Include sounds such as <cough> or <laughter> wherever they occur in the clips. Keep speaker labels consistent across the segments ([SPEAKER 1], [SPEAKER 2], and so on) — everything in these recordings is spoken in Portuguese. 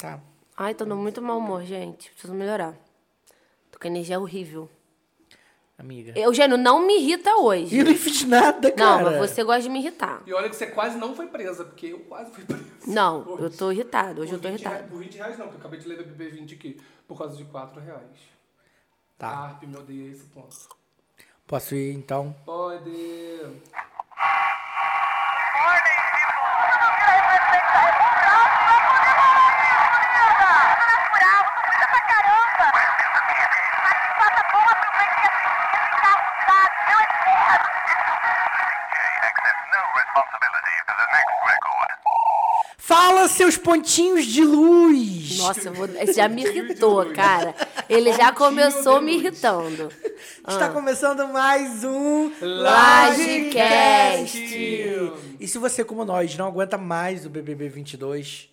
[SPEAKER 1] Tá.
[SPEAKER 2] Ai, tô no muito mau humor, gente. Preciso melhorar. Tô com energia horrível.
[SPEAKER 1] Amiga.
[SPEAKER 2] Eugênio, não me irrita hoje.
[SPEAKER 1] Eu não fiz nada,
[SPEAKER 2] Não,
[SPEAKER 1] cara.
[SPEAKER 2] mas você gosta de me irritar.
[SPEAKER 3] E olha que você quase não foi presa, porque eu quase fui presa.
[SPEAKER 2] Não,
[SPEAKER 3] Hoje.
[SPEAKER 2] eu tô irritado.
[SPEAKER 1] é
[SPEAKER 2] Hoje eu
[SPEAKER 3] Por
[SPEAKER 2] tô
[SPEAKER 3] 20 reais-
[SPEAKER 2] irritado.
[SPEAKER 3] Por 20 reais não, porque eu acabei de ler BBB 20 aqui, por causa de 4 reais.
[SPEAKER 1] Tá.
[SPEAKER 3] Arp me odeia esse ponto.
[SPEAKER 1] Posso ir, então?
[SPEAKER 3] Pode.
[SPEAKER 1] Fala, seus pontinhos de luz!
[SPEAKER 2] Nossa, eu vou... esse já me irritou, cara. Ele já começou me irritando. Ah.
[SPEAKER 1] Está começando mais um
[SPEAKER 2] Lagecast.
[SPEAKER 1] E se você, como nós, não aguenta mais o BBB 22...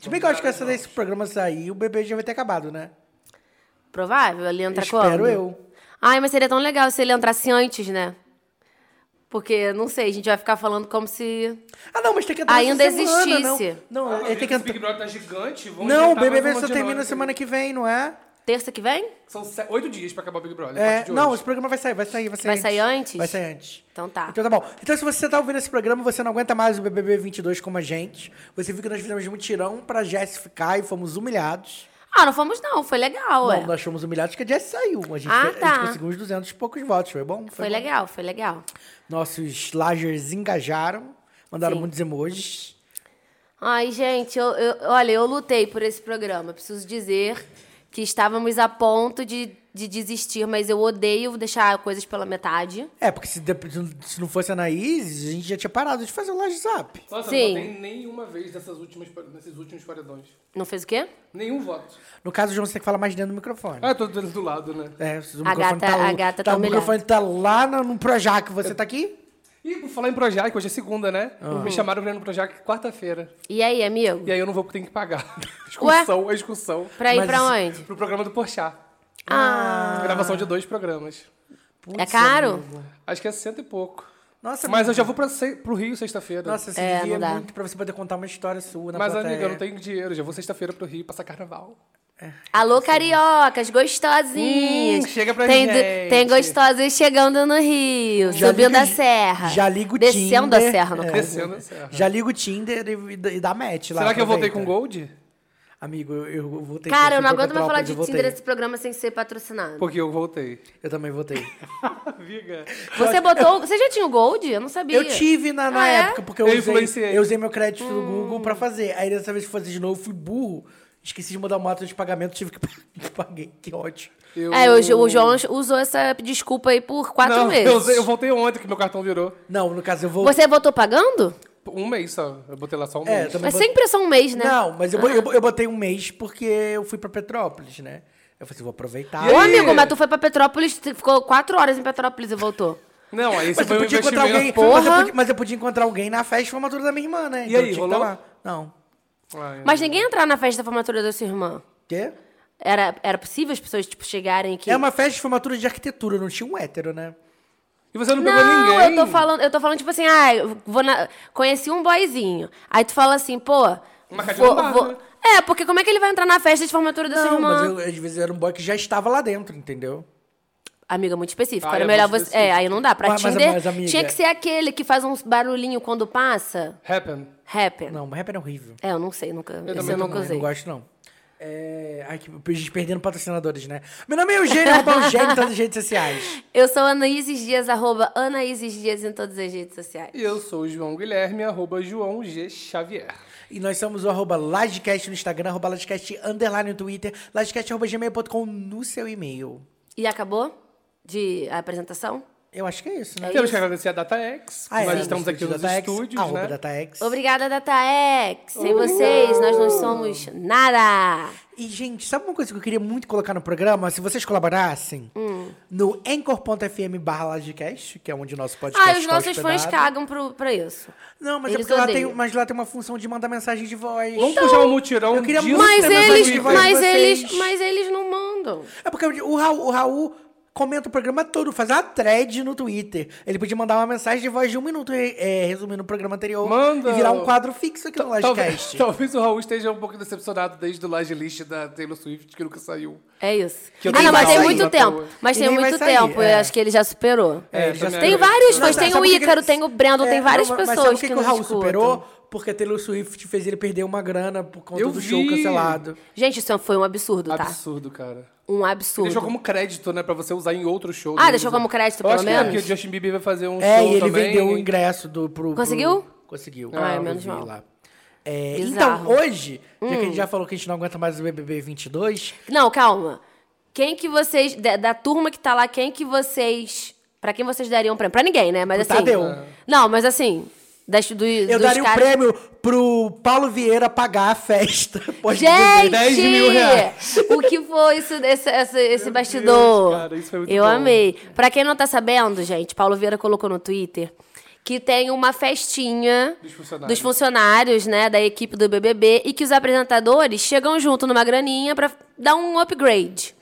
[SPEAKER 1] Se bem que eu acho que essa desse programa sair, o BBB já vai ter acabado, né?
[SPEAKER 2] Provável, ele entra
[SPEAKER 1] Espero
[SPEAKER 2] Tá quando?
[SPEAKER 1] eu.
[SPEAKER 2] Ai, mas seria tão legal se ele entrasse antes, né? Porque, não sei, a gente vai ficar falando como se...
[SPEAKER 1] Ah, não, mas tem que entrar
[SPEAKER 2] Ainda
[SPEAKER 1] essa semana,
[SPEAKER 2] existisse.
[SPEAKER 1] Não, não
[SPEAKER 3] Ah,
[SPEAKER 1] ele tem que
[SPEAKER 3] esse Big
[SPEAKER 1] entrar...
[SPEAKER 3] Brother tá gigante. Vamos
[SPEAKER 1] Não, o
[SPEAKER 3] inventar mais
[SPEAKER 1] BBB
[SPEAKER 3] uma
[SPEAKER 1] só
[SPEAKER 3] dinâmica.
[SPEAKER 1] termina semana que vem, não é?
[SPEAKER 2] Terça que vem?
[SPEAKER 3] São se- oito dias pra acabar o Big Brother. a
[SPEAKER 1] É,
[SPEAKER 3] partir de
[SPEAKER 1] não,
[SPEAKER 3] hoje.
[SPEAKER 1] esse programa vai sair, vai sair, vai sair.
[SPEAKER 2] Vai sair antes?
[SPEAKER 1] Vai sair antes.
[SPEAKER 2] Então tá.
[SPEAKER 1] Então tá bom. Então se você tá ouvindo esse programa, você não aguenta mais o BBB 22 como a gente. Você viu que nós fizemos mutirão pra Jess ficar e fomos humilhados.
[SPEAKER 2] Ah, não fomos não, foi legal, ué.
[SPEAKER 1] Não, nós fomos humilhados porque a Jess saiu. A gente,
[SPEAKER 2] Ah,
[SPEAKER 1] fez- a gente
[SPEAKER 2] tá.
[SPEAKER 1] conseguiu uns 200 e poucos votos, foi bom?
[SPEAKER 2] Foi
[SPEAKER 1] bom.
[SPEAKER 2] legal, foi legal.
[SPEAKER 1] Nossos lagers engajaram, mandaram
[SPEAKER 2] Sim.
[SPEAKER 1] muitos emojis.
[SPEAKER 2] Ai, gente, eu, eu- olha, eu lutei por esse programa. Preciso dizer que estávamos a ponto de, de desistir, mas eu odeio deixar coisas pela metade.
[SPEAKER 1] É, porque se, dep- se não fosse a Anaís, a gente já tinha parado de fazer o Laje Zap.
[SPEAKER 3] Nossa,
[SPEAKER 2] Sim.
[SPEAKER 3] eu não votei nenhuma vez nessas últimas, nesses últimos paredões.
[SPEAKER 2] Não fez o quê?
[SPEAKER 3] Nenhum voto.
[SPEAKER 1] No caso, o João, você tem que falar mais dentro do microfone.
[SPEAKER 3] Ah, eu tô dando do lado, né?
[SPEAKER 1] É, o
[SPEAKER 2] A
[SPEAKER 1] microfone
[SPEAKER 2] gata-
[SPEAKER 1] tá,
[SPEAKER 2] a gata tá
[SPEAKER 1] O
[SPEAKER 2] humilhada.
[SPEAKER 1] microfone tá lá no, no Projac. Você tá aqui?
[SPEAKER 3] E por falar em Projac, hoje é segunda, né?
[SPEAKER 1] Ah.
[SPEAKER 3] Me chamaram pra ir no Projac quarta-feira.
[SPEAKER 2] E aí, amigo?
[SPEAKER 3] E aí eu não vou porque tenho que pagar. <laughs> Excursão, a excursão.
[SPEAKER 2] Pra ir
[SPEAKER 1] Mas
[SPEAKER 2] pra
[SPEAKER 1] isso-
[SPEAKER 2] onde?
[SPEAKER 3] Pro programa do Porchat.
[SPEAKER 2] Ah,
[SPEAKER 3] Gravação de dois programas.
[SPEAKER 2] é caro?
[SPEAKER 3] Acho que é cento e pouco.
[SPEAKER 1] Nossa,
[SPEAKER 3] Mas
[SPEAKER 1] amiga.
[SPEAKER 3] eu já vou pra, se- pro Rio sexta-feira.
[SPEAKER 1] Nossa, esse
[SPEAKER 2] É,
[SPEAKER 1] dia é
[SPEAKER 2] não dá.
[SPEAKER 1] muito pra você poder contar uma história sua na
[SPEAKER 3] Mas,
[SPEAKER 1] plateia.
[SPEAKER 3] amiga, eu não tenho dinheiro. Já vou sexta-feira pro Rio passar carnaval.
[SPEAKER 2] Alô, cariocas, gostosinhas.
[SPEAKER 3] Hum, chega pra
[SPEAKER 2] tem,
[SPEAKER 3] gente.
[SPEAKER 2] Tem gostosinhas chegando no Rio,
[SPEAKER 1] Já
[SPEAKER 2] subindo
[SPEAKER 1] liga-
[SPEAKER 2] a serra.
[SPEAKER 1] já liga o
[SPEAKER 2] Descendo
[SPEAKER 1] Tinder.
[SPEAKER 2] a serra, no
[SPEAKER 1] É.
[SPEAKER 2] caso.
[SPEAKER 3] Descendo a serra.
[SPEAKER 1] Já liga o Tinder e, e dá- e dá match lá.
[SPEAKER 3] né? Será que eu voltei
[SPEAKER 1] aproveita.
[SPEAKER 3] com Gold?
[SPEAKER 1] Amigo, eu, eu voltei
[SPEAKER 2] Cara, eu não
[SPEAKER 1] fui
[SPEAKER 2] aguento mais
[SPEAKER 1] pra
[SPEAKER 2] falar
[SPEAKER 1] Petrópolis,
[SPEAKER 2] de
[SPEAKER 1] eu voltei.
[SPEAKER 2] Tinder nesse programa sem ser patrocinado.
[SPEAKER 3] Porque
[SPEAKER 2] <laughs>
[SPEAKER 3] eu voltei.
[SPEAKER 1] Eu também voltei.
[SPEAKER 3] Viga.
[SPEAKER 2] Você botou. Você já tinha o Gold? Eu não sabia.
[SPEAKER 1] Eu tive na, na
[SPEAKER 2] Ah, é? Hum.
[SPEAKER 1] época, porque eu,
[SPEAKER 3] Eu
[SPEAKER 1] usei,
[SPEAKER 3] influenciei.
[SPEAKER 1] eu usei meu crédito do Google pra fazer. Aí dessa vez que fazer de novo, fui burro. Esqueci de mudar o mato de pagamento, tive <laughs> que paguei. Que ódio.
[SPEAKER 3] Eu...
[SPEAKER 2] É, o, Jo- o João usou essa desculpa aí por quatro
[SPEAKER 3] não,
[SPEAKER 2] meses.
[SPEAKER 3] Eu, usei- eu voltei ontem que meu cartão virou.
[SPEAKER 1] Não, no caso eu vou.
[SPEAKER 2] Você votou pagando?
[SPEAKER 3] Um mês só. Eu botei lá só um
[SPEAKER 1] É,
[SPEAKER 3] mês.
[SPEAKER 1] também
[SPEAKER 2] Mas
[SPEAKER 1] botei-
[SPEAKER 2] sempre é só um mês, né?
[SPEAKER 1] Não, mas eu, bo- eu, bo- eu botei um mês porque eu fui pra Petrópolis, né? Eu falei assim, vou aproveitar.
[SPEAKER 2] Ô,
[SPEAKER 3] E aí?
[SPEAKER 2] amigo, mas tu foi pra Petrópolis, tu ficou quatro horas em Petrópolis e voltou.
[SPEAKER 3] Não, aí você
[SPEAKER 1] Mas
[SPEAKER 3] foi
[SPEAKER 1] eu,
[SPEAKER 3] um
[SPEAKER 1] podia encontrar
[SPEAKER 3] investimento.
[SPEAKER 1] alguém, mas,
[SPEAKER 2] Porra!
[SPEAKER 1] eu podia, mas eu podia encontrar alguém na festa de formatura da minha irmã, né? Então
[SPEAKER 3] aí,
[SPEAKER 1] eu tinha que
[SPEAKER 3] rolou?
[SPEAKER 1] tá lá. Não.
[SPEAKER 3] Ai,
[SPEAKER 2] Mas ninguém ia entrar na festa da formatura da sua irmã.
[SPEAKER 1] Quê?
[SPEAKER 2] Era, era possível as pessoas, tipo, chegarem aqui?
[SPEAKER 1] É uma festa de formatura de arquitetura, não tinha um hétero, né?
[SPEAKER 3] E você não pegou
[SPEAKER 2] Não,
[SPEAKER 3] ninguém?
[SPEAKER 2] eu tô falando, eu tô falando, tipo assim, ah, eu vou na- conheci um boyzinho. Aí tu fala assim, pô.
[SPEAKER 3] Uma cara de
[SPEAKER 2] vou,
[SPEAKER 3] lombada,
[SPEAKER 2] vou-
[SPEAKER 3] né?
[SPEAKER 2] É, porque como é que ele vai entrar na festa de formatura da sua
[SPEAKER 1] Não,
[SPEAKER 2] irmã?
[SPEAKER 1] mas eu, às vezes era um boy que já estava lá dentro, entendeu?
[SPEAKER 2] Amiga, muito específico.
[SPEAKER 3] Ah,
[SPEAKER 2] era
[SPEAKER 3] é
[SPEAKER 2] melhor
[SPEAKER 3] muito
[SPEAKER 2] você. É, aí não dá. Pra
[SPEAKER 1] Mas- mas-
[SPEAKER 2] Tinder,
[SPEAKER 1] mas, amiga-
[SPEAKER 2] tinha que ser aquele que faz uns barulhinho quando passa.
[SPEAKER 3] Happen.
[SPEAKER 2] Rapper.
[SPEAKER 1] Não, mas rapper é horrível.
[SPEAKER 2] É, eu não sei, nunca. Eu,
[SPEAKER 3] também
[SPEAKER 2] eu
[SPEAKER 3] não
[SPEAKER 1] Eu
[SPEAKER 2] nunca
[SPEAKER 1] não
[SPEAKER 2] usei.
[SPEAKER 1] gosto, não. É... Ai, que a gente perdendo patrocinadores, né? Meu nome é Eugênio,
[SPEAKER 2] <laughs>
[SPEAKER 1] arroba Eugênio em todas as redes sociais.
[SPEAKER 2] Eu sou Anaíses Dias, arroba Anaíses Dias em todas as redes sociais.
[SPEAKER 3] E eu sou o João Guilherme, arroba João G. Xavier.
[SPEAKER 1] E nós somos o arroba Lagecast no Instagram, arroba Lagecast underline no Twitter, lagecast arroba gmail.com no seu e-mail.
[SPEAKER 2] E acabou de a apresentação?
[SPEAKER 1] Eu acho que é isso, né?
[SPEAKER 2] É
[SPEAKER 3] Temos
[SPEAKER 2] isso.
[SPEAKER 3] que agradecer a DataX.
[SPEAKER 1] Ah, é,
[SPEAKER 3] Nós
[SPEAKER 1] no
[SPEAKER 3] estamos aqui
[SPEAKER 1] estúdio
[SPEAKER 3] nos
[SPEAKER 1] DataX,
[SPEAKER 3] estúdios,
[SPEAKER 1] arroba
[SPEAKER 3] né?
[SPEAKER 1] DataX.
[SPEAKER 2] Obrigada, DataX.
[SPEAKER 3] Uh!
[SPEAKER 2] Sem vocês, nós não somos nada.
[SPEAKER 1] E, gente, sabe uma coisa que eu queria muito colocar no programa? Se vocês colaborassem
[SPEAKER 2] Hum.
[SPEAKER 1] no anchor.fm barra Lagecast, que é onde o nosso podcast
[SPEAKER 2] Ah, os
[SPEAKER 1] tá
[SPEAKER 2] nossos fãs
[SPEAKER 1] hospedado.
[SPEAKER 2] cagam pro, pra isso.
[SPEAKER 1] Não, mas é
[SPEAKER 2] Eles
[SPEAKER 1] porque lá tem,
[SPEAKER 2] odeiam.
[SPEAKER 1] mas lá tem uma função de mandar mensagem de voz.
[SPEAKER 3] Vamos
[SPEAKER 2] Então,
[SPEAKER 3] puxar um mutirão
[SPEAKER 1] eu queria
[SPEAKER 3] de
[SPEAKER 1] muito
[SPEAKER 2] Mas
[SPEAKER 1] ter mensagem
[SPEAKER 2] eles,
[SPEAKER 1] de
[SPEAKER 3] Twitter.
[SPEAKER 1] voz de
[SPEAKER 2] mas
[SPEAKER 1] vocês.
[SPEAKER 2] eles, mas eles não mandam.
[SPEAKER 1] É porque o Raul, o Raul comenta o programa todo, faz uma thread no Twitter. Ele podia mandar uma mensagem de voz de um minuto, é, resumindo o programa anterior.
[SPEAKER 3] Manda.
[SPEAKER 1] E virar um quadro fixo aqui no
[SPEAKER 3] Talvez,
[SPEAKER 1] Lodcast.
[SPEAKER 3] talvez o Raul esteja um pouco decepcionado desde o Laje List da Taylor Swift, que nunca saiu.
[SPEAKER 2] É isso.
[SPEAKER 3] Que eu
[SPEAKER 2] ah,
[SPEAKER 3] tenho
[SPEAKER 2] não, mas
[SPEAKER 1] que
[SPEAKER 2] tem
[SPEAKER 1] sair
[SPEAKER 2] muito
[SPEAKER 3] da
[SPEAKER 2] tempo.
[SPEAKER 3] toa.
[SPEAKER 2] Mas tem
[SPEAKER 1] Ninguém vai
[SPEAKER 2] muito
[SPEAKER 1] sair,
[SPEAKER 2] tempo.
[SPEAKER 1] é.
[SPEAKER 2] Eu acho que ele já superou.
[SPEAKER 3] É,
[SPEAKER 1] ele
[SPEAKER 3] também
[SPEAKER 2] Tem
[SPEAKER 3] acho.
[SPEAKER 2] vários fãs.
[SPEAKER 1] Não,
[SPEAKER 2] Tem
[SPEAKER 1] sabe
[SPEAKER 2] o
[SPEAKER 1] por que que
[SPEAKER 2] Ícaro,
[SPEAKER 1] ele-
[SPEAKER 2] tem o Brando, tem
[SPEAKER 1] É,
[SPEAKER 2] várias
[SPEAKER 1] não, mas
[SPEAKER 2] pessoas
[SPEAKER 1] sabe por que, que o
[SPEAKER 2] nos
[SPEAKER 1] Raul
[SPEAKER 2] escutam.
[SPEAKER 1] superou? Porque a Taylor Swift fez ele perder uma grana por conta
[SPEAKER 3] Eu
[SPEAKER 1] do
[SPEAKER 3] vi.
[SPEAKER 1] show cancelado.
[SPEAKER 2] Gente, isso foi um absurdo, tá?
[SPEAKER 3] Absurdo, cara.
[SPEAKER 2] Um
[SPEAKER 3] Ele
[SPEAKER 2] absurdo.
[SPEAKER 3] Deixou como crédito, né? Pra você usar em outro show.
[SPEAKER 2] Ah,
[SPEAKER 3] dele.
[SPEAKER 2] deixou como crédito,
[SPEAKER 3] Eu acho
[SPEAKER 2] pelo
[SPEAKER 3] que é,
[SPEAKER 2] menos?
[SPEAKER 3] porque o Justin Bieber vai fazer um
[SPEAKER 1] É,
[SPEAKER 3] show
[SPEAKER 1] e ele
[SPEAKER 3] também.
[SPEAKER 1] vendeu o ingresso do pro. pro-
[SPEAKER 2] Conseguiu?
[SPEAKER 1] conseguiu.
[SPEAKER 2] Ai,
[SPEAKER 1] eu
[SPEAKER 2] menos
[SPEAKER 1] vi
[SPEAKER 2] mal.
[SPEAKER 1] lá. É, então,
[SPEAKER 2] Bizarro. Hum.
[SPEAKER 1] hoje, já que a gente já falou que a gente não aguenta mais o BBB 22,
[SPEAKER 2] Não, calma. Quem que vocês. Da, da turma que tá lá, quem que vocês. Pra quem vocês dariam prêmio? Pra ninguém, né? Mas
[SPEAKER 1] Pro
[SPEAKER 2] assim.
[SPEAKER 1] Tadeu.
[SPEAKER 2] Não, mas assim. Das, do,
[SPEAKER 1] eu daria o prêmio pro Paulo Vieira pagar a festa. <laughs> Pode dizer.
[SPEAKER 2] Gente!
[SPEAKER 3] 10 mil reais.
[SPEAKER 2] O que foi isso, esse, esse, esse bastidor?
[SPEAKER 3] Deus, cara, isso foi muito
[SPEAKER 2] Eu
[SPEAKER 3] bom.
[SPEAKER 2] amei. Pra quem não tá sabendo, gente, Paulo Vieira colocou no Twitter que tem uma festinha
[SPEAKER 3] Dos funcionários.
[SPEAKER 2] dos funcionários, né, da equipe do BBB e que os apresentadores chegam junto numa graninha pra dar um upgrade.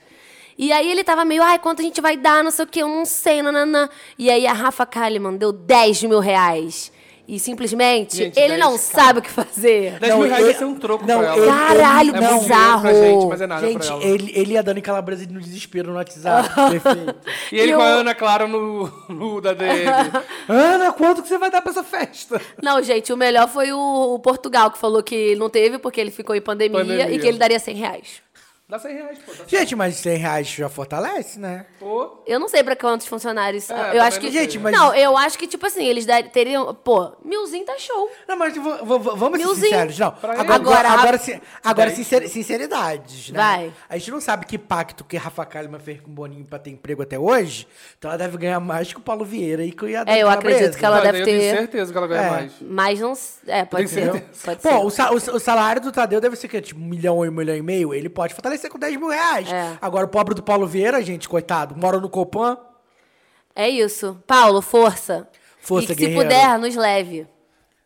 [SPEAKER 2] E aí ele tava meio, ai, quanto a gente vai dar, não sei o que, eu não sei, nananã. E aí a Rafa Kalimann deu 10 mil reais. E simplesmente,
[SPEAKER 3] Gente,
[SPEAKER 2] ele não
[SPEAKER 3] 10K.
[SPEAKER 2] sabe o que fazer.
[SPEAKER 3] 10
[SPEAKER 1] Não,
[SPEAKER 3] mil reais
[SPEAKER 1] eu-
[SPEAKER 3] vai ser um troco
[SPEAKER 1] não,
[SPEAKER 3] pra ela.
[SPEAKER 1] eu-
[SPEAKER 2] Caralho,
[SPEAKER 3] é muito dinheiro pra
[SPEAKER 2] bizarro.
[SPEAKER 3] gente, mas é nada
[SPEAKER 1] Gente,
[SPEAKER 3] pra ela.
[SPEAKER 1] ele, ele e a Dani Calabresa no desespero no
[SPEAKER 2] <laughs>
[SPEAKER 1] WhatsApp. Perfeito.
[SPEAKER 3] E ele
[SPEAKER 2] E
[SPEAKER 3] com a
[SPEAKER 2] o-
[SPEAKER 3] Ana Clara no, <laughs> no
[SPEAKER 2] <laughs>
[SPEAKER 3] da dele. Ana, quanto que você vai dar pra essa festa?
[SPEAKER 2] Não, gente, o melhor foi o, o Portugal, que falou que não teve porque ele ficou em pandemia,
[SPEAKER 3] Pandemia.
[SPEAKER 2] e que ele daria 100 reais.
[SPEAKER 3] Dá 100 reais, pô. Dá 100
[SPEAKER 1] Gente, mas 100 reais já fortalece, né?
[SPEAKER 3] pô.
[SPEAKER 2] Eu não sei pra quantos funcionários.
[SPEAKER 3] É,
[SPEAKER 2] eu
[SPEAKER 3] também
[SPEAKER 2] acho que.
[SPEAKER 3] não sei. Gente,
[SPEAKER 1] mas-
[SPEAKER 2] Não, eu acho que, tipo assim, eles dar- teriam. Pô, milzinho tá show.
[SPEAKER 1] Não, mas v- v- v- vamos ser
[SPEAKER 2] Milzinho.
[SPEAKER 1] sinceros. Não.
[SPEAKER 3] Pra
[SPEAKER 1] Agora,
[SPEAKER 3] ele.
[SPEAKER 1] agora,
[SPEAKER 2] Agora,
[SPEAKER 1] agora,
[SPEAKER 2] Rafa-
[SPEAKER 1] sin- agora
[SPEAKER 3] Daí-
[SPEAKER 1] sincer- sinceridades, né?
[SPEAKER 2] Vai.
[SPEAKER 1] A gente não sabe que pacto que Rafa Kalimann fez com o Boninho pra ter emprego até hoje. Então ela deve ganhar mais que o Paulo Vieira e que a Dani
[SPEAKER 2] É, eu
[SPEAKER 1] Calabresa.
[SPEAKER 2] acredito que ela
[SPEAKER 3] Mas
[SPEAKER 2] deve
[SPEAKER 3] eu tenho
[SPEAKER 2] ter-
[SPEAKER 3] certeza que ela ganha
[SPEAKER 1] É.
[SPEAKER 3] mais.
[SPEAKER 2] Mas não. s- É, pode ser. Pode
[SPEAKER 1] Pô, o,
[SPEAKER 2] ser.
[SPEAKER 1] sa- o sa- o salário do Tadeu deve ser que, tipo, um milhão ou um milhão e meio. Ele pode fortalecer com 10 mil reais.
[SPEAKER 2] É.
[SPEAKER 1] Agora, o pobre do Paulo Vieira, gente, coitado, mora no Copan.
[SPEAKER 2] É isso. Paulo, força.
[SPEAKER 1] Força,
[SPEAKER 2] e que, se
[SPEAKER 1] guerreiro.
[SPEAKER 2] puder, nos leve.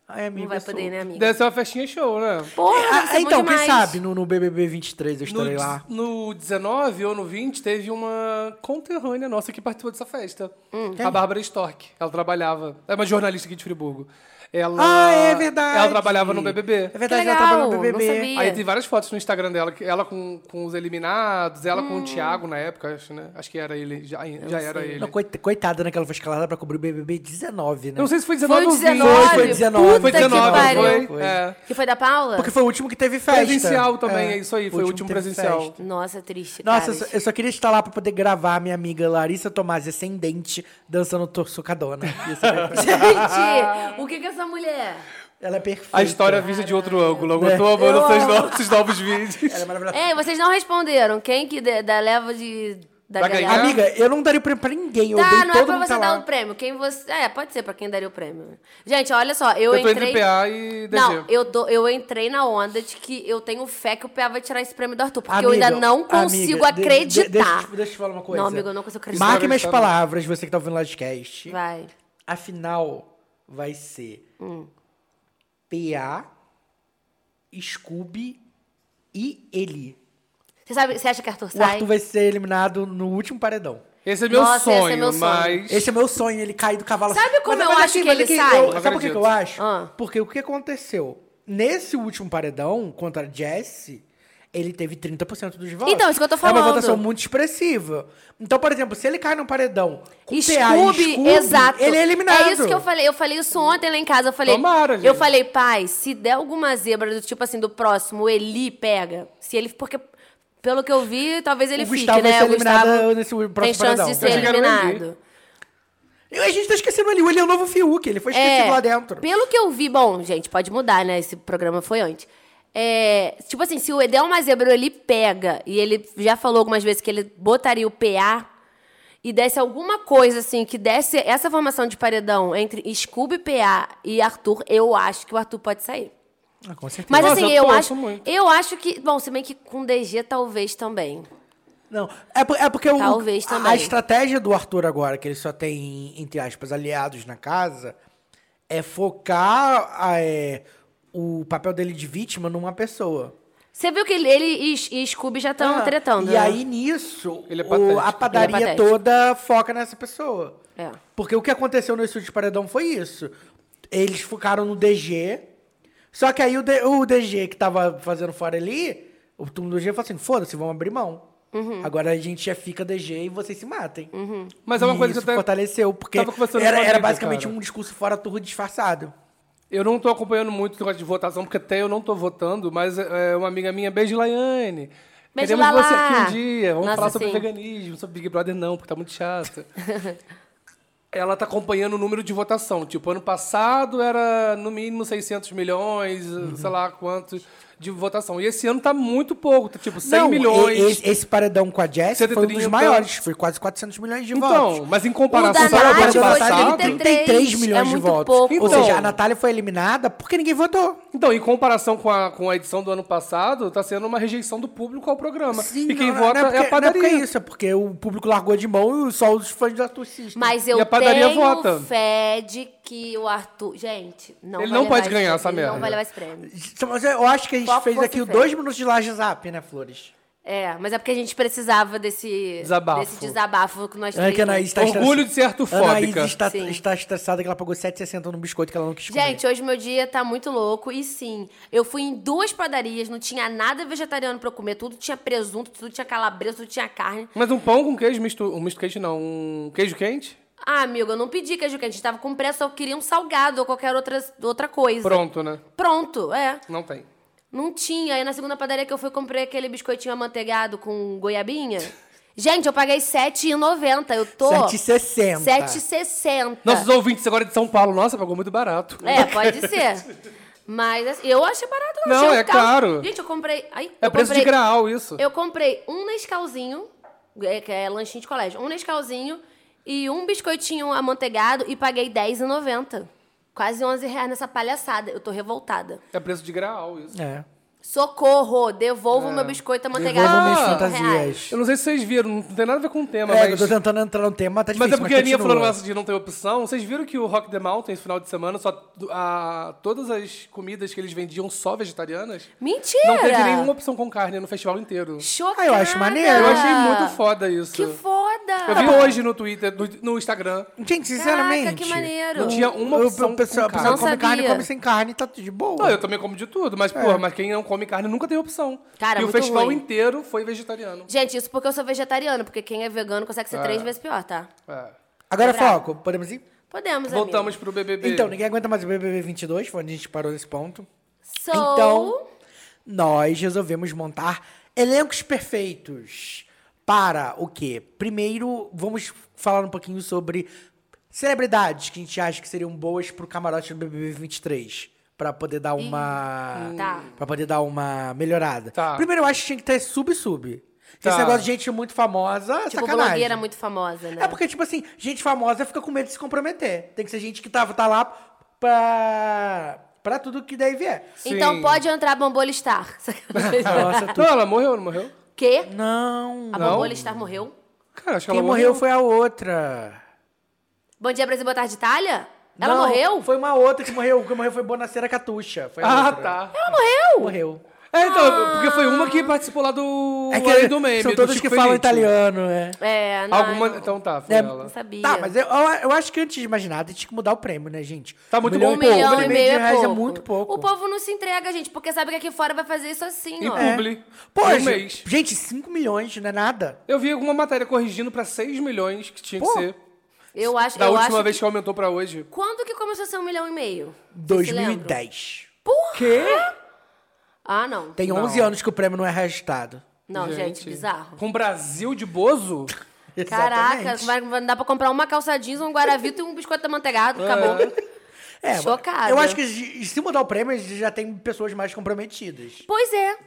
[SPEAKER 1] Ai, amigo,
[SPEAKER 2] Não vai
[SPEAKER 1] eu sou-
[SPEAKER 2] poder, né, amiga?
[SPEAKER 3] Deve ser uma festinha show, né?
[SPEAKER 2] Porra, deve ser
[SPEAKER 1] Ah,
[SPEAKER 2] bom
[SPEAKER 1] então, quem
[SPEAKER 2] demais.
[SPEAKER 1] sabe no, no BBB 23 eu
[SPEAKER 3] No,
[SPEAKER 1] estarei lá.
[SPEAKER 3] no 19 ou no 20 teve uma conterrânea nossa que participou dessa festa.
[SPEAKER 2] Hum.
[SPEAKER 1] É.
[SPEAKER 3] A Bárbara Stork. Ela trabalhava. É uma jornalista aqui de Friburgo. Tipo, Ela,
[SPEAKER 1] Ah, é verdade.
[SPEAKER 3] Ela trabalhava no BBB.
[SPEAKER 1] É verdade,
[SPEAKER 2] Que
[SPEAKER 1] ela trabalha no
[SPEAKER 2] legal, não
[SPEAKER 1] BBB.
[SPEAKER 2] sabia.
[SPEAKER 3] Aí tem várias fotos no Instagram dela, que ela com, com os eliminados, ela
[SPEAKER 2] Hum.
[SPEAKER 3] com o Thiago na época, acho, né? Acho que era ele, já, já era ele.
[SPEAKER 1] Não, coit- coitada, né? Que ela foi escalada pra cobrir o BBB 19, né?
[SPEAKER 3] Eu não sei se foi
[SPEAKER 2] Foi
[SPEAKER 3] 19
[SPEAKER 2] o
[SPEAKER 3] ou 20.
[SPEAKER 2] 19.
[SPEAKER 1] Foi 19.
[SPEAKER 2] Puta
[SPEAKER 3] Foi
[SPEAKER 2] que
[SPEAKER 3] 19,
[SPEAKER 2] pariu.
[SPEAKER 3] foi.
[SPEAKER 1] Foi.
[SPEAKER 3] É.
[SPEAKER 2] Que foi da Paula?
[SPEAKER 1] Porque foi o último que teve festa.
[SPEAKER 3] Presencial também, é isso aí, foi o último
[SPEAKER 1] que teve
[SPEAKER 3] presencial.
[SPEAKER 1] festa.
[SPEAKER 2] Nossa, triste.
[SPEAKER 1] Nossa, <laughs> eu
[SPEAKER 2] caras.
[SPEAKER 1] só, eu só queria estar lá pra poder gravar minha amiga Larissa Tomás, ascendente, dançando torçocadona. Ia ser perfeito.
[SPEAKER 2] Gente, <laughs> o que que é essa mulher?
[SPEAKER 1] Ela é perfeita.
[SPEAKER 3] A história vista de outro ângulo. Eu tô amando
[SPEAKER 2] Eu
[SPEAKER 3] esses
[SPEAKER 2] amo.
[SPEAKER 3] novos, esses novos vídeos.
[SPEAKER 1] Ela é maravilhosa.
[SPEAKER 2] Ei, vocês não responderam. Quem que de- da leva de. Da
[SPEAKER 3] Pra
[SPEAKER 2] galera?
[SPEAKER 3] ganhar?
[SPEAKER 1] Amiga, eu não daria o prêmio pra ninguém. Eu
[SPEAKER 2] Tá,
[SPEAKER 1] dei
[SPEAKER 2] não
[SPEAKER 1] todo
[SPEAKER 2] é pra
[SPEAKER 1] mundo
[SPEAKER 2] você
[SPEAKER 1] tá
[SPEAKER 2] dar
[SPEAKER 1] lá.
[SPEAKER 2] o prêmio. Quem você. É, pode ser pra quem daria o prêmio. Gente, olha só, eu,
[SPEAKER 3] Eu tô
[SPEAKER 2] entrei.
[SPEAKER 3] entre PA e DG.
[SPEAKER 2] Não, eu, dou- eu entrei na onda de que eu tenho fé que o PA vai tirar esse prêmio do Arthur, porque eu
[SPEAKER 1] Amiga,
[SPEAKER 2] ainda não
[SPEAKER 1] amiga,
[SPEAKER 2] consigo
[SPEAKER 1] de- de-
[SPEAKER 2] acreditar.
[SPEAKER 1] deixa, eu te- deixa eu te falar uma coisa.
[SPEAKER 2] Não, amigo, eu não consigo acreditar.
[SPEAKER 1] Marque minhas
[SPEAKER 3] Acreditando.
[SPEAKER 1] palavras, você que tá ouvindo o Lodcast.
[SPEAKER 2] Vai.
[SPEAKER 1] A final vai ser
[SPEAKER 2] Hum.
[SPEAKER 1] PA, Scooby e Eli.
[SPEAKER 2] Você, sabe, você acha que Arthur
[SPEAKER 1] O
[SPEAKER 2] sai?
[SPEAKER 1] Arthur vai ser eliminado no último paredão.
[SPEAKER 3] Esse é meu
[SPEAKER 2] Nossa,
[SPEAKER 3] sonho,
[SPEAKER 2] esse é meu sonho.
[SPEAKER 3] mas.
[SPEAKER 1] Esse é meu sonho, ele cair do cavalo. assim.
[SPEAKER 2] Sabe como eu acho que
[SPEAKER 1] mas
[SPEAKER 2] ele
[SPEAKER 1] aqui,
[SPEAKER 2] sai?
[SPEAKER 1] eu-
[SPEAKER 2] Eu
[SPEAKER 1] sabe por que que
[SPEAKER 3] acredito.
[SPEAKER 1] eu acho?
[SPEAKER 2] Ah.
[SPEAKER 1] Porque o que aconteceu? Nesse último paredão, contra a Jesse, ele teve 30% dos votos.
[SPEAKER 2] Então, isso que eu tô
[SPEAKER 1] É uma
[SPEAKER 2] falando.
[SPEAKER 1] votação muito expressiva. Então, por exemplo, se ele cai num paredão com PA e
[SPEAKER 2] Scooby,
[SPEAKER 1] Scooby,
[SPEAKER 2] exato.
[SPEAKER 1] ele é eliminado.
[SPEAKER 2] É isso que eu falei. Eu falei isso ontem lá em casa. Eu falei,
[SPEAKER 3] Tomara, gente.
[SPEAKER 2] Eu falei, pai, se der alguma zebra do tipo assim, do próximo, o Eli pega. Se ele. Porque, pelo que eu vi, talvez ele
[SPEAKER 1] O
[SPEAKER 2] fique,
[SPEAKER 1] Gustavo
[SPEAKER 2] né?
[SPEAKER 1] vai ser
[SPEAKER 2] o
[SPEAKER 1] eliminado
[SPEAKER 2] Gustavo
[SPEAKER 1] nesse próximo
[SPEAKER 2] tem chance
[SPEAKER 1] paredão.
[SPEAKER 2] de
[SPEAKER 3] Eu
[SPEAKER 2] ser
[SPEAKER 3] achei que era o Eli.
[SPEAKER 2] eliminado.
[SPEAKER 1] E a gente tá esquecendo ele. O Eli é o novo Fiuk. Ele foi esquecido
[SPEAKER 2] É,
[SPEAKER 1] lá dentro.
[SPEAKER 2] Pelo que eu vi, bom, gente, pode mudar, né? Esse programa foi antes. É, tipo assim, se o Edel Mazebro ele pega, e ele já falou algumas vezes que ele botaria o PA e desse alguma coisa assim, que desse essa formação de paredão entre Scooby, PA e Arthur, eu acho que o Arthur pode sair.
[SPEAKER 1] Ah, com certeza.
[SPEAKER 2] Mas
[SPEAKER 3] Nossa,
[SPEAKER 2] assim, eu,
[SPEAKER 3] eu torço
[SPEAKER 2] acho.
[SPEAKER 3] muito.
[SPEAKER 2] Eu acho que. Bom, se bem que com DG talvez também.
[SPEAKER 1] Não, é, por- é porque o-
[SPEAKER 2] Talvez
[SPEAKER 1] a- a
[SPEAKER 2] também.
[SPEAKER 1] estratégia do Arthur agora, que ele só tem, entre aspas, aliados na casa, é focar a, é, o papel dele de vítima numa pessoa. Ah.
[SPEAKER 2] Você viu que ele, ele e, e Scooby já
[SPEAKER 3] Ah,
[SPEAKER 2] estão tretando.
[SPEAKER 1] E
[SPEAKER 2] né?
[SPEAKER 1] aí, nisso,
[SPEAKER 3] Ele é
[SPEAKER 1] o-
[SPEAKER 3] patético.
[SPEAKER 1] a
[SPEAKER 2] Ele
[SPEAKER 1] padaria
[SPEAKER 2] é patético.
[SPEAKER 1] toda foca nessa pessoa.
[SPEAKER 2] É.
[SPEAKER 1] Porque o que aconteceu no estúdio de Paredão foi isso. Eles focaram no DG. Só que aí o, D- o DG que tava fazendo fora ali, o turno do DG falou assim: foda-se, vamos abrir mão.
[SPEAKER 2] Uhum.
[SPEAKER 1] Agora a gente já fica DG e vocês se matem.
[SPEAKER 3] Mas é uma
[SPEAKER 1] E
[SPEAKER 3] coisa que
[SPEAKER 1] isso
[SPEAKER 3] eu até-
[SPEAKER 1] fortaleceu, porque
[SPEAKER 3] tava conversando com
[SPEAKER 1] era,
[SPEAKER 3] um
[SPEAKER 1] era
[SPEAKER 3] amigo,
[SPEAKER 1] basicamente
[SPEAKER 3] cara.
[SPEAKER 1] um discurso fora turro disfarçado.
[SPEAKER 3] Eu não tô acompanhando muito o negócio de votação, porque até eu não tô votando, mas é, uma amiga minha, beijo, Laiane.
[SPEAKER 2] Beijo,
[SPEAKER 3] Queremos
[SPEAKER 2] Lala.
[SPEAKER 3] você aqui um dia. Vamos
[SPEAKER 2] Nossa,
[SPEAKER 3] falar sobre
[SPEAKER 2] sim.
[SPEAKER 3] veganismo, sobre Big Brother não, porque tá muito chato. <laughs> Ela tá acompanhando o número de votação. Tipo, ano passado era no mínimo 600 milhões, sei lá quantos, de votação. E esse ano tá muito pouco, tá tipo 100
[SPEAKER 1] Não,
[SPEAKER 3] milhões.
[SPEAKER 1] e- Esse, esse paredão com a Jess foi um
[SPEAKER 3] 130.
[SPEAKER 1] dos maiores, foi quase 400 milhões de votos.
[SPEAKER 3] então, mas em
[SPEAKER 2] O
[SPEAKER 3] comparação
[SPEAKER 2] da
[SPEAKER 3] ao ano
[SPEAKER 1] Agora
[SPEAKER 2] Nath
[SPEAKER 1] da
[SPEAKER 2] foi
[SPEAKER 1] Natália,
[SPEAKER 3] passado...
[SPEAKER 2] 33
[SPEAKER 1] milhões
[SPEAKER 2] é
[SPEAKER 1] de
[SPEAKER 2] muito
[SPEAKER 1] votos.
[SPEAKER 2] pouco.
[SPEAKER 1] Ou
[SPEAKER 3] Então-
[SPEAKER 1] seja, a Natália foi eliminada porque ninguém votou.
[SPEAKER 3] Então, em comparação com a, com a edição do ano passado, tá sendo uma rejeição do público ao programa. e quem
[SPEAKER 1] não,
[SPEAKER 3] vota
[SPEAKER 1] não porque,
[SPEAKER 3] é a padaria.
[SPEAKER 1] Não é porque é isso, é porque o público largou de mão e só os fãs da torcida.
[SPEAKER 2] Mas eu
[SPEAKER 3] E a padaria
[SPEAKER 2] tenho
[SPEAKER 3] vota.
[SPEAKER 2] fé de que o Arthur... Gente, não
[SPEAKER 3] Ele
[SPEAKER 2] vai
[SPEAKER 3] não
[SPEAKER 2] levar
[SPEAKER 3] pode
[SPEAKER 2] esse-
[SPEAKER 3] ganhar essa
[SPEAKER 2] ele não
[SPEAKER 3] merda.
[SPEAKER 2] vai levar esse prêmio.
[SPEAKER 1] Mas eu acho que a gente
[SPEAKER 2] Foco
[SPEAKER 1] fez
[SPEAKER 2] fosse
[SPEAKER 1] aqui o
[SPEAKER 2] fé.
[SPEAKER 1] dois minutos de laje zap, né, Flores?
[SPEAKER 2] É, mas é porque a gente precisava desse
[SPEAKER 3] Desabafo.
[SPEAKER 2] desse desabafo que nós
[SPEAKER 1] É que a
[SPEAKER 2] temos.
[SPEAKER 1] Anaís está
[SPEAKER 3] Orgulho
[SPEAKER 1] estressada.
[SPEAKER 3] de ser
[SPEAKER 1] Anaís
[SPEAKER 3] artufóbica.
[SPEAKER 1] está,
[SPEAKER 2] Sim.
[SPEAKER 1] está estressada que ela pagou 7,60 no biscoito que ela não quis comer.
[SPEAKER 2] Gente, hoje meu dia tá muito louco. E sim, eu fui em duas padarias, não tinha nada vegetariano pra eu comer. Tudo tinha presunto, tudo tinha calabresa, tudo tinha carne.
[SPEAKER 3] Mas um pão com queijo misto... Um misto quente, não. Um queijo quente?
[SPEAKER 2] Ah, amigo, eu não pedi queijo quente. Tava com pressa, eu queria um salgado ou qualquer outra, outra coisa.
[SPEAKER 3] Pronto, né?
[SPEAKER 2] Pronto, é.
[SPEAKER 3] Não
[SPEAKER 1] Tá.
[SPEAKER 3] tem.
[SPEAKER 2] Não tinha. Aí na segunda padaria que eu fui, comprei aquele biscoitinho amanteigado com goiabinha. <laughs> Gente, eu paguei R$ 7,90. Eu tô...
[SPEAKER 1] 7,60.
[SPEAKER 2] 7,60.
[SPEAKER 3] Nossos ouvintes agora de São Paulo, nossa, pagou muito barato.
[SPEAKER 2] É, pode ser. Mas assim, eu achei barato. eu
[SPEAKER 3] Não,
[SPEAKER 2] achei um
[SPEAKER 3] é
[SPEAKER 2] carro-
[SPEAKER 3] caro.
[SPEAKER 2] Gente, eu comprei... Ai,
[SPEAKER 3] É
[SPEAKER 2] eu
[SPEAKER 3] preço
[SPEAKER 2] comprei...
[SPEAKER 3] de graal isso.
[SPEAKER 2] Eu comprei um Nescauzinho, é, que é lanchinho de colégio, um Nescauzinho e um biscoitinho amanteigado e paguei R$10,90. Quase 11 reais nessa palhaçada. Eu tô revoltada.
[SPEAKER 3] É preço de graal isso.
[SPEAKER 1] É.
[SPEAKER 2] Socorro, devolvo meu biscoito amanteigado.
[SPEAKER 1] Devolvo minhas
[SPEAKER 2] R$ 5
[SPEAKER 1] fantasias.
[SPEAKER 3] Eu não sei se vocês viram, não tem nada a ver com o tema,
[SPEAKER 1] É, eu
[SPEAKER 3] mas...
[SPEAKER 1] tô tentando entrar no tema, mas tá difícil.
[SPEAKER 3] Mas é porque a Aninha
[SPEAKER 1] continua.
[SPEAKER 3] falou no de não ter opção. Vocês viram que o Rock the Mountain, esse final de semana, só a, todas as comidas que eles vendiam só vegetarianas?
[SPEAKER 2] Mentira!
[SPEAKER 3] Não teve nenhuma opção com carne no festival inteiro.
[SPEAKER 2] Chocada.
[SPEAKER 1] Ah, eu acho maneiro.
[SPEAKER 3] Eu achei muito foda isso.
[SPEAKER 2] Que foda!
[SPEAKER 3] Eu vi hoje no Twitter, no, no Instagram.
[SPEAKER 1] Gente, sinceramente.
[SPEAKER 2] Caraca, que maneiro.
[SPEAKER 3] Não tinha uma
[SPEAKER 1] o-
[SPEAKER 3] opção
[SPEAKER 1] O pessoal,
[SPEAKER 3] com
[SPEAKER 1] o
[SPEAKER 3] carne.
[SPEAKER 1] pessoal
[SPEAKER 2] Não
[SPEAKER 1] come carne,
[SPEAKER 2] sabia.
[SPEAKER 1] come sem carne, tá tudo de boa.
[SPEAKER 3] Não, eu também como de tudo,
[SPEAKER 1] É.
[SPEAKER 3] mas, porra, mas quem não come carne nunca tem opção.
[SPEAKER 2] Cara,
[SPEAKER 3] e o
[SPEAKER 2] muito
[SPEAKER 3] festival
[SPEAKER 2] ruim.
[SPEAKER 3] inteiro foi vegetariano.
[SPEAKER 2] Gente, isso porque eu sou vegetariana, porque quem é vegano consegue ser três vezes pior, tá?
[SPEAKER 3] É.
[SPEAKER 1] Agora,
[SPEAKER 2] Bravo.
[SPEAKER 1] foco, podemos ir?
[SPEAKER 2] Podemos, amigo.
[SPEAKER 3] Voltamos pro BBB.
[SPEAKER 1] Então, ninguém aguenta mais o BBB 22, foi onde a gente parou nesse ponto.
[SPEAKER 2] Sou...
[SPEAKER 1] Então, nós resolvemos montar elencos perfeitos para o quê? Primeiro, vamos falar um pouquinho sobre celebridades que a gente acha que seriam boas pro camarote do BBB 23, para poder dar uma
[SPEAKER 2] tá.
[SPEAKER 1] para poder dar uma melhorada.
[SPEAKER 3] Tá.
[SPEAKER 1] Primeiro, eu acho que tinha que ter sub sub.
[SPEAKER 3] Tá.
[SPEAKER 1] Esse negócio de gente muito famosa,
[SPEAKER 2] Tipo,
[SPEAKER 1] sacanagem.
[SPEAKER 2] blogueira muito famosa, né?
[SPEAKER 1] É porque, tipo assim, gente famosa fica com medo de se comprometer. Tem que ser gente que tá, tá lá pra, pra tudo que daí vier.
[SPEAKER 2] Então
[SPEAKER 3] Sim.
[SPEAKER 2] pode entrar <laughs> Bambolistar.
[SPEAKER 1] <laughs> Nossa,
[SPEAKER 3] Não, ela morreu ou não morreu?
[SPEAKER 2] Quê?
[SPEAKER 1] Não.
[SPEAKER 2] A
[SPEAKER 3] Não?
[SPEAKER 2] Bambolistar morreu?
[SPEAKER 3] Cara, acho que
[SPEAKER 1] Quem
[SPEAKER 3] ela
[SPEAKER 1] morreu foi a outra.
[SPEAKER 2] Bom dia, Brasil, boa tarde, Itália? Ela
[SPEAKER 1] Não,
[SPEAKER 2] morreu?
[SPEAKER 1] Foi uma outra que morreu. Quem morreu foi Bonacera Catuxa. Foi a
[SPEAKER 3] Ah,
[SPEAKER 1] outra.
[SPEAKER 3] tá.
[SPEAKER 2] Ela morreu?
[SPEAKER 1] Morreu. É
[SPEAKER 3] É, então, porque foi uma que participou lá do Além do Meme.
[SPEAKER 1] são
[SPEAKER 3] do
[SPEAKER 1] todos
[SPEAKER 3] Chico
[SPEAKER 1] que falam
[SPEAKER 3] Felice.
[SPEAKER 1] italiano, é.
[SPEAKER 2] É, não,
[SPEAKER 3] Alguma...
[SPEAKER 2] não,
[SPEAKER 3] Então tá, foi
[SPEAKER 1] É,
[SPEAKER 2] não
[SPEAKER 3] ela.
[SPEAKER 2] sabia.
[SPEAKER 1] Tá, mas eu, eu- eu acho que antes de mais nada, tinha que mudar o prêmio, né, gente?
[SPEAKER 3] Tá muito
[SPEAKER 2] Um
[SPEAKER 3] bom, pouco.
[SPEAKER 2] milhão
[SPEAKER 1] de
[SPEAKER 2] e meio é
[SPEAKER 1] reais
[SPEAKER 2] pouco.
[SPEAKER 1] é muito pouco.
[SPEAKER 2] O povo não se entrega, gente, porque sabe que aqui fora vai fazer isso assim,
[SPEAKER 3] E
[SPEAKER 2] ó.
[SPEAKER 1] É.
[SPEAKER 3] publi.
[SPEAKER 1] Pô,
[SPEAKER 3] Em um
[SPEAKER 1] gente,
[SPEAKER 3] mês.
[SPEAKER 1] gente, 5 milhões não é nada.
[SPEAKER 3] Eu vi alguma matéria corrigindo pra 6 milhões que tinha
[SPEAKER 1] Pô.
[SPEAKER 3] que ser.
[SPEAKER 2] Eu acho,
[SPEAKER 3] Da
[SPEAKER 2] eu
[SPEAKER 3] última
[SPEAKER 2] acho
[SPEAKER 3] vez que... aumentou pra hoje.
[SPEAKER 2] Quando que começou a ser um milhão e meio? Vocês se lembram?
[SPEAKER 1] 2010.
[SPEAKER 3] Quê?
[SPEAKER 2] Ah, não.
[SPEAKER 1] Tem 11 anos que o prêmio não é reajustado.
[SPEAKER 2] Não, gente, bizarro.
[SPEAKER 3] Com o Brasil de Bozo?
[SPEAKER 2] Caraca,
[SPEAKER 1] Exatamente.
[SPEAKER 2] vai, vai dar pra comprar uma calça jeans, um guaravito e um biscoito amanteigado, acabou.
[SPEAKER 1] É,
[SPEAKER 2] Chocada.
[SPEAKER 1] Eu acho que se se mudar o prêmio, já tem pessoas mais comprometidas.
[SPEAKER 2] Pois é.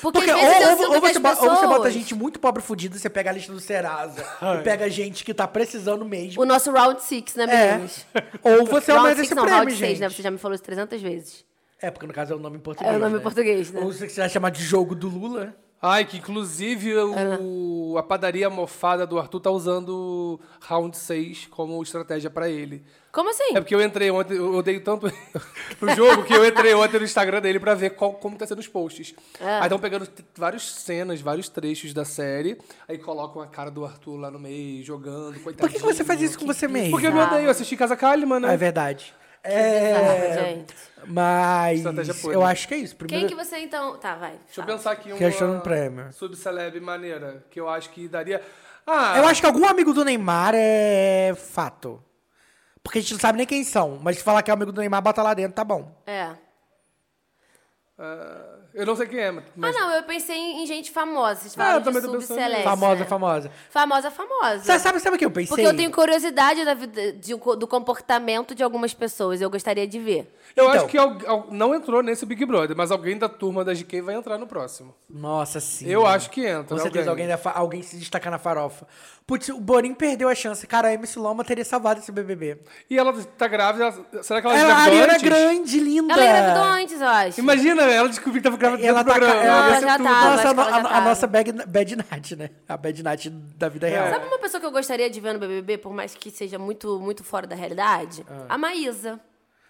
[SPEAKER 2] Porque,
[SPEAKER 1] Porque
[SPEAKER 2] às
[SPEAKER 1] ou,
[SPEAKER 2] vezes eu
[SPEAKER 1] ou-
[SPEAKER 2] sinto
[SPEAKER 1] ou
[SPEAKER 2] que
[SPEAKER 1] você
[SPEAKER 2] as
[SPEAKER 1] bota, ou você bota
[SPEAKER 2] pessoas-
[SPEAKER 1] gente muito pobre fudida, você pega a lista do
[SPEAKER 3] <laughs>
[SPEAKER 1] Serasa e pega gente que tá precisando mesmo.
[SPEAKER 2] O nosso round six, né,
[SPEAKER 1] É.
[SPEAKER 2] meninos?
[SPEAKER 1] <laughs> Ou você
[SPEAKER 2] round
[SPEAKER 1] aumenta
[SPEAKER 2] six
[SPEAKER 1] esse
[SPEAKER 2] não,
[SPEAKER 1] prêmio,
[SPEAKER 2] round seis,
[SPEAKER 1] gente.
[SPEAKER 2] né? Você já me falou isso 300 vezes.
[SPEAKER 1] É, porque no caso é o nome em português.
[SPEAKER 2] É o nome em
[SPEAKER 1] né?
[SPEAKER 2] português, né?
[SPEAKER 1] Ou se você quiser chamar de jogo do Lula.
[SPEAKER 3] Ai, que inclusive
[SPEAKER 2] É.
[SPEAKER 3] o, a padaria mofada do Arthur tá usando Round 6 como estratégia pra ele.
[SPEAKER 2] Como assim?
[SPEAKER 3] É porque eu entrei ontem, eu odeio tanto <laughs> o jogo que eu entrei ontem no Instagram dele pra ver qual- como tá sendo os posts.
[SPEAKER 2] É.
[SPEAKER 3] Aí estão pegando t- várias cenas, vários trechos da série, aí colocam a cara do Arthur lá no meio, jogando, coitadinho.
[SPEAKER 1] Por que, que você faz isso com você mesmo?
[SPEAKER 3] Porque é eu me odeio, eu assisti Casa Kalimann,
[SPEAKER 1] Ah,
[SPEAKER 3] né?
[SPEAKER 1] é verdade.
[SPEAKER 2] Bizarro,
[SPEAKER 1] É,
[SPEAKER 2] gente.
[SPEAKER 1] mas
[SPEAKER 3] Estratégia podre.
[SPEAKER 1] eu acho que é isso.
[SPEAKER 2] Quem
[SPEAKER 1] Primeiro,
[SPEAKER 2] que você então. Tá, vai.
[SPEAKER 3] Deixa eu
[SPEAKER 2] fala.
[SPEAKER 3] pensar aqui uma
[SPEAKER 1] Questão do um prêmio.
[SPEAKER 3] subceleb maneira, que eu acho que daria... Ah,
[SPEAKER 1] Eu acho que algum amigo do Neymar é fato. Porque a gente não sabe nem quem são. Mas se falar que é amigo do Neymar, bota lá dentro, tá bom.
[SPEAKER 2] É.
[SPEAKER 3] ah, eu não sei quem é, mas... Ah,
[SPEAKER 2] Ah, não, eu pensei em, em gente famosa. Vocês
[SPEAKER 3] eu
[SPEAKER 2] falaram de
[SPEAKER 3] também tô pensando nisso.
[SPEAKER 2] subceleste.
[SPEAKER 1] famosa,
[SPEAKER 2] né?
[SPEAKER 1] famosa.
[SPEAKER 2] Famosa, famosa.
[SPEAKER 1] Sabe, sabe, sabe o que eu pensei?
[SPEAKER 2] Porque eu tenho curiosidade da vida, de- do comportamento de algumas pessoas. Eu gostaria de ver.
[SPEAKER 3] Eu
[SPEAKER 1] Então.
[SPEAKER 3] acho que al- al- não entrou nesse Big Brother, mas alguém da turma da GK vai entrar no próximo.
[SPEAKER 1] Nossa, sim.
[SPEAKER 3] Eu acho que é entra.
[SPEAKER 1] Com certeza, alguém, da fa- alguém se destacar na farofa. Putz, o Boninho perdeu a chance. Cara, a MC Loma teria salvado esse BBB.
[SPEAKER 3] E ela tá grávida. ela- Será que ela, é
[SPEAKER 1] Ela, a
[SPEAKER 3] engravidou
[SPEAKER 1] Ariana
[SPEAKER 3] antes?
[SPEAKER 1] Grande, linda.
[SPEAKER 2] Ela engravidou antes, eu acho.
[SPEAKER 3] Imagina, ela é descobriu que tava grávida
[SPEAKER 1] Ela
[SPEAKER 3] dentro do
[SPEAKER 1] tá...
[SPEAKER 3] programa.
[SPEAKER 1] ela
[SPEAKER 2] Não,
[SPEAKER 1] ia
[SPEAKER 2] ela
[SPEAKER 1] ser
[SPEAKER 2] já
[SPEAKER 1] tudo.
[SPEAKER 2] tava, acho
[SPEAKER 1] Nossa, a,
[SPEAKER 2] que ela já tá.
[SPEAKER 1] no- a
[SPEAKER 2] tava.
[SPEAKER 1] nossa bad, bad Nat, né? A Bad Nat da vida real.
[SPEAKER 3] É.
[SPEAKER 2] Sabe uma pessoa que eu gostaria de ver no BBB, por mais que seja muito, muito fora da realidade?
[SPEAKER 3] Ah.
[SPEAKER 2] A Maísa.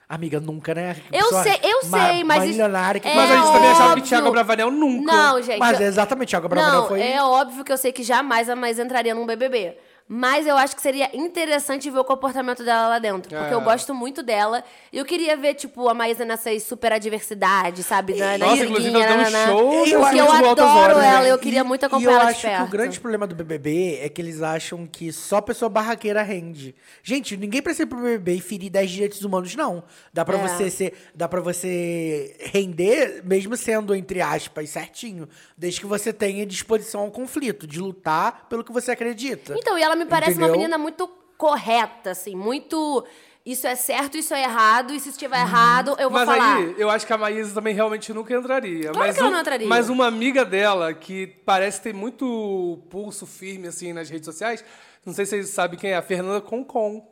[SPEAKER 1] Amiga, nunca, né?
[SPEAKER 2] Eu
[SPEAKER 1] Pessoa
[SPEAKER 2] sei, eu
[SPEAKER 1] ma-
[SPEAKER 2] sei, mas isso-
[SPEAKER 1] Milionária que...
[SPEAKER 2] é
[SPEAKER 3] Mas a gente também achava que
[SPEAKER 2] óbvio.
[SPEAKER 3] Thiago Bravanel nunca.
[SPEAKER 2] Não, gente.
[SPEAKER 1] Mas é
[SPEAKER 2] eu-
[SPEAKER 1] exatamente, Thiago Bravanel
[SPEAKER 2] Não,
[SPEAKER 1] foi...
[SPEAKER 2] é óbvio que eu sei que jamais a Maísa entraria num BBB. Mas eu acho que seria interessante ver o comportamento dela lá dentro. Porque
[SPEAKER 3] É.
[SPEAKER 2] eu gosto muito dela. E eu queria ver, tipo, a Maísa nessas super adversidades, sabe? Na, na
[SPEAKER 3] Nossa, inclusive,
[SPEAKER 2] briguinha,
[SPEAKER 3] ela deu um
[SPEAKER 2] nananã.
[SPEAKER 3] show
[SPEAKER 1] Eu
[SPEAKER 2] Porque eu
[SPEAKER 1] acho
[SPEAKER 3] muito altas
[SPEAKER 2] adoro
[SPEAKER 3] horas,
[SPEAKER 2] ela.
[SPEAKER 3] né?
[SPEAKER 2] Eu queria muito
[SPEAKER 1] E eu
[SPEAKER 2] acompanhar ela de
[SPEAKER 1] acho que
[SPEAKER 2] perto.
[SPEAKER 1] o grande problema do BBB é que eles acham que só pessoa barraqueira rende. Gente, ninguém precisa ir pro BBB e ferir 10 direitos humanos, não. Dá pra
[SPEAKER 2] É.
[SPEAKER 1] você ser, dá para você render mesmo sendo entre aspas certinho, desde que você tenha disposição ao conflito, de lutar pelo que você acredita.
[SPEAKER 2] Então, e ela me parece uma
[SPEAKER 1] Entendeu?
[SPEAKER 2] menina muito correta, assim, muito. Isso é certo, isso é errado, e se estiver errado, eu vou
[SPEAKER 3] Mas
[SPEAKER 2] falar.
[SPEAKER 3] aí, eu acho que a Maísa também realmente nunca entraria.
[SPEAKER 2] Claro
[SPEAKER 3] mas
[SPEAKER 2] que ela
[SPEAKER 3] um-
[SPEAKER 2] não entraria.
[SPEAKER 3] Mas uma amiga dela, que parece ter muito pulso firme, assim, nas redes sociais, não sei se vocês sabem quem é, a Fernanda Concon.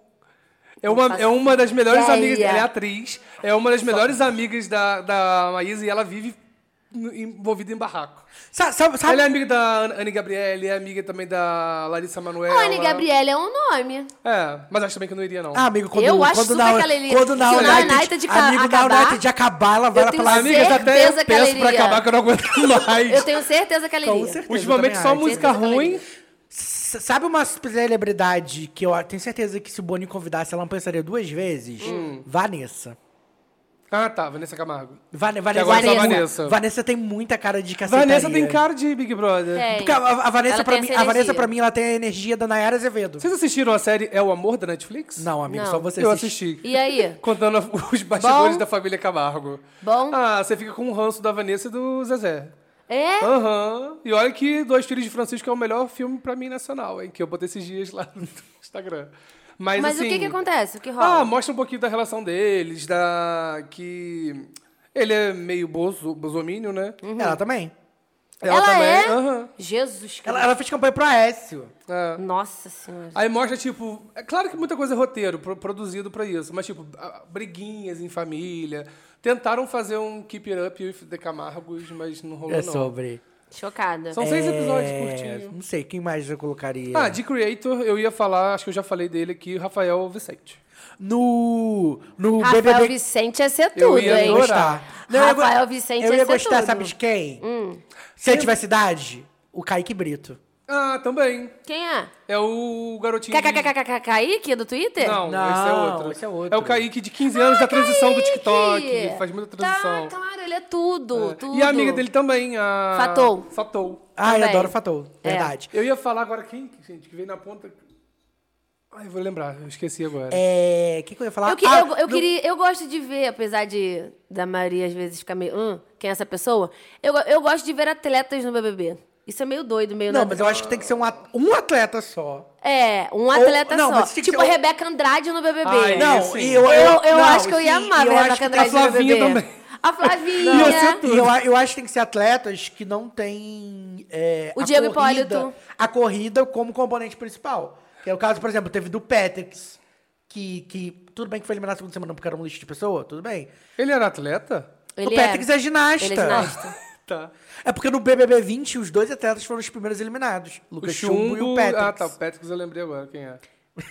[SPEAKER 3] É uma,
[SPEAKER 2] faço
[SPEAKER 3] é uma das melhores
[SPEAKER 2] ideia.
[SPEAKER 3] amigas, ela é atriz, é uma das melhores amigas da, da Maísa e ela vive no- envolvida em barraco.
[SPEAKER 1] Sa- sabe, sabe-
[SPEAKER 3] Ela é amiga da An- Anne Gabriele, é amiga também da Larissa Manoela.
[SPEAKER 2] Anne Gabriela é um nome.
[SPEAKER 3] É, mas acho também que não iria, não.
[SPEAKER 1] Ah, amigo, quando,
[SPEAKER 2] Eu acho
[SPEAKER 1] quando
[SPEAKER 2] super
[SPEAKER 1] na,
[SPEAKER 2] que ela iria-
[SPEAKER 1] quando na
[SPEAKER 2] se o Na
[SPEAKER 1] United,
[SPEAKER 2] United ca-
[SPEAKER 1] amigo na
[SPEAKER 2] acabar,
[SPEAKER 1] United acabar, ela vai
[SPEAKER 2] eu
[SPEAKER 1] lá
[SPEAKER 2] tenho
[SPEAKER 1] pra lá.
[SPEAKER 2] certeza
[SPEAKER 3] Amigas, até eu
[SPEAKER 2] que ela
[SPEAKER 3] peço pra
[SPEAKER 2] iria.
[SPEAKER 3] acabar que eu não aguento mais.
[SPEAKER 2] Eu tenho certeza que ela
[SPEAKER 1] Com
[SPEAKER 2] iria.
[SPEAKER 1] certeza.
[SPEAKER 3] Ultimamente
[SPEAKER 1] também
[SPEAKER 3] só
[SPEAKER 1] acho.
[SPEAKER 3] música
[SPEAKER 2] Certeza também.
[SPEAKER 3] ruim.
[SPEAKER 1] S- Sabe uma celebridade que eu tenho certeza que se o Boninho convidasse, ela não pensaria duas vezes?
[SPEAKER 2] Hum.
[SPEAKER 1] Vanessa.
[SPEAKER 3] Ah, tá, Vanessa Camargo.
[SPEAKER 1] Vane-
[SPEAKER 3] Que
[SPEAKER 1] Vanessa,
[SPEAKER 3] agora
[SPEAKER 2] só
[SPEAKER 1] Vanessa.
[SPEAKER 3] Vanessa.
[SPEAKER 1] Vanessa tem muita cara de cacetaria.
[SPEAKER 3] Vanessa tem cara de Big Brother.
[SPEAKER 2] Tem.
[SPEAKER 1] Porque a, a- a Vanessa,
[SPEAKER 2] Ela
[SPEAKER 1] pra
[SPEAKER 2] tem
[SPEAKER 1] mim,
[SPEAKER 2] essa
[SPEAKER 1] a Vanessa,
[SPEAKER 2] energia.
[SPEAKER 1] pra mim, ela tem a energia da Nayara Azevedo.
[SPEAKER 3] Vocês assistiram a série É o Amor da Netflix?
[SPEAKER 1] Não, amigo,
[SPEAKER 2] Não.
[SPEAKER 1] só você
[SPEAKER 3] Eu
[SPEAKER 1] assiste.
[SPEAKER 3] assisti.
[SPEAKER 2] E aí?
[SPEAKER 3] Contando os bastidores
[SPEAKER 2] Bom?
[SPEAKER 3] da família Camargo.
[SPEAKER 2] Bom?
[SPEAKER 3] Ah, você fica com o ranço da Vanessa e do Zezé.
[SPEAKER 2] É?
[SPEAKER 3] Aham. E olha que Dois Filhos de Francisco é o melhor filme pra mim nacional, hein? Que eu botei esses dias lá no <laughs> Instagram. Mas,
[SPEAKER 2] Mas
[SPEAKER 3] assim,
[SPEAKER 2] o que que acontece? O que rola?
[SPEAKER 3] Ah, mostra um pouquinho da relação deles, da. que. Ele é meio bozo, bozomínio, né?
[SPEAKER 2] Uhum.
[SPEAKER 1] Ela também.
[SPEAKER 2] ela é?
[SPEAKER 3] Aham.
[SPEAKER 2] Jesus
[SPEAKER 1] Ela,
[SPEAKER 2] Cristo.
[SPEAKER 1] ela fez campanha pro Aécio.
[SPEAKER 3] É.
[SPEAKER 2] Nossa Senhora.
[SPEAKER 3] Aí mostra, tipo, é claro que muita coisa é roteiro, pro- produzido pra isso, mas, tipo, a- briguinhas em família. Tentaram fazer um Keep It Up with the Camargos, mas não rolou,
[SPEAKER 1] É
[SPEAKER 3] não.
[SPEAKER 1] sobre.
[SPEAKER 2] Chocada.
[SPEAKER 3] São seis episódios
[SPEAKER 1] É,
[SPEAKER 3] curtinhos.
[SPEAKER 1] não sei, quem mais eu colocaria?
[SPEAKER 3] Ah, de Creator, eu ia falar, acho que eu já falei dele aqui, Rafael Vicente.
[SPEAKER 1] No. No
[SPEAKER 2] Rafael
[SPEAKER 1] BBB.
[SPEAKER 2] Vicente ia ser
[SPEAKER 3] Eu
[SPEAKER 2] tudo,
[SPEAKER 3] ia
[SPEAKER 1] Eu ia
[SPEAKER 2] hein?
[SPEAKER 3] adorar.
[SPEAKER 1] gostar. Não, eu ia go-
[SPEAKER 2] Rafael Vicente
[SPEAKER 1] Eu
[SPEAKER 2] ia
[SPEAKER 1] ia
[SPEAKER 2] ser
[SPEAKER 1] gostar,
[SPEAKER 2] tudo. Hum.
[SPEAKER 1] sabe de quem? Se eu tivesse idade, o Kaique Brito.
[SPEAKER 3] Ah, também.
[SPEAKER 2] Quem é?
[SPEAKER 3] É o garotinho... de-
[SPEAKER 2] KKKKK Kaique do Twitter?
[SPEAKER 3] Não,
[SPEAKER 1] Não,
[SPEAKER 3] esse é outro.
[SPEAKER 1] esse é outro.
[SPEAKER 3] o Kaique de 15 anos da transição do
[SPEAKER 2] Kaique!
[SPEAKER 3] TikTok. Ele faz muita transição.
[SPEAKER 2] Tá, claro, ele é tudo, tudo.
[SPEAKER 3] E a amiga dele também, a...
[SPEAKER 2] Fatou.
[SPEAKER 3] Fatou.
[SPEAKER 1] Ah, eu
[SPEAKER 2] Também.
[SPEAKER 1] adoro Fatou.
[SPEAKER 2] É.
[SPEAKER 1] Verdade.
[SPEAKER 3] Eu ia falar agora quem, gente, que veio na ponta. Ai, eu vou lembrar, eu esqueci agora.
[SPEAKER 1] É. O que, que eu ia
[SPEAKER 3] tá
[SPEAKER 1] falar?
[SPEAKER 2] Eu, que-
[SPEAKER 1] Ah,
[SPEAKER 2] eu, eu
[SPEAKER 1] do-
[SPEAKER 2] queria, eu gosto de ver, apesar de da maioria às vezes ficar meio, hum, quem é essa pessoa? Eu, go- eu gosto de ver atletas no BBB. Isso é meio doido, meio
[SPEAKER 1] Não,
[SPEAKER 2] nada.
[SPEAKER 1] mas eu acho que tem que ser um, at- um atleta só.
[SPEAKER 2] É, um atleta
[SPEAKER 1] não, mas
[SPEAKER 2] só.
[SPEAKER 1] tinha que
[SPEAKER 2] Tipo
[SPEAKER 1] ser-
[SPEAKER 2] a Rebeca Andrade no BBB.
[SPEAKER 3] Ai,
[SPEAKER 2] não,
[SPEAKER 1] Não,
[SPEAKER 3] sim.
[SPEAKER 1] e eu,
[SPEAKER 2] eu, eu
[SPEAKER 1] não,
[SPEAKER 2] acho que eu ia
[SPEAKER 1] sim,
[SPEAKER 2] amar
[SPEAKER 1] e
[SPEAKER 2] ver
[SPEAKER 1] eu
[SPEAKER 2] a
[SPEAKER 1] acho
[SPEAKER 2] Rebeca
[SPEAKER 1] que
[SPEAKER 2] Andrade
[SPEAKER 3] a
[SPEAKER 2] no BBB.
[SPEAKER 3] Flavinha também.
[SPEAKER 2] A Flavinha.
[SPEAKER 1] E eu, a- eu acho que tem que ser atletas que não tem. é,
[SPEAKER 2] O
[SPEAKER 1] a
[SPEAKER 2] Diego
[SPEAKER 1] corrida-
[SPEAKER 2] Hipólito.
[SPEAKER 1] A corrida como componente principal. Que é o caso, por exemplo, teve do Petrix, que, que tudo bem que foi eliminado na segunda semana porque era um lixo de pessoa, tudo bem.
[SPEAKER 3] Ele era atleta?
[SPEAKER 2] Ele
[SPEAKER 1] o Petrix é,
[SPEAKER 2] é
[SPEAKER 1] ginasta.
[SPEAKER 2] Ele é ginasta.
[SPEAKER 3] Tá.
[SPEAKER 1] É porque no BBB 20, os dois atletas foram os primeiros eliminados.
[SPEAKER 3] O
[SPEAKER 1] Lucas Chumbo,
[SPEAKER 3] Chumbo
[SPEAKER 1] e o Patrick.
[SPEAKER 3] Ah, tá. O Patrick eu lembrei agora quem é.
[SPEAKER 1] <laughs>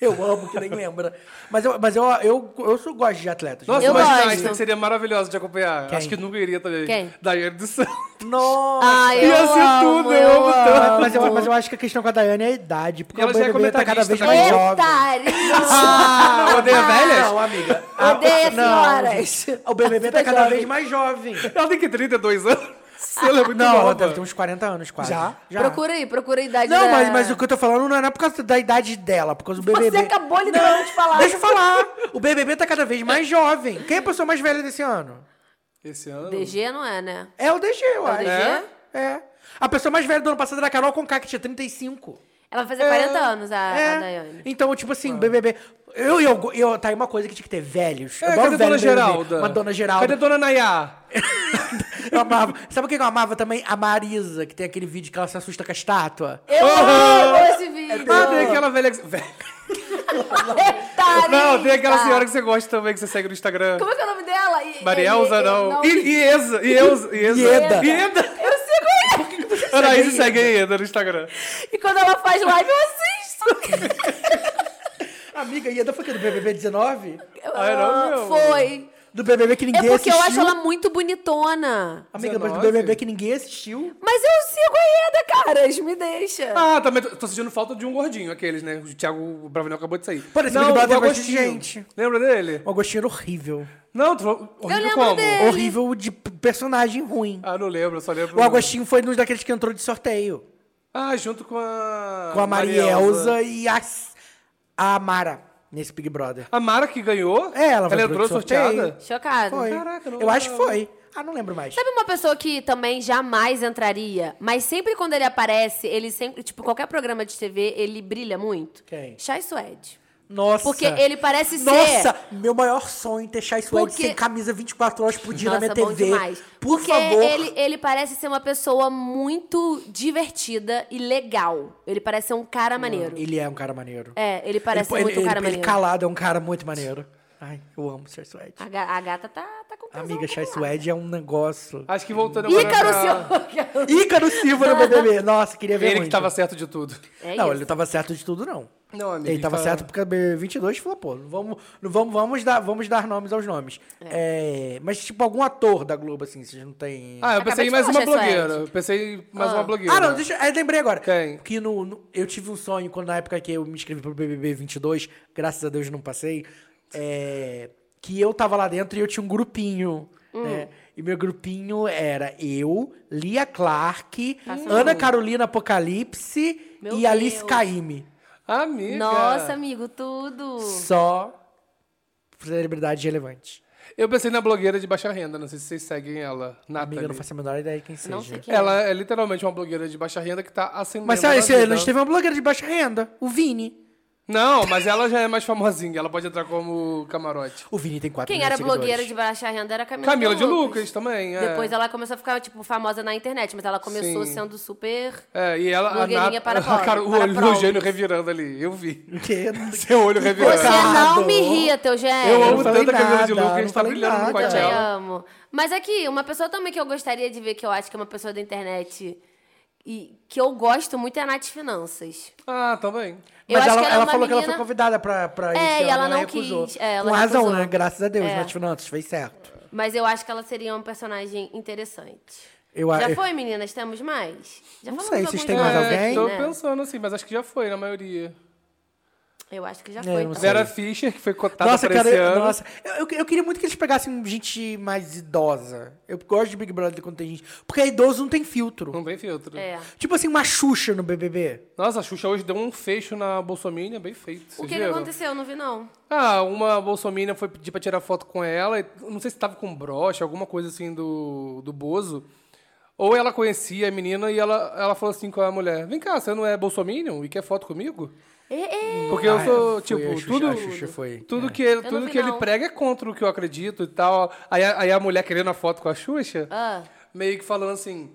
[SPEAKER 1] Eu amo que nem lembra. Mas eu, mas eu, eu, eu sou, gosto de atletas.
[SPEAKER 3] Nossa,
[SPEAKER 2] Eu
[SPEAKER 3] mas
[SPEAKER 2] gosto.
[SPEAKER 3] Einstein que seria maravilhosa de acompanhar.
[SPEAKER 1] Quem?
[SPEAKER 3] Acho que nunca iria também.
[SPEAKER 2] Quem?
[SPEAKER 3] Daiane do Santos. <laughs>
[SPEAKER 1] Nossa!
[SPEAKER 2] Ai, eu
[SPEAKER 3] Ia ser
[SPEAKER 2] amo,
[SPEAKER 3] tudo,
[SPEAKER 2] eu,
[SPEAKER 3] eu amo
[SPEAKER 2] amo.
[SPEAKER 3] tanto.
[SPEAKER 1] Mas eu, mas eu acho que a questão com a Daiane é a idade, porque
[SPEAKER 3] Ela
[SPEAKER 1] o
[SPEAKER 3] já é
[SPEAKER 1] BBB tá cada vez
[SPEAKER 3] comentarista,
[SPEAKER 1] mais
[SPEAKER 3] né?
[SPEAKER 1] jovem.
[SPEAKER 2] Otário!
[SPEAKER 3] Ah, odeia velhas?
[SPEAKER 1] Não, amiga.
[SPEAKER 2] Odeia senhoras.
[SPEAKER 1] gente. O BBB tá
[SPEAKER 2] Super
[SPEAKER 1] cada
[SPEAKER 2] jovem.
[SPEAKER 1] vez mais jovem.
[SPEAKER 3] Ela tem que 32 anos. <laughs> Ela é muito
[SPEAKER 1] Ah, Não, ela
[SPEAKER 3] nova.
[SPEAKER 1] deve ter uns 40 anos quase.
[SPEAKER 3] Já?
[SPEAKER 2] Procura aí, procura a idade
[SPEAKER 1] Não,
[SPEAKER 2] da-
[SPEAKER 1] mas, mas o que eu tô falando não é por causa da idade dela, por causa do BBB.
[SPEAKER 2] Você acabou de dar pra te falar.
[SPEAKER 1] Deixa eu falar. O BBB tá cada vez mais jovem. Quem é a pessoa mais velha desse ano? um
[SPEAKER 3] Esse ano...
[SPEAKER 2] DG não é, né?
[SPEAKER 1] É o DG, eu acho.
[SPEAKER 2] DG?
[SPEAKER 1] É? É. A pessoa mais velha do ano passado era a Carol Conká, que tinha 35.
[SPEAKER 2] Ela vai fazer 40 anos, a, É, a Daiane.
[SPEAKER 1] Então, tipo assim, BBB... Eu, eu, eu, tá aí uma coisa que tinha que ter velhos. Eu
[SPEAKER 3] É,
[SPEAKER 1] adoro
[SPEAKER 3] cadê a Dona
[SPEAKER 1] velho BBB.
[SPEAKER 3] Geralda?
[SPEAKER 1] Uma Dona Geralda.
[SPEAKER 3] Cadê a Dona Nayá?
[SPEAKER 1] Eu amava. Sabe o que eu amava também? A Marisa, que tem aquele vídeo que ela se assusta com a estátua.
[SPEAKER 2] Eu amo esse vídeo.
[SPEAKER 3] Ah, tem aquela velha que... velha-
[SPEAKER 2] Otário!
[SPEAKER 3] <laughs> Não, tem
[SPEAKER 1] Ah.
[SPEAKER 3] aquela senhora que você gosta também, que você segue no Instagram.
[SPEAKER 2] Como é que é o nome dela? I-
[SPEAKER 3] Marielza,
[SPEAKER 2] I- I-
[SPEAKER 3] não. E Ieza. Ieza.
[SPEAKER 1] Ieda.
[SPEAKER 3] Ieda. Ieda.
[SPEAKER 2] Eu sigo ele.
[SPEAKER 3] Anaíse segue a Ieda no Instagram.
[SPEAKER 2] E quando ela faz live, eu assisto.
[SPEAKER 1] Amiga, e ainda foi que do BBB 19?
[SPEAKER 3] Ai, não, não.
[SPEAKER 2] Foi.
[SPEAKER 1] Do BBB que ninguém
[SPEAKER 2] É porque
[SPEAKER 1] assistiu.
[SPEAKER 2] eu acho ela muito bonitona.
[SPEAKER 1] Amiga, mas do
[SPEAKER 3] 19?
[SPEAKER 1] BBB que ninguém assistiu.
[SPEAKER 2] Mas eu sigo a Eda, caras. Me deixa.
[SPEAKER 3] Ah, também tô, tô sentindo falta de um gordinho, aqueles, né? O Thiago Bravanel acabou de sair.
[SPEAKER 1] Pô, nesse Big Brother tem bastante gente.
[SPEAKER 3] Lembra dele?
[SPEAKER 1] O Agostinho era horrível.
[SPEAKER 3] Não, tu falou horrível
[SPEAKER 2] lembro
[SPEAKER 3] como?
[SPEAKER 2] dele. Ele-
[SPEAKER 1] Horrível de p- personagem ruim.
[SPEAKER 3] Ah, não lembro, eu só lembro.
[SPEAKER 1] O Agostinho foi um daqueles que entrou de sorteio.
[SPEAKER 3] Ah, junto com a.
[SPEAKER 1] Com a
[SPEAKER 3] Marielza.
[SPEAKER 1] Marielza e a, a Mara nesse Big Brother.
[SPEAKER 3] A Mara que ganhou?
[SPEAKER 1] É, ela foi
[SPEAKER 3] entrou
[SPEAKER 1] pro sorteio.
[SPEAKER 3] sorteada?
[SPEAKER 2] Chocada.
[SPEAKER 1] Foi.
[SPEAKER 3] Caraca, não
[SPEAKER 1] eu acho que
[SPEAKER 3] lembrava.
[SPEAKER 1] foi. Ah, não lembro mais.
[SPEAKER 2] Sabe uma pessoa que também jamais entraria, mas sempre quando ele aparece, ele sempre, tipo, qualquer programa de TV, ele brilha muito?
[SPEAKER 1] Quem?
[SPEAKER 2] Chai Suede.
[SPEAKER 1] Nossa.
[SPEAKER 2] Porque ele parece ser.
[SPEAKER 1] Nossa, meu maior sonho é ter Chai Suede
[SPEAKER 2] Porque-
[SPEAKER 1] sem camisa 24 horas por dia
[SPEAKER 2] Nossa,
[SPEAKER 1] na minha
[SPEAKER 2] bom
[SPEAKER 1] TV.
[SPEAKER 2] demais.
[SPEAKER 1] Por
[SPEAKER 2] Porque
[SPEAKER 1] favor.
[SPEAKER 2] Ele, ele parece ser uma pessoa muito divertida e legal. Ele parece ser um cara maneiro.
[SPEAKER 1] Ele é um cara maneiro.
[SPEAKER 2] É, ele parece
[SPEAKER 1] ele,
[SPEAKER 2] muito um
[SPEAKER 1] ele-
[SPEAKER 2] cara
[SPEAKER 1] ele
[SPEAKER 2] maneiro.
[SPEAKER 1] calado é um cara muito maneiro. Ai, eu amo Chai Suede.
[SPEAKER 2] A, ga- a gata tá, tá com tesão
[SPEAKER 1] Amiga,
[SPEAKER 2] pra
[SPEAKER 1] Chai
[SPEAKER 2] lá.
[SPEAKER 1] Suede é um negócio.
[SPEAKER 3] Acho que voltando agora.
[SPEAKER 2] Ícaro,
[SPEAKER 3] pra-
[SPEAKER 2] seu...
[SPEAKER 1] Ícaro Silva no BBB. Nossa, queria ver
[SPEAKER 3] Ele
[SPEAKER 1] muito.
[SPEAKER 3] que tava certo de tudo.
[SPEAKER 2] É
[SPEAKER 1] não,
[SPEAKER 2] isso.
[SPEAKER 1] ele não tava certo de tudo, não.
[SPEAKER 3] Não, amigo.
[SPEAKER 1] Ele tava
[SPEAKER 3] tá-
[SPEAKER 1] certo porque a B22 falou, pô, não vamos, não vamos, vamos, dar, vamos dar nomes aos nomes. É, mas, tipo, algum ator da Globo, assim, vocês não têm.
[SPEAKER 3] Ah, eu
[SPEAKER 2] Acabei
[SPEAKER 3] pensei em
[SPEAKER 2] de
[SPEAKER 3] mais
[SPEAKER 2] falar,
[SPEAKER 3] uma
[SPEAKER 2] Chai Suede.
[SPEAKER 3] blogueira. Eu pensei em mais
[SPEAKER 2] Ah.
[SPEAKER 3] uma blogueira.
[SPEAKER 1] é Ah, não, deixa eu. Lembrei agora.
[SPEAKER 3] Quem?
[SPEAKER 1] Que no, no- eu tive um sonho quando na época que eu me inscrevi pro BBB 22, graças a Deus não passei, é, que eu tava lá dentro e eu tinha um grupinho,
[SPEAKER 2] Hum.
[SPEAKER 1] né? E meu grupinho era eu, Lia Clark, Ana Carolina Apocalipse
[SPEAKER 2] Meu
[SPEAKER 1] e Alice
[SPEAKER 2] Deus.
[SPEAKER 1] Caime.
[SPEAKER 3] Amiga.
[SPEAKER 2] Nossa, amigo, tudo.
[SPEAKER 1] Só celebridade relevante.
[SPEAKER 3] Eu pensei na blogueira de baixa renda, não sei se vocês seguem ela. Nathalie.
[SPEAKER 1] Amiga, eu não faço a menor ideia de quem seja.
[SPEAKER 2] Não sei quem é.
[SPEAKER 3] Ela é literalmente uma blogueira de baixa renda que tá acendendo.
[SPEAKER 1] Mas
[SPEAKER 3] a
[SPEAKER 1] sabe, esse,
[SPEAKER 3] vida.
[SPEAKER 1] nós teve uma blogueira de baixa renda, o Vini.
[SPEAKER 3] Não, mas ela já é mais famosinha, ela pode entrar como camarote.
[SPEAKER 1] O Vini tem quatro
[SPEAKER 2] Quem
[SPEAKER 1] milhões
[SPEAKER 2] era
[SPEAKER 1] de seguidores. <laughs>
[SPEAKER 2] blogueira de baixa renda era a Camila,
[SPEAKER 3] Camila de Lucas também, é.
[SPEAKER 2] Então, Depois ela começou a ficar, tipo, famosa na internet, mas ela começou
[SPEAKER 3] Sim.
[SPEAKER 2] sendo super.
[SPEAKER 3] É, e ela. <laughs> A
[SPEAKER 2] Blogueirinha
[SPEAKER 3] Nat-
[SPEAKER 2] para pobre,
[SPEAKER 3] cara, o
[SPEAKER 2] para
[SPEAKER 3] olho do
[SPEAKER 2] pobres.
[SPEAKER 3] Eugênio revirando ali, eu vi. <laughs>
[SPEAKER 1] Que-
[SPEAKER 3] Seu olho revirando.
[SPEAKER 2] Você é, não
[SPEAKER 1] Pecado.
[SPEAKER 2] me ria, teu gênio.
[SPEAKER 3] É. Eu
[SPEAKER 1] não
[SPEAKER 3] amo
[SPEAKER 1] falei
[SPEAKER 3] tanto a Camila de
[SPEAKER 1] nada,
[SPEAKER 3] Lucas,
[SPEAKER 1] não
[SPEAKER 3] tá
[SPEAKER 1] falei
[SPEAKER 3] brilhando no
[SPEAKER 1] nada.
[SPEAKER 2] Eu também
[SPEAKER 3] Coachella.
[SPEAKER 2] amo. Mas aqui, uma pessoa também que eu gostaria de ver, que eu acho que é uma pessoa da internet e que eu gosto muito é a Nath Finanças.
[SPEAKER 3] Ah, também.
[SPEAKER 2] Eu
[SPEAKER 1] Mas
[SPEAKER 2] acho
[SPEAKER 1] ela,
[SPEAKER 2] que ela é
[SPEAKER 1] ela
[SPEAKER 2] uma
[SPEAKER 1] falou que ela foi
[SPEAKER 2] menina-
[SPEAKER 1] convidada pra, pra
[SPEAKER 2] É,
[SPEAKER 1] esse
[SPEAKER 2] e
[SPEAKER 1] ano,
[SPEAKER 2] ela não
[SPEAKER 1] recusou.
[SPEAKER 2] quis, é, ela
[SPEAKER 1] Com razão,
[SPEAKER 2] recusou.
[SPEAKER 1] né? Graças a Deus,
[SPEAKER 2] É.
[SPEAKER 1] Nath Finanças fez certo.
[SPEAKER 2] Mas eu acho que ela seria um personagem interessante.
[SPEAKER 1] Eu,
[SPEAKER 2] Já
[SPEAKER 1] eu-
[SPEAKER 2] foi, meninas? Temos mais? Já
[SPEAKER 1] Não
[SPEAKER 2] falamos
[SPEAKER 1] sei,
[SPEAKER 2] alguns
[SPEAKER 1] vocês têm
[SPEAKER 2] deles,
[SPEAKER 1] mais
[SPEAKER 3] é,
[SPEAKER 1] alguém?
[SPEAKER 3] Tô
[SPEAKER 2] né?
[SPEAKER 3] pensando assim, mas acho que já foi na maioria.
[SPEAKER 2] Eu acho que já
[SPEAKER 1] É,
[SPEAKER 2] foi.
[SPEAKER 1] eu não
[SPEAKER 2] então.
[SPEAKER 1] sei.
[SPEAKER 3] Vera Fischer, que foi cotada
[SPEAKER 1] Nossa,
[SPEAKER 3] pra
[SPEAKER 1] cara,
[SPEAKER 3] esse
[SPEAKER 1] eu,
[SPEAKER 3] ano.
[SPEAKER 1] nossa. Eu, eu- eu queria muito que eles pegassem gente mais idosa. Eu gosto de Big Brother quando tem gente. Porque idoso não tem filtro.
[SPEAKER 3] Não tem filtro.
[SPEAKER 2] É.
[SPEAKER 1] Tipo assim, uma Xuxa no BBB.
[SPEAKER 3] Nossa, a Xuxa hoje deu um fecho na Bolsominion, bem feito.
[SPEAKER 2] O
[SPEAKER 3] vocês
[SPEAKER 2] que, que
[SPEAKER 3] viram?
[SPEAKER 2] aconteceu? Eu não vi, não.
[SPEAKER 3] Ah, uma bolsominion foi pedir pra tirar foto com ela, e não sei se tava com broche, alguma coisa assim do, do Bozo. Ou ela conhecia a menina e ela, ela falou assim com a mulher: Vem cá, você não é bolsominion e quer foto comigo?
[SPEAKER 2] É, é.
[SPEAKER 3] Porque eu
[SPEAKER 1] Ah,
[SPEAKER 3] sou,
[SPEAKER 1] foi,
[SPEAKER 3] tipo,
[SPEAKER 1] a Xuxa-
[SPEAKER 3] tudo.
[SPEAKER 1] a Xuxa foi,
[SPEAKER 3] tudo
[SPEAKER 1] é.
[SPEAKER 3] que, ele,
[SPEAKER 2] não
[SPEAKER 3] tudo
[SPEAKER 2] vi,
[SPEAKER 3] que ele
[SPEAKER 2] não.
[SPEAKER 3] prega é contra o que eu acredito e tal. Aí, a- aí a mulher querendo a foto com a Xuxa,
[SPEAKER 2] Ah.
[SPEAKER 3] meio que falando assim.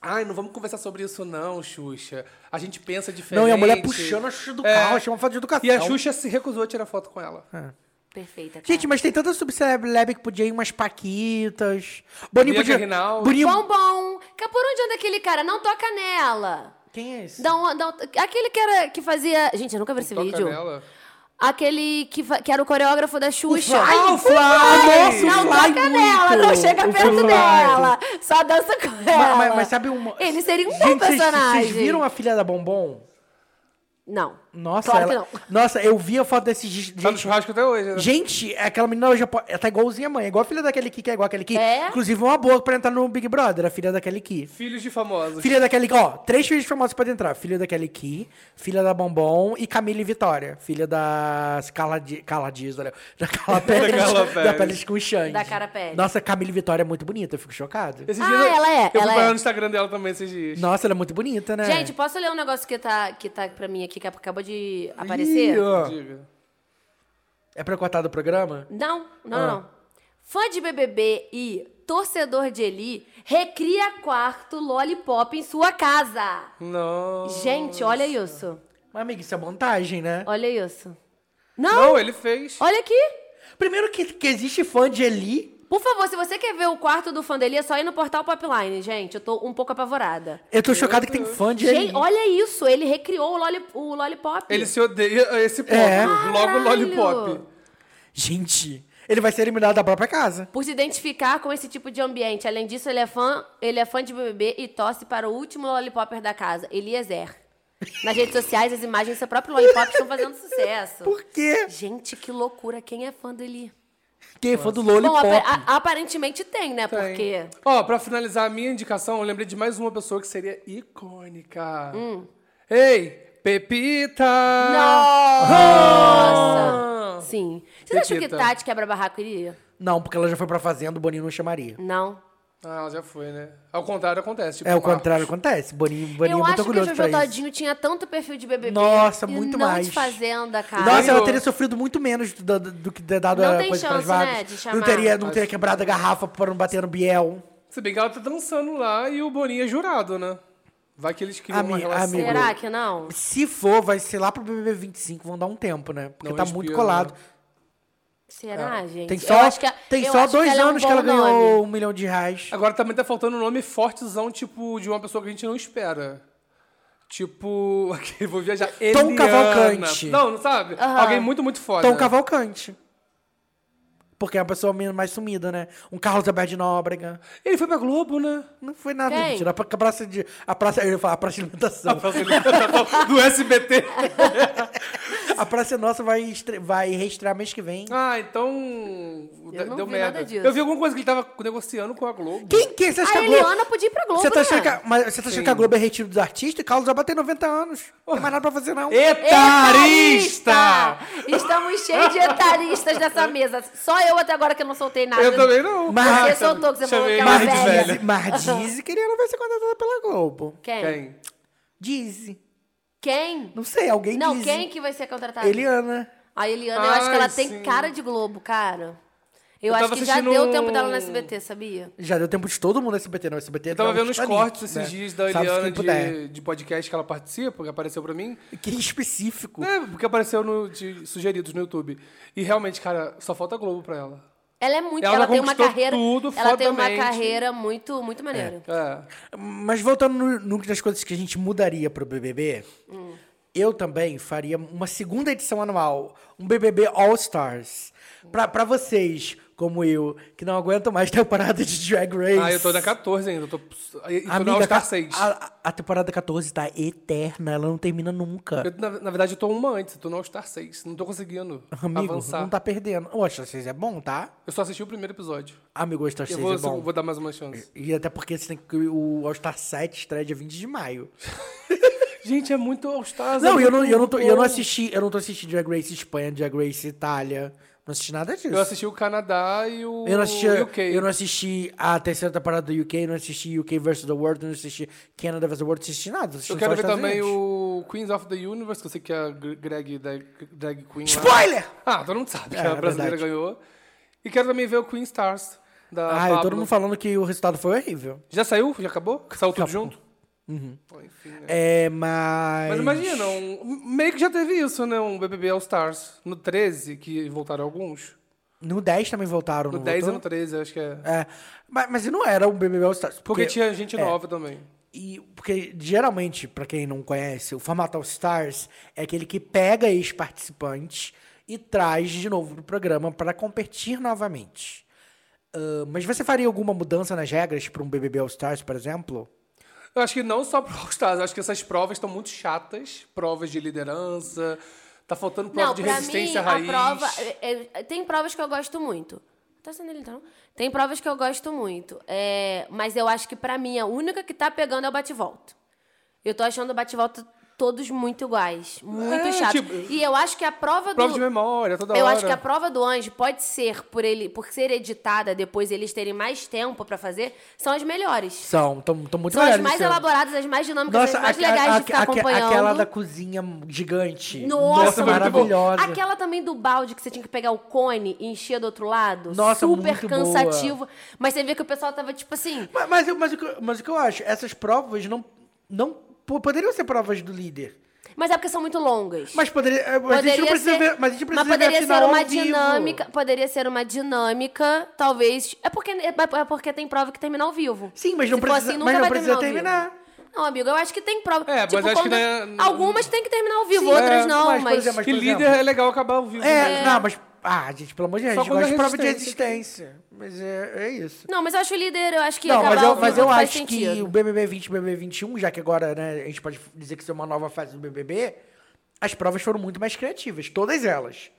[SPEAKER 3] Ai, não vamos conversar sobre isso, não, Xuxa. A gente pensa diferente.
[SPEAKER 1] Não, e a mulher puxando a Xuxa um do
[SPEAKER 3] É.
[SPEAKER 1] carro, achei uma falta de educação.
[SPEAKER 3] E a Xuxa se recusou a tirar foto com ela.
[SPEAKER 2] Perfeita. tá. Cara.
[SPEAKER 1] Gente, mas tem tanta subceleb que podia ir umas paquitas. Boninho
[SPEAKER 3] Bianca
[SPEAKER 1] podia...
[SPEAKER 3] Rinaldi.
[SPEAKER 1] Boninho...
[SPEAKER 2] Bombom! Ca- Por onde anda aquele cara? Não toca nela!
[SPEAKER 1] Quem é esse?
[SPEAKER 2] Dá um, dá um- aquele que era que fazia. Gente, eu nunca vi esse
[SPEAKER 3] Toca
[SPEAKER 2] vídeo.
[SPEAKER 3] nela. Tá
[SPEAKER 2] Aquele que, fa- que era o coreógrafo da Xuxa.
[SPEAKER 1] Fly. Ah, o Fly! Nossa, o
[SPEAKER 2] não
[SPEAKER 1] Fly
[SPEAKER 2] toca
[SPEAKER 1] muito.
[SPEAKER 2] nela, não chega
[SPEAKER 1] O
[SPEAKER 2] perto
[SPEAKER 1] Fly.
[SPEAKER 2] dela. Só dança com
[SPEAKER 1] Ma- ma-
[SPEAKER 2] ela.
[SPEAKER 1] Mas, sabe uma...
[SPEAKER 2] Ele seria um
[SPEAKER 1] Gente,
[SPEAKER 2] bom
[SPEAKER 1] vocês-
[SPEAKER 2] personagem.
[SPEAKER 1] Vocês viram a filha da Bombom?
[SPEAKER 2] Não.
[SPEAKER 1] Nossa,
[SPEAKER 2] claro
[SPEAKER 1] ela...
[SPEAKER 2] que não.
[SPEAKER 1] Nossa, eu vi a foto desses dias.
[SPEAKER 3] Tá no churrasco até hoje, né?
[SPEAKER 1] Gente, é aquela menina hoje ela tá igualzinha a mãe, igual a filha daquele Ki, que é igual aquele Ki.
[SPEAKER 2] É?
[SPEAKER 1] Inclusive, uma boa pra entrar no Big Brother, a filha daquele Ki.
[SPEAKER 3] Filhos de famosos.
[SPEAKER 1] Filha daquele Ki, ó, três filhos famosos podem entrar. Filha daquele Ki, filha da Bombom e Camila e Vitória. Filha da Carla, Di... Carla Dias, olha. <laughs> Da Carla Pérez.
[SPEAKER 3] Carla
[SPEAKER 1] da
[SPEAKER 3] Pérez.
[SPEAKER 1] Pérez com o Xande.
[SPEAKER 2] Da Cara Pérez.
[SPEAKER 1] Nossa, Camila e Vitória é muito bonita, eu fico chocado.
[SPEAKER 3] Esses
[SPEAKER 2] Ah,
[SPEAKER 3] dias eu-
[SPEAKER 2] ela é,
[SPEAKER 3] Eu
[SPEAKER 2] ela
[SPEAKER 3] fui parar
[SPEAKER 2] é.
[SPEAKER 3] no Instagram dela também esses dias.
[SPEAKER 1] Nossa, ela é muito bonita, né?
[SPEAKER 2] Gente, posso ler um negócio que tá, que tá pra mim aqui, que acabou de aparecer?
[SPEAKER 1] Ih, ó.
[SPEAKER 3] Diga.
[SPEAKER 1] É pra eu cortar do programa?
[SPEAKER 2] Não, não,
[SPEAKER 1] Ah.
[SPEAKER 2] não. Fã de BBB e torcedor de Eli recria quarto lollipop em sua casa.
[SPEAKER 3] Não.
[SPEAKER 2] Gente, olha isso.
[SPEAKER 1] Mas, amiga, isso é montagem, né?
[SPEAKER 2] Olha isso. Não,
[SPEAKER 3] Não, ele fez.
[SPEAKER 2] olha aqui.
[SPEAKER 1] Primeiro que, que existe fã de Eli.
[SPEAKER 2] Por favor, se você quer ver o quarto do fã dele, é só ir no portal Popline, gente. Eu tô um pouco apavorada.
[SPEAKER 1] Eu tô chocado que tem fã de Eli.
[SPEAKER 2] Gente, olha isso. Ele recriou o, lolli- o lollipop.
[SPEAKER 3] Ele se odeia a esse ponto.
[SPEAKER 1] É.
[SPEAKER 3] Logo
[SPEAKER 2] Caralho.
[SPEAKER 3] Lollipop.
[SPEAKER 1] Gente, ele vai ser eliminado da própria casa.
[SPEAKER 2] Por se identificar com esse tipo de ambiente. Além disso, ele é fã, ele é fã de BBB e torce para o último lollipopper da casa, Eliezer. Nas redes sociais, as imagens do seu próprio lollipop estão fazendo sucesso.
[SPEAKER 1] Por quê?
[SPEAKER 2] Gente, que loucura. Quem é fã dele?
[SPEAKER 1] Quem é fã do
[SPEAKER 2] Bom,
[SPEAKER 1] Lollipop?
[SPEAKER 2] apa- a- aparentemente tem, né?
[SPEAKER 3] Tem.
[SPEAKER 2] Porque...
[SPEAKER 3] Ó, pra finalizar a minha indicação, eu lembrei de mais uma pessoa que seria icônica.
[SPEAKER 2] Hum.
[SPEAKER 3] Ei, Pepita!
[SPEAKER 1] Ah!
[SPEAKER 2] Nossa!
[SPEAKER 3] Ah!
[SPEAKER 2] Sim. Vocês acham que
[SPEAKER 3] Pepita.
[SPEAKER 2] Tati quebra-barraco iria?
[SPEAKER 1] Não, porque ela já foi pra fazenda, o Boninho não chamaria.
[SPEAKER 2] Não.
[SPEAKER 3] Ah, ela já foi, né? Ao contrário acontece. tipo,
[SPEAKER 1] É o
[SPEAKER 3] Marcos.
[SPEAKER 1] contrário acontece. Boninho, Boninho é
[SPEAKER 2] Eu
[SPEAKER 1] muito
[SPEAKER 2] acho que o
[SPEAKER 1] orgulhoso
[SPEAKER 2] Jojo
[SPEAKER 1] pra isso.
[SPEAKER 2] Todinho tinha tanto perfil de BBB.
[SPEAKER 1] Nossa,
[SPEAKER 2] e
[SPEAKER 1] muito
[SPEAKER 2] não
[SPEAKER 1] mais.
[SPEAKER 2] de fazenda, cara.
[SPEAKER 1] Nossa, ela
[SPEAKER 3] Ganhou.
[SPEAKER 1] teria sofrido muito menos do, do- do que ter dado
[SPEAKER 2] Não
[SPEAKER 1] a
[SPEAKER 2] tem
[SPEAKER 1] coisa pras
[SPEAKER 2] chance, né,
[SPEAKER 1] vagas.
[SPEAKER 2] de
[SPEAKER 1] não
[SPEAKER 2] chamar.
[SPEAKER 1] teria, não teria quebrado a garrafa pra não bater no Biel.
[SPEAKER 3] Se bem que ela tá dançando lá e o Boninho é jurado, né? Vai que eles criam
[SPEAKER 1] Ami-
[SPEAKER 3] uma relação.
[SPEAKER 1] amigo.
[SPEAKER 2] Será que não?
[SPEAKER 1] Se for, vai ser lá pro BBB 25, vão dar um tempo, né? Porque
[SPEAKER 3] Não
[SPEAKER 1] tá
[SPEAKER 3] respira,
[SPEAKER 1] muito colado.
[SPEAKER 3] né?
[SPEAKER 2] Será, gente?
[SPEAKER 1] É, Tem
[SPEAKER 2] Eu
[SPEAKER 1] só,
[SPEAKER 2] acho que a-
[SPEAKER 1] tem
[SPEAKER 2] eu
[SPEAKER 1] só
[SPEAKER 2] acho
[SPEAKER 1] dois
[SPEAKER 2] ela é um
[SPEAKER 1] anos que ela
[SPEAKER 2] bom
[SPEAKER 1] ganhou
[SPEAKER 2] nome.
[SPEAKER 1] um milhão de reais.
[SPEAKER 3] Agora também tá faltando um nome fortezão, tipo, de uma pessoa que a gente não espera. Tipo, <laughs> aqui, vou viajar. Eliana.
[SPEAKER 1] Cavalcante.
[SPEAKER 3] Não, não sabe?
[SPEAKER 2] Aham.
[SPEAKER 3] Alguém muito, muito foda.
[SPEAKER 1] Tom
[SPEAKER 3] <laughs>
[SPEAKER 1] Cavalcante. Porque é uma pessoa menos- mais sumida, né? Um Carlos Alberto de Nóbrega.
[SPEAKER 3] Ele foi pra Globo, né?
[SPEAKER 1] Não foi nada,
[SPEAKER 2] Quem?
[SPEAKER 1] mentira. A pra- a praça de. A praça, eu ia falar, a praça de alimentação.
[SPEAKER 3] Tá
[SPEAKER 2] <laughs>
[SPEAKER 3] Do SBT.
[SPEAKER 1] a praça nossa vai, estre- vai reestrear mês que vem.
[SPEAKER 3] Ah, então.
[SPEAKER 2] Eu não
[SPEAKER 3] deu
[SPEAKER 2] vi
[SPEAKER 3] merda.
[SPEAKER 2] nada disso.
[SPEAKER 3] Eu vi alguma coisa que ele tava negociando com a Globo.
[SPEAKER 1] Quem que? é? Você acha
[SPEAKER 2] A
[SPEAKER 1] que a Globo.
[SPEAKER 2] Eliana podia ir pra Globo,
[SPEAKER 1] Você tá
[SPEAKER 2] né?
[SPEAKER 1] achando que, a- mas você tá achando que a Globo é retiro dos artistas? E Carlos Alberto tem 90 anos. Não tem mais nada pra fazer, não.
[SPEAKER 3] Etarista!
[SPEAKER 2] Estamos cheios de etaristas nessa mesa. Só eu até agora que não soltei nada.
[SPEAKER 3] Eu também não.
[SPEAKER 1] Mas-
[SPEAKER 2] Você
[SPEAKER 1] Ah,
[SPEAKER 2] soltou, que você falou que
[SPEAKER 3] chamei
[SPEAKER 2] ela
[SPEAKER 3] ele de
[SPEAKER 2] é
[SPEAKER 3] velho.
[SPEAKER 2] velha.
[SPEAKER 1] Mardize, Mardize que ele não vai ser contratada pela Globo.
[SPEAKER 2] Quem?
[SPEAKER 3] Quem?
[SPEAKER 1] Dize.
[SPEAKER 2] Quem?
[SPEAKER 1] Não sei, alguém
[SPEAKER 2] Não,
[SPEAKER 1] diz.
[SPEAKER 2] quem que vai ser contratada?
[SPEAKER 1] Eliana.
[SPEAKER 2] A Eliana, eu acho que
[SPEAKER 3] Ai,
[SPEAKER 2] ela tem
[SPEAKER 3] sim.
[SPEAKER 2] cara de Globo, cara. Eu,
[SPEAKER 3] Eu
[SPEAKER 2] acho
[SPEAKER 3] tava
[SPEAKER 2] que já
[SPEAKER 3] assistindo
[SPEAKER 2] deu o
[SPEAKER 3] um-
[SPEAKER 2] tempo dela no SBT, sabia?
[SPEAKER 1] Já deu tempo de todo mundo no SBT, não. SBT
[SPEAKER 3] Eu tava
[SPEAKER 1] tá um
[SPEAKER 3] vendo os
[SPEAKER 1] Titanic,
[SPEAKER 3] cortes esses
[SPEAKER 1] né?
[SPEAKER 3] dias da
[SPEAKER 1] Sabe-se
[SPEAKER 3] Eliana
[SPEAKER 1] quem puder.
[SPEAKER 3] de, de podcast que ela participa, que apareceu pra mim.
[SPEAKER 1] Que específico.
[SPEAKER 3] É, porque apareceu no, de sugeridos no YouTube. E realmente, cara, só falta Globo pra ela.
[SPEAKER 2] Ela é muito. Ela,
[SPEAKER 3] Ela
[SPEAKER 2] tem uma
[SPEAKER 3] conquistou
[SPEAKER 2] carreira.
[SPEAKER 3] tudo
[SPEAKER 2] ela tem uma
[SPEAKER 3] fodamente.
[SPEAKER 2] carreira muito, muito maneira.
[SPEAKER 3] É.
[SPEAKER 1] Mas voltando no núcleo das coisas que a gente mudaria pro BBB, eu também faria uma segunda edição anual, um BBB All Stars. Pra, pra vocês, como eu, que não aguentam mais <laughs> temporada de Drag Race.
[SPEAKER 3] Ah, eu tô na 14 ainda. Eu tô, eu tô na
[SPEAKER 1] Amiga,
[SPEAKER 3] é All
[SPEAKER 1] tá-
[SPEAKER 3] Star 6.
[SPEAKER 1] a, a temporada 14 tá eterna, ela não termina nunca.
[SPEAKER 3] Eu, na, na verdade, eu tô uma antes. Eu tô na All Star 6. Não tô conseguindo
[SPEAKER 1] Amigo,
[SPEAKER 3] avançar.
[SPEAKER 1] não tá perdendo. O All Star 6 é bom, tá?
[SPEAKER 3] Eu só assisti o primeiro episódio.
[SPEAKER 1] Amigo, o All Star 6
[SPEAKER 3] Eu vou, um
[SPEAKER 1] é bom.
[SPEAKER 3] vou dar mais uma chance.
[SPEAKER 1] E até porque você tem que, o All Star 7 estreia dia 20 de maio.
[SPEAKER 3] <laughs> Gente, é muito All Stars.
[SPEAKER 1] Não,
[SPEAKER 3] é
[SPEAKER 1] eu não,
[SPEAKER 3] muito
[SPEAKER 1] eu não, tô, eu
[SPEAKER 3] bom.
[SPEAKER 1] não assisti, eu não tô assistindo Drag Race Espanha, Drag Race Itália. Não assisti nada disso.
[SPEAKER 3] Eu assisti o Canadá e o
[SPEAKER 1] Eu não assisti,
[SPEAKER 3] UK.
[SPEAKER 1] eu não assisti a terceira temporada do UK, não assisti UK vs. The World, não assisti Canada vs. The World, não assisti nada. assisti
[SPEAKER 3] Eu
[SPEAKER 1] só
[SPEAKER 3] quero
[SPEAKER 1] os
[SPEAKER 3] ver
[SPEAKER 1] Estados
[SPEAKER 3] também
[SPEAKER 1] Unidos.
[SPEAKER 3] o Queens of the Universe, que eu sei que é a Gre- Greg da Drag Queen. lá.
[SPEAKER 1] Spoiler!
[SPEAKER 3] <laughs> Ah, todo mundo sabe
[SPEAKER 1] É,
[SPEAKER 3] que
[SPEAKER 1] é
[SPEAKER 3] a brasileira
[SPEAKER 1] verdade.
[SPEAKER 3] ganhou. E quero também ver o Queen Stars. Da
[SPEAKER 1] Ah,
[SPEAKER 3] Pablo.
[SPEAKER 1] todo mundo falando que o resultado foi horrível.
[SPEAKER 3] Já saiu? Já acabou? Saiu tudo
[SPEAKER 1] Acabou. Uhum.
[SPEAKER 3] junto? Pô, Enfim, né?
[SPEAKER 1] É, mas.
[SPEAKER 3] Mas imagina, um- meio que já teve isso, né? Um BBB All Stars no 13, que voltaram alguns.
[SPEAKER 1] No 10 também voltaram.
[SPEAKER 3] No
[SPEAKER 1] não
[SPEAKER 3] 10 e
[SPEAKER 1] voltou?
[SPEAKER 3] no 13, acho que é.
[SPEAKER 1] É, mas, mas não era um BBB All Stars.
[SPEAKER 3] Porque tinha gente
[SPEAKER 1] é,
[SPEAKER 3] nova também.
[SPEAKER 1] E, porque geralmente, pra quem não conhece, o formato All Stars é aquele que pega ex-participantes e traz de novo pro programa para competir novamente. Ah, mas você faria alguma mudança nas regras pra um BBB All Stars, por exemplo?
[SPEAKER 3] Eu acho que não só pro All Stars, eu acho que essas provas estão muito chatas. Provas de liderança, tá faltando prova
[SPEAKER 2] Não,
[SPEAKER 3] de
[SPEAKER 2] pra
[SPEAKER 3] resistência
[SPEAKER 2] mim,
[SPEAKER 3] à raiz.
[SPEAKER 2] a prova. é- é- tem provas que eu gosto muito. Tá sendo ele, então? Tem provas que eu gosto muito. é, mas eu acho que pra mim a única que tá pegando é o bate-volta. Eu tô achando o bate-volta todos muito iguais. Muito
[SPEAKER 3] É,
[SPEAKER 2] chato.
[SPEAKER 3] tipo-
[SPEAKER 2] e eu acho que a prova,
[SPEAKER 3] Prova
[SPEAKER 2] do.
[SPEAKER 3] de memória, é toda
[SPEAKER 2] Eu
[SPEAKER 3] hora.
[SPEAKER 2] acho que a prova do anjo pode ser, por ele, por ser editada depois eles terem mais tempo pra fazer, são as melhores.
[SPEAKER 1] São, estão muito
[SPEAKER 3] é
[SPEAKER 2] São as
[SPEAKER 1] melhores
[SPEAKER 2] mais
[SPEAKER 1] esse ano.
[SPEAKER 2] elaboradas, as mais dinâmicas,
[SPEAKER 1] Nossa,
[SPEAKER 2] as mais
[SPEAKER 1] a-
[SPEAKER 2] legais
[SPEAKER 1] a-
[SPEAKER 2] de ficar
[SPEAKER 1] aque-
[SPEAKER 2] acompanhando.
[SPEAKER 1] aquela da cozinha gigante.
[SPEAKER 2] Nossa, muito bom.
[SPEAKER 1] maravilhosa.
[SPEAKER 2] Aquela também do balde que você tinha que pegar o cone e encher do outro lado.
[SPEAKER 1] Nossa,
[SPEAKER 2] Super
[SPEAKER 1] muito boa.
[SPEAKER 2] cansativo. Mas você vê que o pessoal tava tipo assim.
[SPEAKER 1] Mas, mas, eu- mas, o que, eu- mas o que eu acho, essas provas não, não po- poderiam ser provas do líder.
[SPEAKER 2] Mas é porque são muito longas.
[SPEAKER 1] Mas poderia. é, mas a gente não
[SPEAKER 2] Poderia
[SPEAKER 1] precisa
[SPEAKER 2] ser,
[SPEAKER 1] ver. Mas a gente precisa
[SPEAKER 2] mas poderia
[SPEAKER 1] ver a final
[SPEAKER 2] ser uma
[SPEAKER 1] ao vivo.
[SPEAKER 2] dinâmica. Poderia ser uma dinâmica, talvez. É porque, é porque tem prova que termina ao vivo.
[SPEAKER 1] Sim, mas não
[SPEAKER 2] Se for
[SPEAKER 1] precisa-
[SPEAKER 2] assim, nunca
[SPEAKER 1] mas não
[SPEAKER 2] vai
[SPEAKER 1] precisa
[SPEAKER 2] ao vivo. Não, amigo, eu acho que tem prova.
[SPEAKER 3] É, mas
[SPEAKER 2] tipo,
[SPEAKER 3] acho que
[SPEAKER 2] quando-
[SPEAKER 3] não é-
[SPEAKER 2] Algumas tem que terminar ao vivo,
[SPEAKER 1] Sim,
[SPEAKER 2] outras
[SPEAKER 1] é,
[SPEAKER 2] não,
[SPEAKER 1] mas,
[SPEAKER 2] mas.
[SPEAKER 1] por exemplo, mas-
[SPEAKER 3] Que
[SPEAKER 1] por
[SPEAKER 3] líder
[SPEAKER 1] exemplo.
[SPEAKER 3] é legal acabar ao vivo.
[SPEAKER 1] É,
[SPEAKER 3] né?
[SPEAKER 1] não, mas. Ah, gente, pelo amor de Deus, a gente
[SPEAKER 3] quando
[SPEAKER 1] gosta
[SPEAKER 3] é
[SPEAKER 1] de prova de resistência. Mas é, é isso.
[SPEAKER 2] Não, mas eu acho o líder, eu acho que.
[SPEAKER 1] não,
[SPEAKER 2] acabar
[SPEAKER 1] mas
[SPEAKER 2] ao
[SPEAKER 1] eu,
[SPEAKER 2] vivo
[SPEAKER 1] mas eu
[SPEAKER 2] faz
[SPEAKER 1] acho
[SPEAKER 2] sentido.
[SPEAKER 1] que o BBB 20 e o BBB 21, já que agora né, a gente pode dizer que isso é uma nova fase do BBB, as provas foram muito mais criativas, todas elas.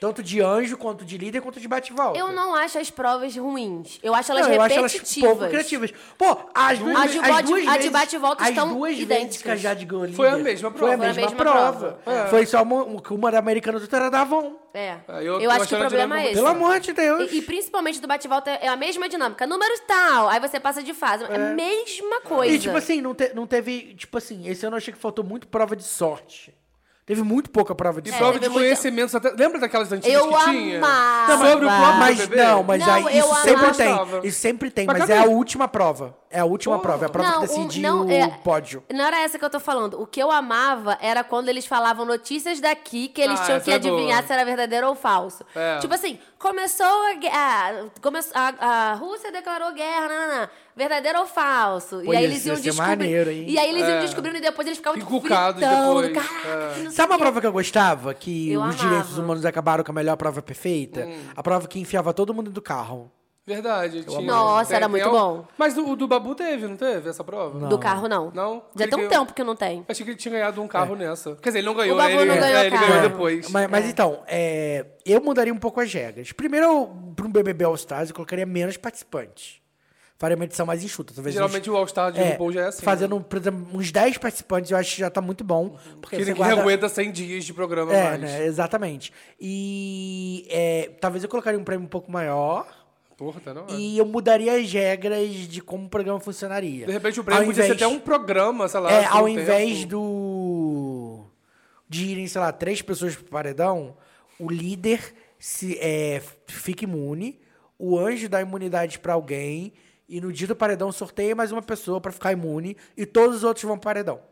[SPEAKER 1] Tanto de anjo, quanto de líder, quanto de bate-volta.
[SPEAKER 2] Eu não acho as provas ruins. Eu acho elas
[SPEAKER 1] é? Não, eu acho elas
[SPEAKER 2] repetitivas.
[SPEAKER 1] pouco criativas. Pô, as duas,
[SPEAKER 2] A
[SPEAKER 1] as
[SPEAKER 2] de
[SPEAKER 1] duas
[SPEAKER 2] bode-
[SPEAKER 1] vezes,
[SPEAKER 2] a de bate e volta
[SPEAKER 1] as
[SPEAKER 2] estão
[SPEAKER 1] duas vezes
[SPEAKER 2] idênticas.
[SPEAKER 1] que a Jade ganhou líder,
[SPEAKER 3] Foi a
[SPEAKER 1] Foi
[SPEAKER 3] mesma
[SPEAKER 1] a
[SPEAKER 3] prova. É. Foi
[SPEAKER 1] mesma,
[SPEAKER 3] a
[SPEAKER 2] mesma
[SPEAKER 1] prova.
[SPEAKER 2] prova.
[SPEAKER 1] Foi só uma, um, uma era americana, outra era da Avon.
[SPEAKER 2] É.
[SPEAKER 3] Ah, eu
[SPEAKER 2] eu,
[SPEAKER 3] tô
[SPEAKER 2] acho que o
[SPEAKER 3] achando a
[SPEAKER 2] problema
[SPEAKER 3] dinâmica-
[SPEAKER 2] é esse.
[SPEAKER 1] Pelo amor de Deus.
[SPEAKER 2] E, e principalmente do bate-volta é a mesma dinâmica. Números tal, aí você passa de fase. É a mesma coisa.
[SPEAKER 1] E, tipo assim, não, te- não teve... Tipo assim, esse ano eu achei que faltou muito prova de sorte. Teve muito pouca prova de
[SPEAKER 3] E
[SPEAKER 1] sorte.
[SPEAKER 3] prova
[SPEAKER 2] teve
[SPEAKER 3] de
[SPEAKER 2] muita-
[SPEAKER 3] conhecimentos até. Lembra daquelas antigas
[SPEAKER 2] Eu
[SPEAKER 3] que tinha?
[SPEAKER 2] amava.
[SPEAKER 3] Sobre o próprio
[SPEAKER 1] Mas
[SPEAKER 3] BBB?
[SPEAKER 1] não, mas
[SPEAKER 2] Não,
[SPEAKER 1] aí, isso
[SPEAKER 2] eu
[SPEAKER 1] sempre
[SPEAKER 2] amava.
[SPEAKER 1] tem. Isso sempre tem,
[SPEAKER 3] Mas
[SPEAKER 1] mas, é a
[SPEAKER 3] cadê?
[SPEAKER 1] última prova. É a última
[SPEAKER 3] Pô.
[SPEAKER 1] prova. É a prova
[SPEAKER 2] Não,
[SPEAKER 1] que
[SPEAKER 2] o-
[SPEAKER 1] decide
[SPEAKER 2] não,
[SPEAKER 1] o
[SPEAKER 2] é-
[SPEAKER 1] pódio.
[SPEAKER 2] Não era essa que eu tô falando. O que eu amava era quando eles falavam notícias daqui que eles
[SPEAKER 3] Ah,
[SPEAKER 2] tinham
[SPEAKER 3] essa
[SPEAKER 2] que
[SPEAKER 3] é boa.
[SPEAKER 2] adivinhar se era verdadeiro ou falso.
[SPEAKER 3] É.
[SPEAKER 2] Tipo assim, começou a, gue- a, começou a, a Rússia declarou guerra, nananã. verdadeiro ou falso.
[SPEAKER 1] Pô,
[SPEAKER 2] e aí
[SPEAKER 1] isso
[SPEAKER 2] eles
[SPEAKER 1] ia
[SPEAKER 2] iam
[SPEAKER 1] ser
[SPEAKER 2] descobrindo.
[SPEAKER 1] maneiro, hein?
[SPEAKER 2] E aí eles iam descobrindo e depois eles ficavam tipo,
[SPEAKER 3] É. Encucados
[SPEAKER 2] fritando,
[SPEAKER 3] depois. é."
[SPEAKER 2] Caraca, que não sei
[SPEAKER 1] Sabe
[SPEAKER 2] o
[SPEAKER 1] uma
[SPEAKER 2] quê."
[SPEAKER 1] prova que eu gostava? Que
[SPEAKER 2] Eu
[SPEAKER 1] os
[SPEAKER 2] amava. Hum.
[SPEAKER 1] direitos humanos acabaram com a melhor prova perfeita? A prova que enfiava todo mundo do carro.
[SPEAKER 3] Verdade. Tinha.
[SPEAKER 2] Nossa, era muito
[SPEAKER 3] al-
[SPEAKER 2] bom.
[SPEAKER 3] Mas o, o do Babu teve, não teve essa prova?
[SPEAKER 2] Do carro, não.
[SPEAKER 3] Não?
[SPEAKER 2] Já tem um
[SPEAKER 3] Ele-
[SPEAKER 2] tempo que não tem.
[SPEAKER 3] Achei que ele tinha ganhado um carro nessa. Quer dizer, ele não ganhou,
[SPEAKER 2] Babu
[SPEAKER 3] ele,
[SPEAKER 2] não ganhou
[SPEAKER 3] é, ele
[SPEAKER 2] carro.
[SPEAKER 3] ganhou
[SPEAKER 2] É,
[SPEAKER 3] depois.
[SPEAKER 1] É. Mas, mas então, é, eu mudaria um pouco as regras. Primeiro, eu, pra um BBB All Stars, eu colocaria menos participantes. Faria uma edição mais enxuta. Talvez
[SPEAKER 3] Geralmente
[SPEAKER 1] uns-
[SPEAKER 3] o All-Star de RuPaul já é assim.
[SPEAKER 1] Fazendo, por exemplo, uns 10 participantes, eu acho que já tá muito bom. Porque
[SPEAKER 3] Que é
[SPEAKER 1] você
[SPEAKER 3] ninguém
[SPEAKER 1] guarda-
[SPEAKER 3] aguenta 100 dias de programa
[SPEAKER 1] É,
[SPEAKER 3] mais.
[SPEAKER 1] né? Exatamente. E é, talvez eu colocaria um prêmio um pouco maior
[SPEAKER 3] Porra, tá na hora.
[SPEAKER 1] e eu mudaria as regras de como o programa funcionaria.
[SPEAKER 3] De repente o
[SPEAKER 1] Ao
[SPEAKER 3] prêmio podia ser
[SPEAKER 1] invés-
[SPEAKER 3] até um programa, sei lá.
[SPEAKER 1] É,
[SPEAKER 3] por um
[SPEAKER 1] ao invés
[SPEAKER 3] tempo.
[SPEAKER 1] do. De irem, sei lá, três pessoas pro paredão, o líder se é, fica imune, o anjo dá imunidade pra alguém, e no dia do paredão sorteia mais uma pessoa pra ficar imune, e todos os outros vão pro paredão.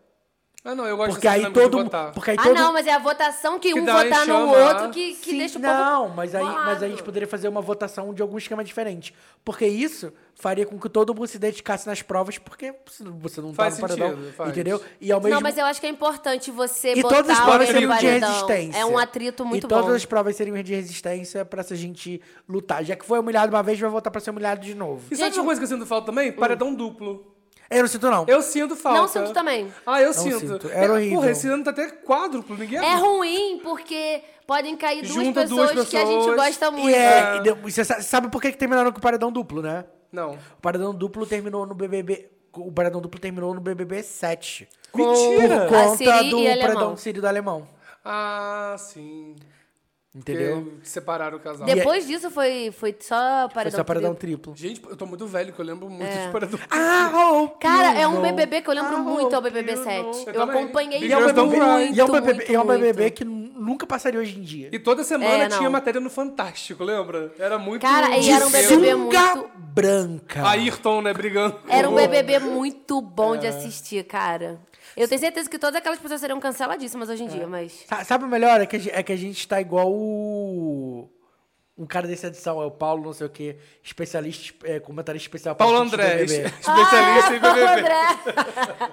[SPEAKER 3] Ah, não, eu gosto
[SPEAKER 1] Porque
[SPEAKER 3] dessa
[SPEAKER 1] aí,
[SPEAKER 3] dinâmica de
[SPEAKER 1] todo, mu-
[SPEAKER 3] votar.
[SPEAKER 1] porque aí
[SPEAKER 2] Ah,
[SPEAKER 1] todo
[SPEAKER 2] não, mas é a votação que,
[SPEAKER 3] Que
[SPEAKER 2] um
[SPEAKER 3] dá
[SPEAKER 2] votar no
[SPEAKER 3] enxame,
[SPEAKER 2] outro
[SPEAKER 3] ah.
[SPEAKER 2] que, que
[SPEAKER 1] Sim,
[SPEAKER 2] deixa o povo.
[SPEAKER 1] não, mas aí, mas aí
[SPEAKER 2] bolado.
[SPEAKER 1] a gente poderia fazer uma votação de algum esquema diferente. Porque isso faria com que todo mundo se dedicasse nas provas, porque você não
[SPEAKER 3] Faz
[SPEAKER 1] tá no paredão,
[SPEAKER 3] sentido, faz.
[SPEAKER 1] entendeu? E ao mesmo
[SPEAKER 2] Não, mas eu acho que é importante você
[SPEAKER 1] e
[SPEAKER 2] botar
[SPEAKER 1] todas as
[SPEAKER 2] alguém
[SPEAKER 1] provas
[SPEAKER 2] no
[SPEAKER 1] seriam de
[SPEAKER 2] paredão.
[SPEAKER 1] resistência.
[SPEAKER 2] É um atrito muito
[SPEAKER 1] E todas
[SPEAKER 2] bom.
[SPEAKER 1] as provas seriam de resistência pra essa gente lutar. Já que foi humilhado uma vez, vai voltar pra ser humilhado de novo.
[SPEAKER 3] E sabe
[SPEAKER 2] Gente, hum.
[SPEAKER 3] uma coisa que eu sinto falta também? Paredão duplo.
[SPEAKER 1] Eu não sinto, não.
[SPEAKER 3] Eu sinto falta.
[SPEAKER 2] Não sinto também.
[SPEAKER 3] Ah, eu
[SPEAKER 1] Não
[SPEAKER 3] sinto.
[SPEAKER 1] sinto. Era
[SPEAKER 3] É,
[SPEAKER 1] horrível.
[SPEAKER 3] Porra, esse ano tá até quádruplo, ninguém
[SPEAKER 2] É ruim porque podem cair duas,
[SPEAKER 3] Junta
[SPEAKER 2] pessoas,
[SPEAKER 3] duas
[SPEAKER 2] que a gente
[SPEAKER 3] pessoas.
[SPEAKER 2] gosta
[SPEAKER 1] E
[SPEAKER 2] muito.
[SPEAKER 1] é, e deu- você sa- sabe por que que terminaram com o paredão duplo, né?
[SPEAKER 3] Não.
[SPEAKER 1] O paredão duplo terminou no BBB. O paredão duplo terminou no BBB 7.
[SPEAKER 3] Mentira!
[SPEAKER 1] Por conta
[SPEAKER 2] Siri e
[SPEAKER 1] do
[SPEAKER 2] alemão.
[SPEAKER 1] paredão Siri do alemão.
[SPEAKER 3] Ah, sim.
[SPEAKER 1] Entendeu?
[SPEAKER 3] Porque separaram o casal.
[SPEAKER 2] Depois disso foi, foi só
[SPEAKER 1] é. Foi
[SPEAKER 2] paredão.
[SPEAKER 1] só paredão
[SPEAKER 2] triplo.
[SPEAKER 1] triplo.
[SPEAKER 3] Gente, eu tô muito velho, que eu lembro muito
[SPEAKER 2] É.
[SPEAKER 3] de paredão.
[SPEAKER 1] Ah, oh,
[SPEAKER 2] Cara, é um
[SPEAKER 1] não.
[SPEAKER 2] BBB que eu lembro
[SPEAKER 1] Ah,
[SPEAKER 2] muito, é o
[SPEAKER 1] oh,
[SPEAKER 2] BBB7.
[SPEAKER 3] não.
[SPEAKER 2] Eu,
[SPEAKER 3] Eu também.
[SPEAKER 2] acompanhei
[SPEAKER 3] E
[SPEAKER 1] E é um
[SPEAKER 3] Eles não
[SPEAKER 1] BBB,
[SPEAKER 3] vai.
[SPEAKER 1] e é um BBB, e é um
[SPEAKER 2] muito,
[SPEAKER 1] BBB
[SPEAKER 2] muito.
[SPEAKER 1] que nunca passaria hoje em dia.
[SPEAKER 3] E toda semana
[SPEAKER 2] É, não.
[SPEAKER 3] tinha matéria no Fantástico, lembra? Era muito.
[SPEAKER 2] Cara, e era um
[SPEAKER 1] De
[SPEAKER 2] BBB
[SPEAKER 1] sunga
[SPEAKER 2] muito-
[SPEAKER 1] branca.
[SPEAKER 3] Ayrton, né, brigando. com
[SPEAKER 2] Era um
[SPEAKER 3] o-
[SPEAKER 2] BBB muito bom
[SPEAKER 1] É.
[SPEAKER 2] de assistir, cara. Eu tenho certeza que todas aquelas pessoas seriam canceladíssimas hoje em
[SPEAKER 1] É.
[SPEAKER 2] dia, mas...
[SPEAKER 1] Sa- Sabe o melhor? É que, a ge- é que a gente tá igual o. Um cara dessa edição, é o Paulo, não sei o quê, especialista, é, comentarista especial. pra
[SPEAKER 3] Paulo
[SPEAKER 1] gente do
[SPEAKER 3] André,
[SPEAKER 1] BBB.
[SPEAKER 3] especialista em
[SPEAKER 2] <laughs> Ô,
[SPEAKER 3] BBB.
[SPEAKER 2] André!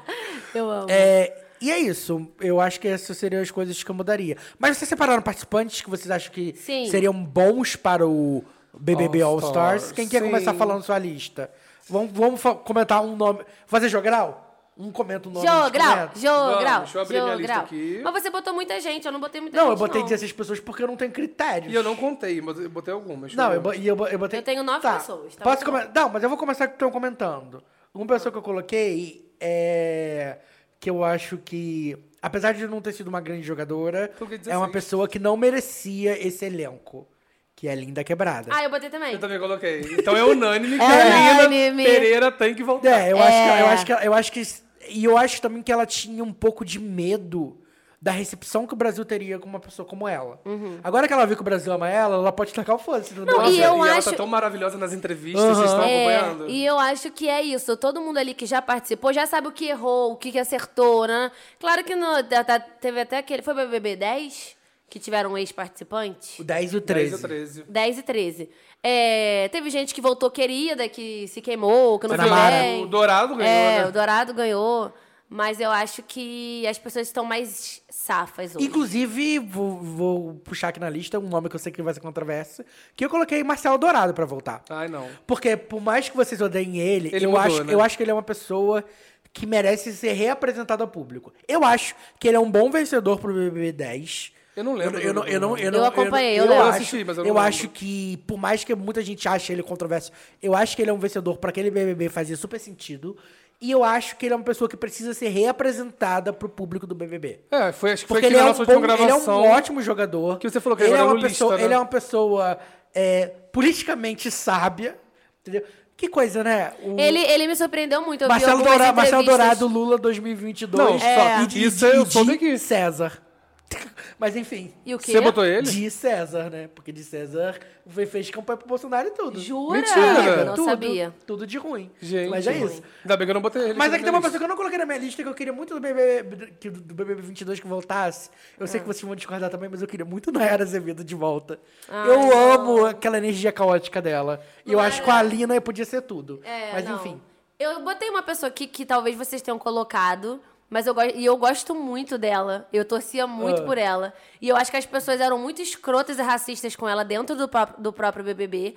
[SPEAKER 2] eu amo.
[SPEAKER 1] É, e é isso. Eu acho que essas seriam as coisas que eu mudaria. Mas vocês separaram participantes que vocês acham que
[SPEAKER 2] Sim.
[SPEAKER 1] seriam bons para o BBB All,
[SPEAKER 3] All
[SPEAKER 1] Stars?
[SPEAKER 3] Stars,
[SPEAKER 1] Quem quer
[SPEAKER 3] sim.
[SPEAKER 1] começar falando sua lista? Vamos, vamos fa- comentar um nome. Fazer jogral? Um comenta o nome. a gente
[SPEAKER 2] Jogral,
[SPEAKER 1] comenta.
[SPEAKER 2] jogral,
[SPEAKER 3] Vamos, deixa eu abrir minha lista
[SPEAKER 2] jogral.
[SPEAKER 3] aqui.
[SPEAKER 2] Mas você botou muita gente, eu não botei muita gente,
[SPEAKER 1] Não, eu botei
[SPEAKER 2] não.
[SPEAKER 1] 16 pessoas porque eu não tenho critérios.
[SPEAKER 3] E eu não contei, mas eu botei algumas. Então,
[SPEAKER 1] Não, eu, bo- e eu, bo- eu botei.
[SPEAKER 2] Eu tenho nove
[SPEAKER 1] Tá,
[SPEAKER 2] pessoas, tá
[SPEAKER 1] posso
[SPEAKER 2] bom.
[SPEAKER 1] come- Não, mas eu vou começar que estão comentando. Uma pessoa que eu coloquei é. Que eu acho que. Apesar de não ter sido uma grande jogadora,
[SPEAKER 3] Porque
[SPEAKER 1] é uma
[SPEAKER 3] 16.
[SPEAKER 1] pessoa que não merecia esse elenco. Que é Linda Quebrada.
[SPEAKER 2] Ah, eu botei também.
[SPEAKER 3] Eu também coloquei. Então é unânime que
[SPEAKER 2] É
[SPEAKER 3] a Lina
[SPEAKER 2] unânime.
[SPEAKER 3] Pereira tem que voltar.
[SPEAKER 1] É, eu, Acho que, eu
[SPEAKER 2] É.
[SPEAKER 1] acho que eu acho que e eu acho também que ela tinha um pouco de medo da recepção que o Brasil teria com uma pessoa como ela. Agora que ela viu que o Brasil ama ela, ela pode tacar o foda-se. entendeu?
[SPEAKER 2] Uhum. Não, e eu
[SPEAKER 3] ela
[SPEAKER 2] acho-
[SPEAKER 3] tá tão maravilhosa nas entrevistas, vocês estão
[SPEAKER 2] É,
[SPEAKER 3] acompanhando?
[SPEAKER 2] e eu acho que é isso. Todo mundo ali que já participou já sabe o que errou, o que, que acertou, né? Claro que no, tá- tá- teve até aquele. Foi BBB 10 que tiveram
[SPEAKER 1] O
[SPEAKER 2] ex-participantes?
[SPEAKER 1] 10 e o
[SPEAKER 3] 10 ou
[SPEAKER 1] 13.
[SPEAKER 3] 13.
[SPEAKER 2] 10 e 13. É, teve gente que voltou querida, que se queimou, que não
[SPEAKER 1] Ana
[SPEAKER 2] foi
[SPEAKER 1] Mara.
[SPEAKER 2] é bem.
[SPEAKER 3] O Dourado ganhou,
[SPEAKER 2] É,
[SPEAKER 3] né?
[SPEAKER 2] o Dourado ganhou. Mas eu acho que as pessoas estão mais safas hoje.
[SPEAKER 1] Inclusive, vou, vou puxar aqui na lista um nome que eu sei que vai ser controvérsia, que eu coloquei Marcelo Dourado pra voltar.
[SPEAKER 3] Ai, não.
[SPEAKER 1] Porque por mais que vocês odeiem ele,
[SPEAKER 3] Ele
[SPEAKER 1] eu,
[SPEAKER 3] mudou,
[SPEAKER 1] acho,
[SPEAKER 3] né?
[SPEAKER 1] eu acho que ele é uma pessoa que merece ser reapresentado ao público. Eu acho que ele é um bom vencedor pro BBB 10.
[SPEAKER 3] Eu não lembro
[SPEAKER 1] Eu, não- eu, não- eu, não-
[SPEAKER 2] Eu
[SPEAKER 1] não-
[SPEAKER 2] acompanhei, eu
[SPEAKER 1] eu,
[SPEAKER 2] lembro.
[SPEAKER 1] acho,
[SPEAKER 3] assisti, mas eu
[SPEAKER 1] eu,
[SPEAKER 3] não lembro.
[SPEAKER 1] acho que, por mais que muita gente ache ele controverso, eu acho que ele é um vencedor pra aquele BBB fazia super sentido. E eu acho que ele é uma pessoa que precisa ser reapresentada pro público do BBB.
[SPEAKER 3] É, foi, acho que foi
[SPEAKER 1] Porque
[SPEAKER 3] aqui
[SPEAKER 1] ele
[SPEAKER 3] na
[SPEAKER 1] é, um
[SPEAKER 3] nossa última
[SPEAKER 1] bom- ele é um
[SPEAKER 3] gravação.
[SPEAKER 1] ótimo jogador.
[SPEAKER 3] Que você falou que ele
[SPEAKER 1] ele é
[SPEAKER 3] joga
[SPEAKER 1] uma
[SPEAKER 3] no lista,
[SPEAKER 1] pessoa,
[SPEAKER 3] né?
[SPEAKER 1] Ele é uma pessoa é, politicamente sábia, entendeu? Que coisa, né? O
[SPEAKER 2] Ele, ele me surpreendeu muito. Eu
[SPEAKER 1] Marcelo,
[SPEAKER 2] vi algumas
[SPEAKER 1] Dourado, Marcelo
[SPEAKER 2] entrevistas.
[SPEAKER 1] Dourado, Lula 2022.
[SPEAKER 3] Não, só- É.
[SPEAKER 1] E de-
[SPEAKER 3] isso eu
[SPEAKER 1] e
[SPEAKER 3] soube
[SPEAKER 1] de
[SPEAKER 3] aqui.
[SPEAKER 1] César. <laughs> Mas enfim.
[SPEAKER 2] E o quê?
[SPEAKER 3] Você botou ele?
[SPEAKER 1] De César, né? Porque de César fe- fez campanha pro Bolsonaro e tudo.
[SPEAKER 2] Jura?
[SPEAKER 3] Mentira.
[SPEAKER 2] Não
[SPEAKER 1] tudo,
[SPEAKER 2] sabia.
[SPEAKER 1] Tudo de ruim.
[SPEAKER 3] Gente.
[SPEAKER 1] Mas é isso.
[SPEAKER 3] Ainda bem que eu não botei ele.
[SPEAKER 1] Mas
[SPEAKER 3] aqui
[SPEAKER 1] aqui
[SPEAKER 3] na
[SPEAKER 1] tem uma
[SPEAKER 3] minha
[SPEAKER 1] pessoa que eu não coloquei na minha lista que eu queria muito do BBB, que- do BBB 22 que voltasse. Eu
[SPEAKER 2] É.
[SPEAKER 1] sei que vocês vão discordar também, mas eu queria muito Nayara Azevedo de volta. eu
[SPEAKER 2] não.
[SPEAKER 1] amo aquela energia caótica dela. E eu
[SPEAKER 2] Ah, então. Não
[SPEAKER 1] acho que
[SPEAKER 2] era-
[SPEAKER 1] com a Alina podia ser tudo.
[SPEAKER 2] É,
[SPEAKER 1] mas
[SPEAKER 2] não.
[SPEAKER 1] enfim.
[SPEAKER 2] Eu botei uma pessoa aqui que talvez vocês tenham colocado, mas eu go- e eu gosto muito dela. Eu torcia muito
[SPEAKER 1] Ah.
[SPEAKER 2] por ela. E eu acho que as pessoas eram muito escrotas e racistas com ela dentro do, pró- do próprio BBB,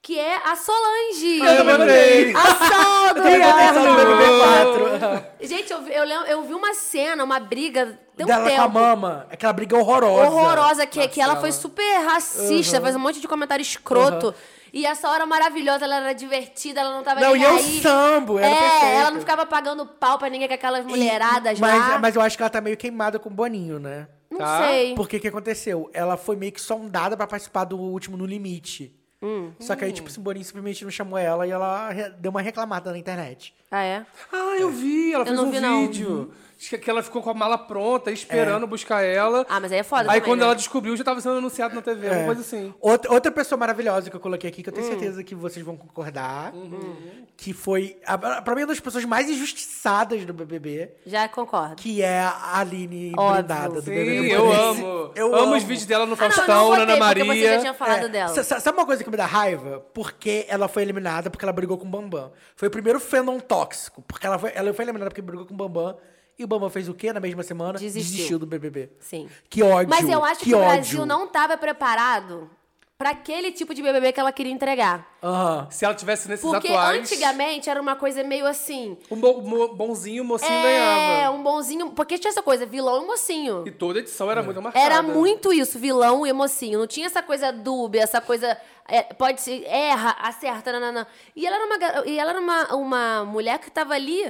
[SPEAKER 2] que é a Solange.
[SPEAKER 3] Eu também botei.
[SPEAKER 2] A Sol do
[SPEAKER 1] Essa do
[SPEAKER 2] governo.
[SPEAKER 1] BBB 4.
[SPEAKER 2] Gente, eu, vi- eu lem- eu vi uma cena, uma briga, tem um
[SPEAKER 1] dela
[SPEAKER 2] tempo.
[SPEAKER 1] com a mama. Aquela briga horrorosa. Uhum.
[SPEAKER 2] horrorosa, que, que ela
[SPEAKER 3] Marcela.
[SPEAKER 2] foi super racista, fez um monte de comentário escroto. E essa hora maravilhosa, ela era divertida, ela não tava
[SPEAKER 1] Não,
[SPEAKER 2] nem
[SPEAKER 1] e eu
[SPEAKER 2] aí.
[SPEAKER 1] sambo, era
[SPEAKER 2] é,
[SPEAKER 1] perfeito.
[SPEAKER 2] ela não ficava pagando pau pra ninguém com aquelas mulheradas
[SPEAKER 1] E- mas,
[SPEAKER 2] lá.
[SPEAKER 1] mas eu acho que ela tá meio queimada com o Boninho, né?
[SPEAKER 2] não
[SPEAKER 3] Tá.
[SPEAKER 2] sei.
[SPEAKER 1] Porque o que aconteceu? Ela foi meio que sondada pra participar do último No Limite.
[SPEAKER 3] Hum.
[SPEAKER 1] Só que aí, tipo, o Boninho simplesmente não chamou ela e ela re- deu uma reclamada na internet.
[SPEAKER 2] Ah, é?
[SPEAKER 3] Ah, eu vi, ela fez
[SPEAKER 2] não
[SPEAKER 3] um
[SPEAKER 2] vi, não.
[SPEAKER 3] vídeo. Diz que- que ela ficou com a mala pronta, esperando buscar ela.
[SPEAKER 2] Ah, mas aí é foda
[SPEAKER 3] Aí
[SPEAKER 2] também,
[SPEAKER 3] quando
[SPEAKER 2] né?
[SPEAKER 3] ela descobriu, já tava sendo anunciado na TV,
[SPEAKER 1] É.
[SPEAKER 3] uma coisa assim.
[SPEAKER 1] Outra, outra pessoa maravilhosa que eu coloquei aqui, que eu
[SPEAKER 3] Hum.
[SPEAKER 1] tenho certeza que vocês vão concordar,
[SPEAKER 3] Uhum.
[SPEAKER 1] que foi, a, pra mim, uma das pessoas mais injustiçadas do BBB,
[SPEAKER 2] Já concordo.
[SPEAKER 1] que é a Aline
[SPEAKER 2] Óbvio.
[SPEAKER 1] Brindada, do
[SPEAKER 3] Sim,
[SPEAKER 1] BBB.
[SPEAKER 3] eu
[SPEAKER 1] Parece-
[SPEAKER 3] amo.
[SPEAKER 1] Eu
[SPEAKER 3] amo, os vídeos dela no
[SPEAKER 2] Ah, não,
[SPEAKER 3] Faustão,
[SPEAKER 2] eu
[SPEAKER 3] na
[SPEAKER 2] não
[SPEAKER 3] Ana
[SPEAKER 2] votei, porque Você já
[SPEAKER 3] Maria.
[SPEAKER 2] tinha falado
[SPEAKER 1] É,
[SPEAKER 2] dela.
[SPEAKER 1] sa- sa- Sabe uma coisa que me dá raiva? Porque ela foi eliminada porque ela brigou com o Bambam. Foi o primeiro fandom tóxico. Porque ela foi, ela foi eliminada porque brigou com o Bambam. E o Bambam fez o quê na mesma semana?
[SPEAKER 2] Desistiu.
[SPEAKER 1] do BBB.
[SPEAKER 2] Sim.
[SPEAKER 1] Que ódio.
[SPEAKER 2] Mas eu acho que, o
[SPEAKER 1] ódio.
[SPEAKER 2] Brasil não tava preparado pra aquele tipo de BBB que ela queria entregar.
[SPEAKER 1] Aham.
[SPEAKER 3] Se ela tivesse nesses
[SPEAKER 2] Porque
[SPEAKER 3] atuais,
[SPEAKER 2] antigamente era uma coisa meio assim.
[SPEAKER 3] o bo- mo- bonzinho, o mocinho
[SPEAKER 2] É,
[SPEAKER 3] ganhava.
[SPEAKER 2] um bonzinho. Porque tinha essa coisa, vilão e mocinho.
[SPEAKER 3] E tá toda edição era muito marcada.
[SPEAKER 2] Era muito isso, vilão e mocinho. Não tinha essa coisa dúbia, essa coisa. é, pode ser. Erra, acerta, nananã. E ela era uma, gar- e ela era uma, uma mulher que tava ali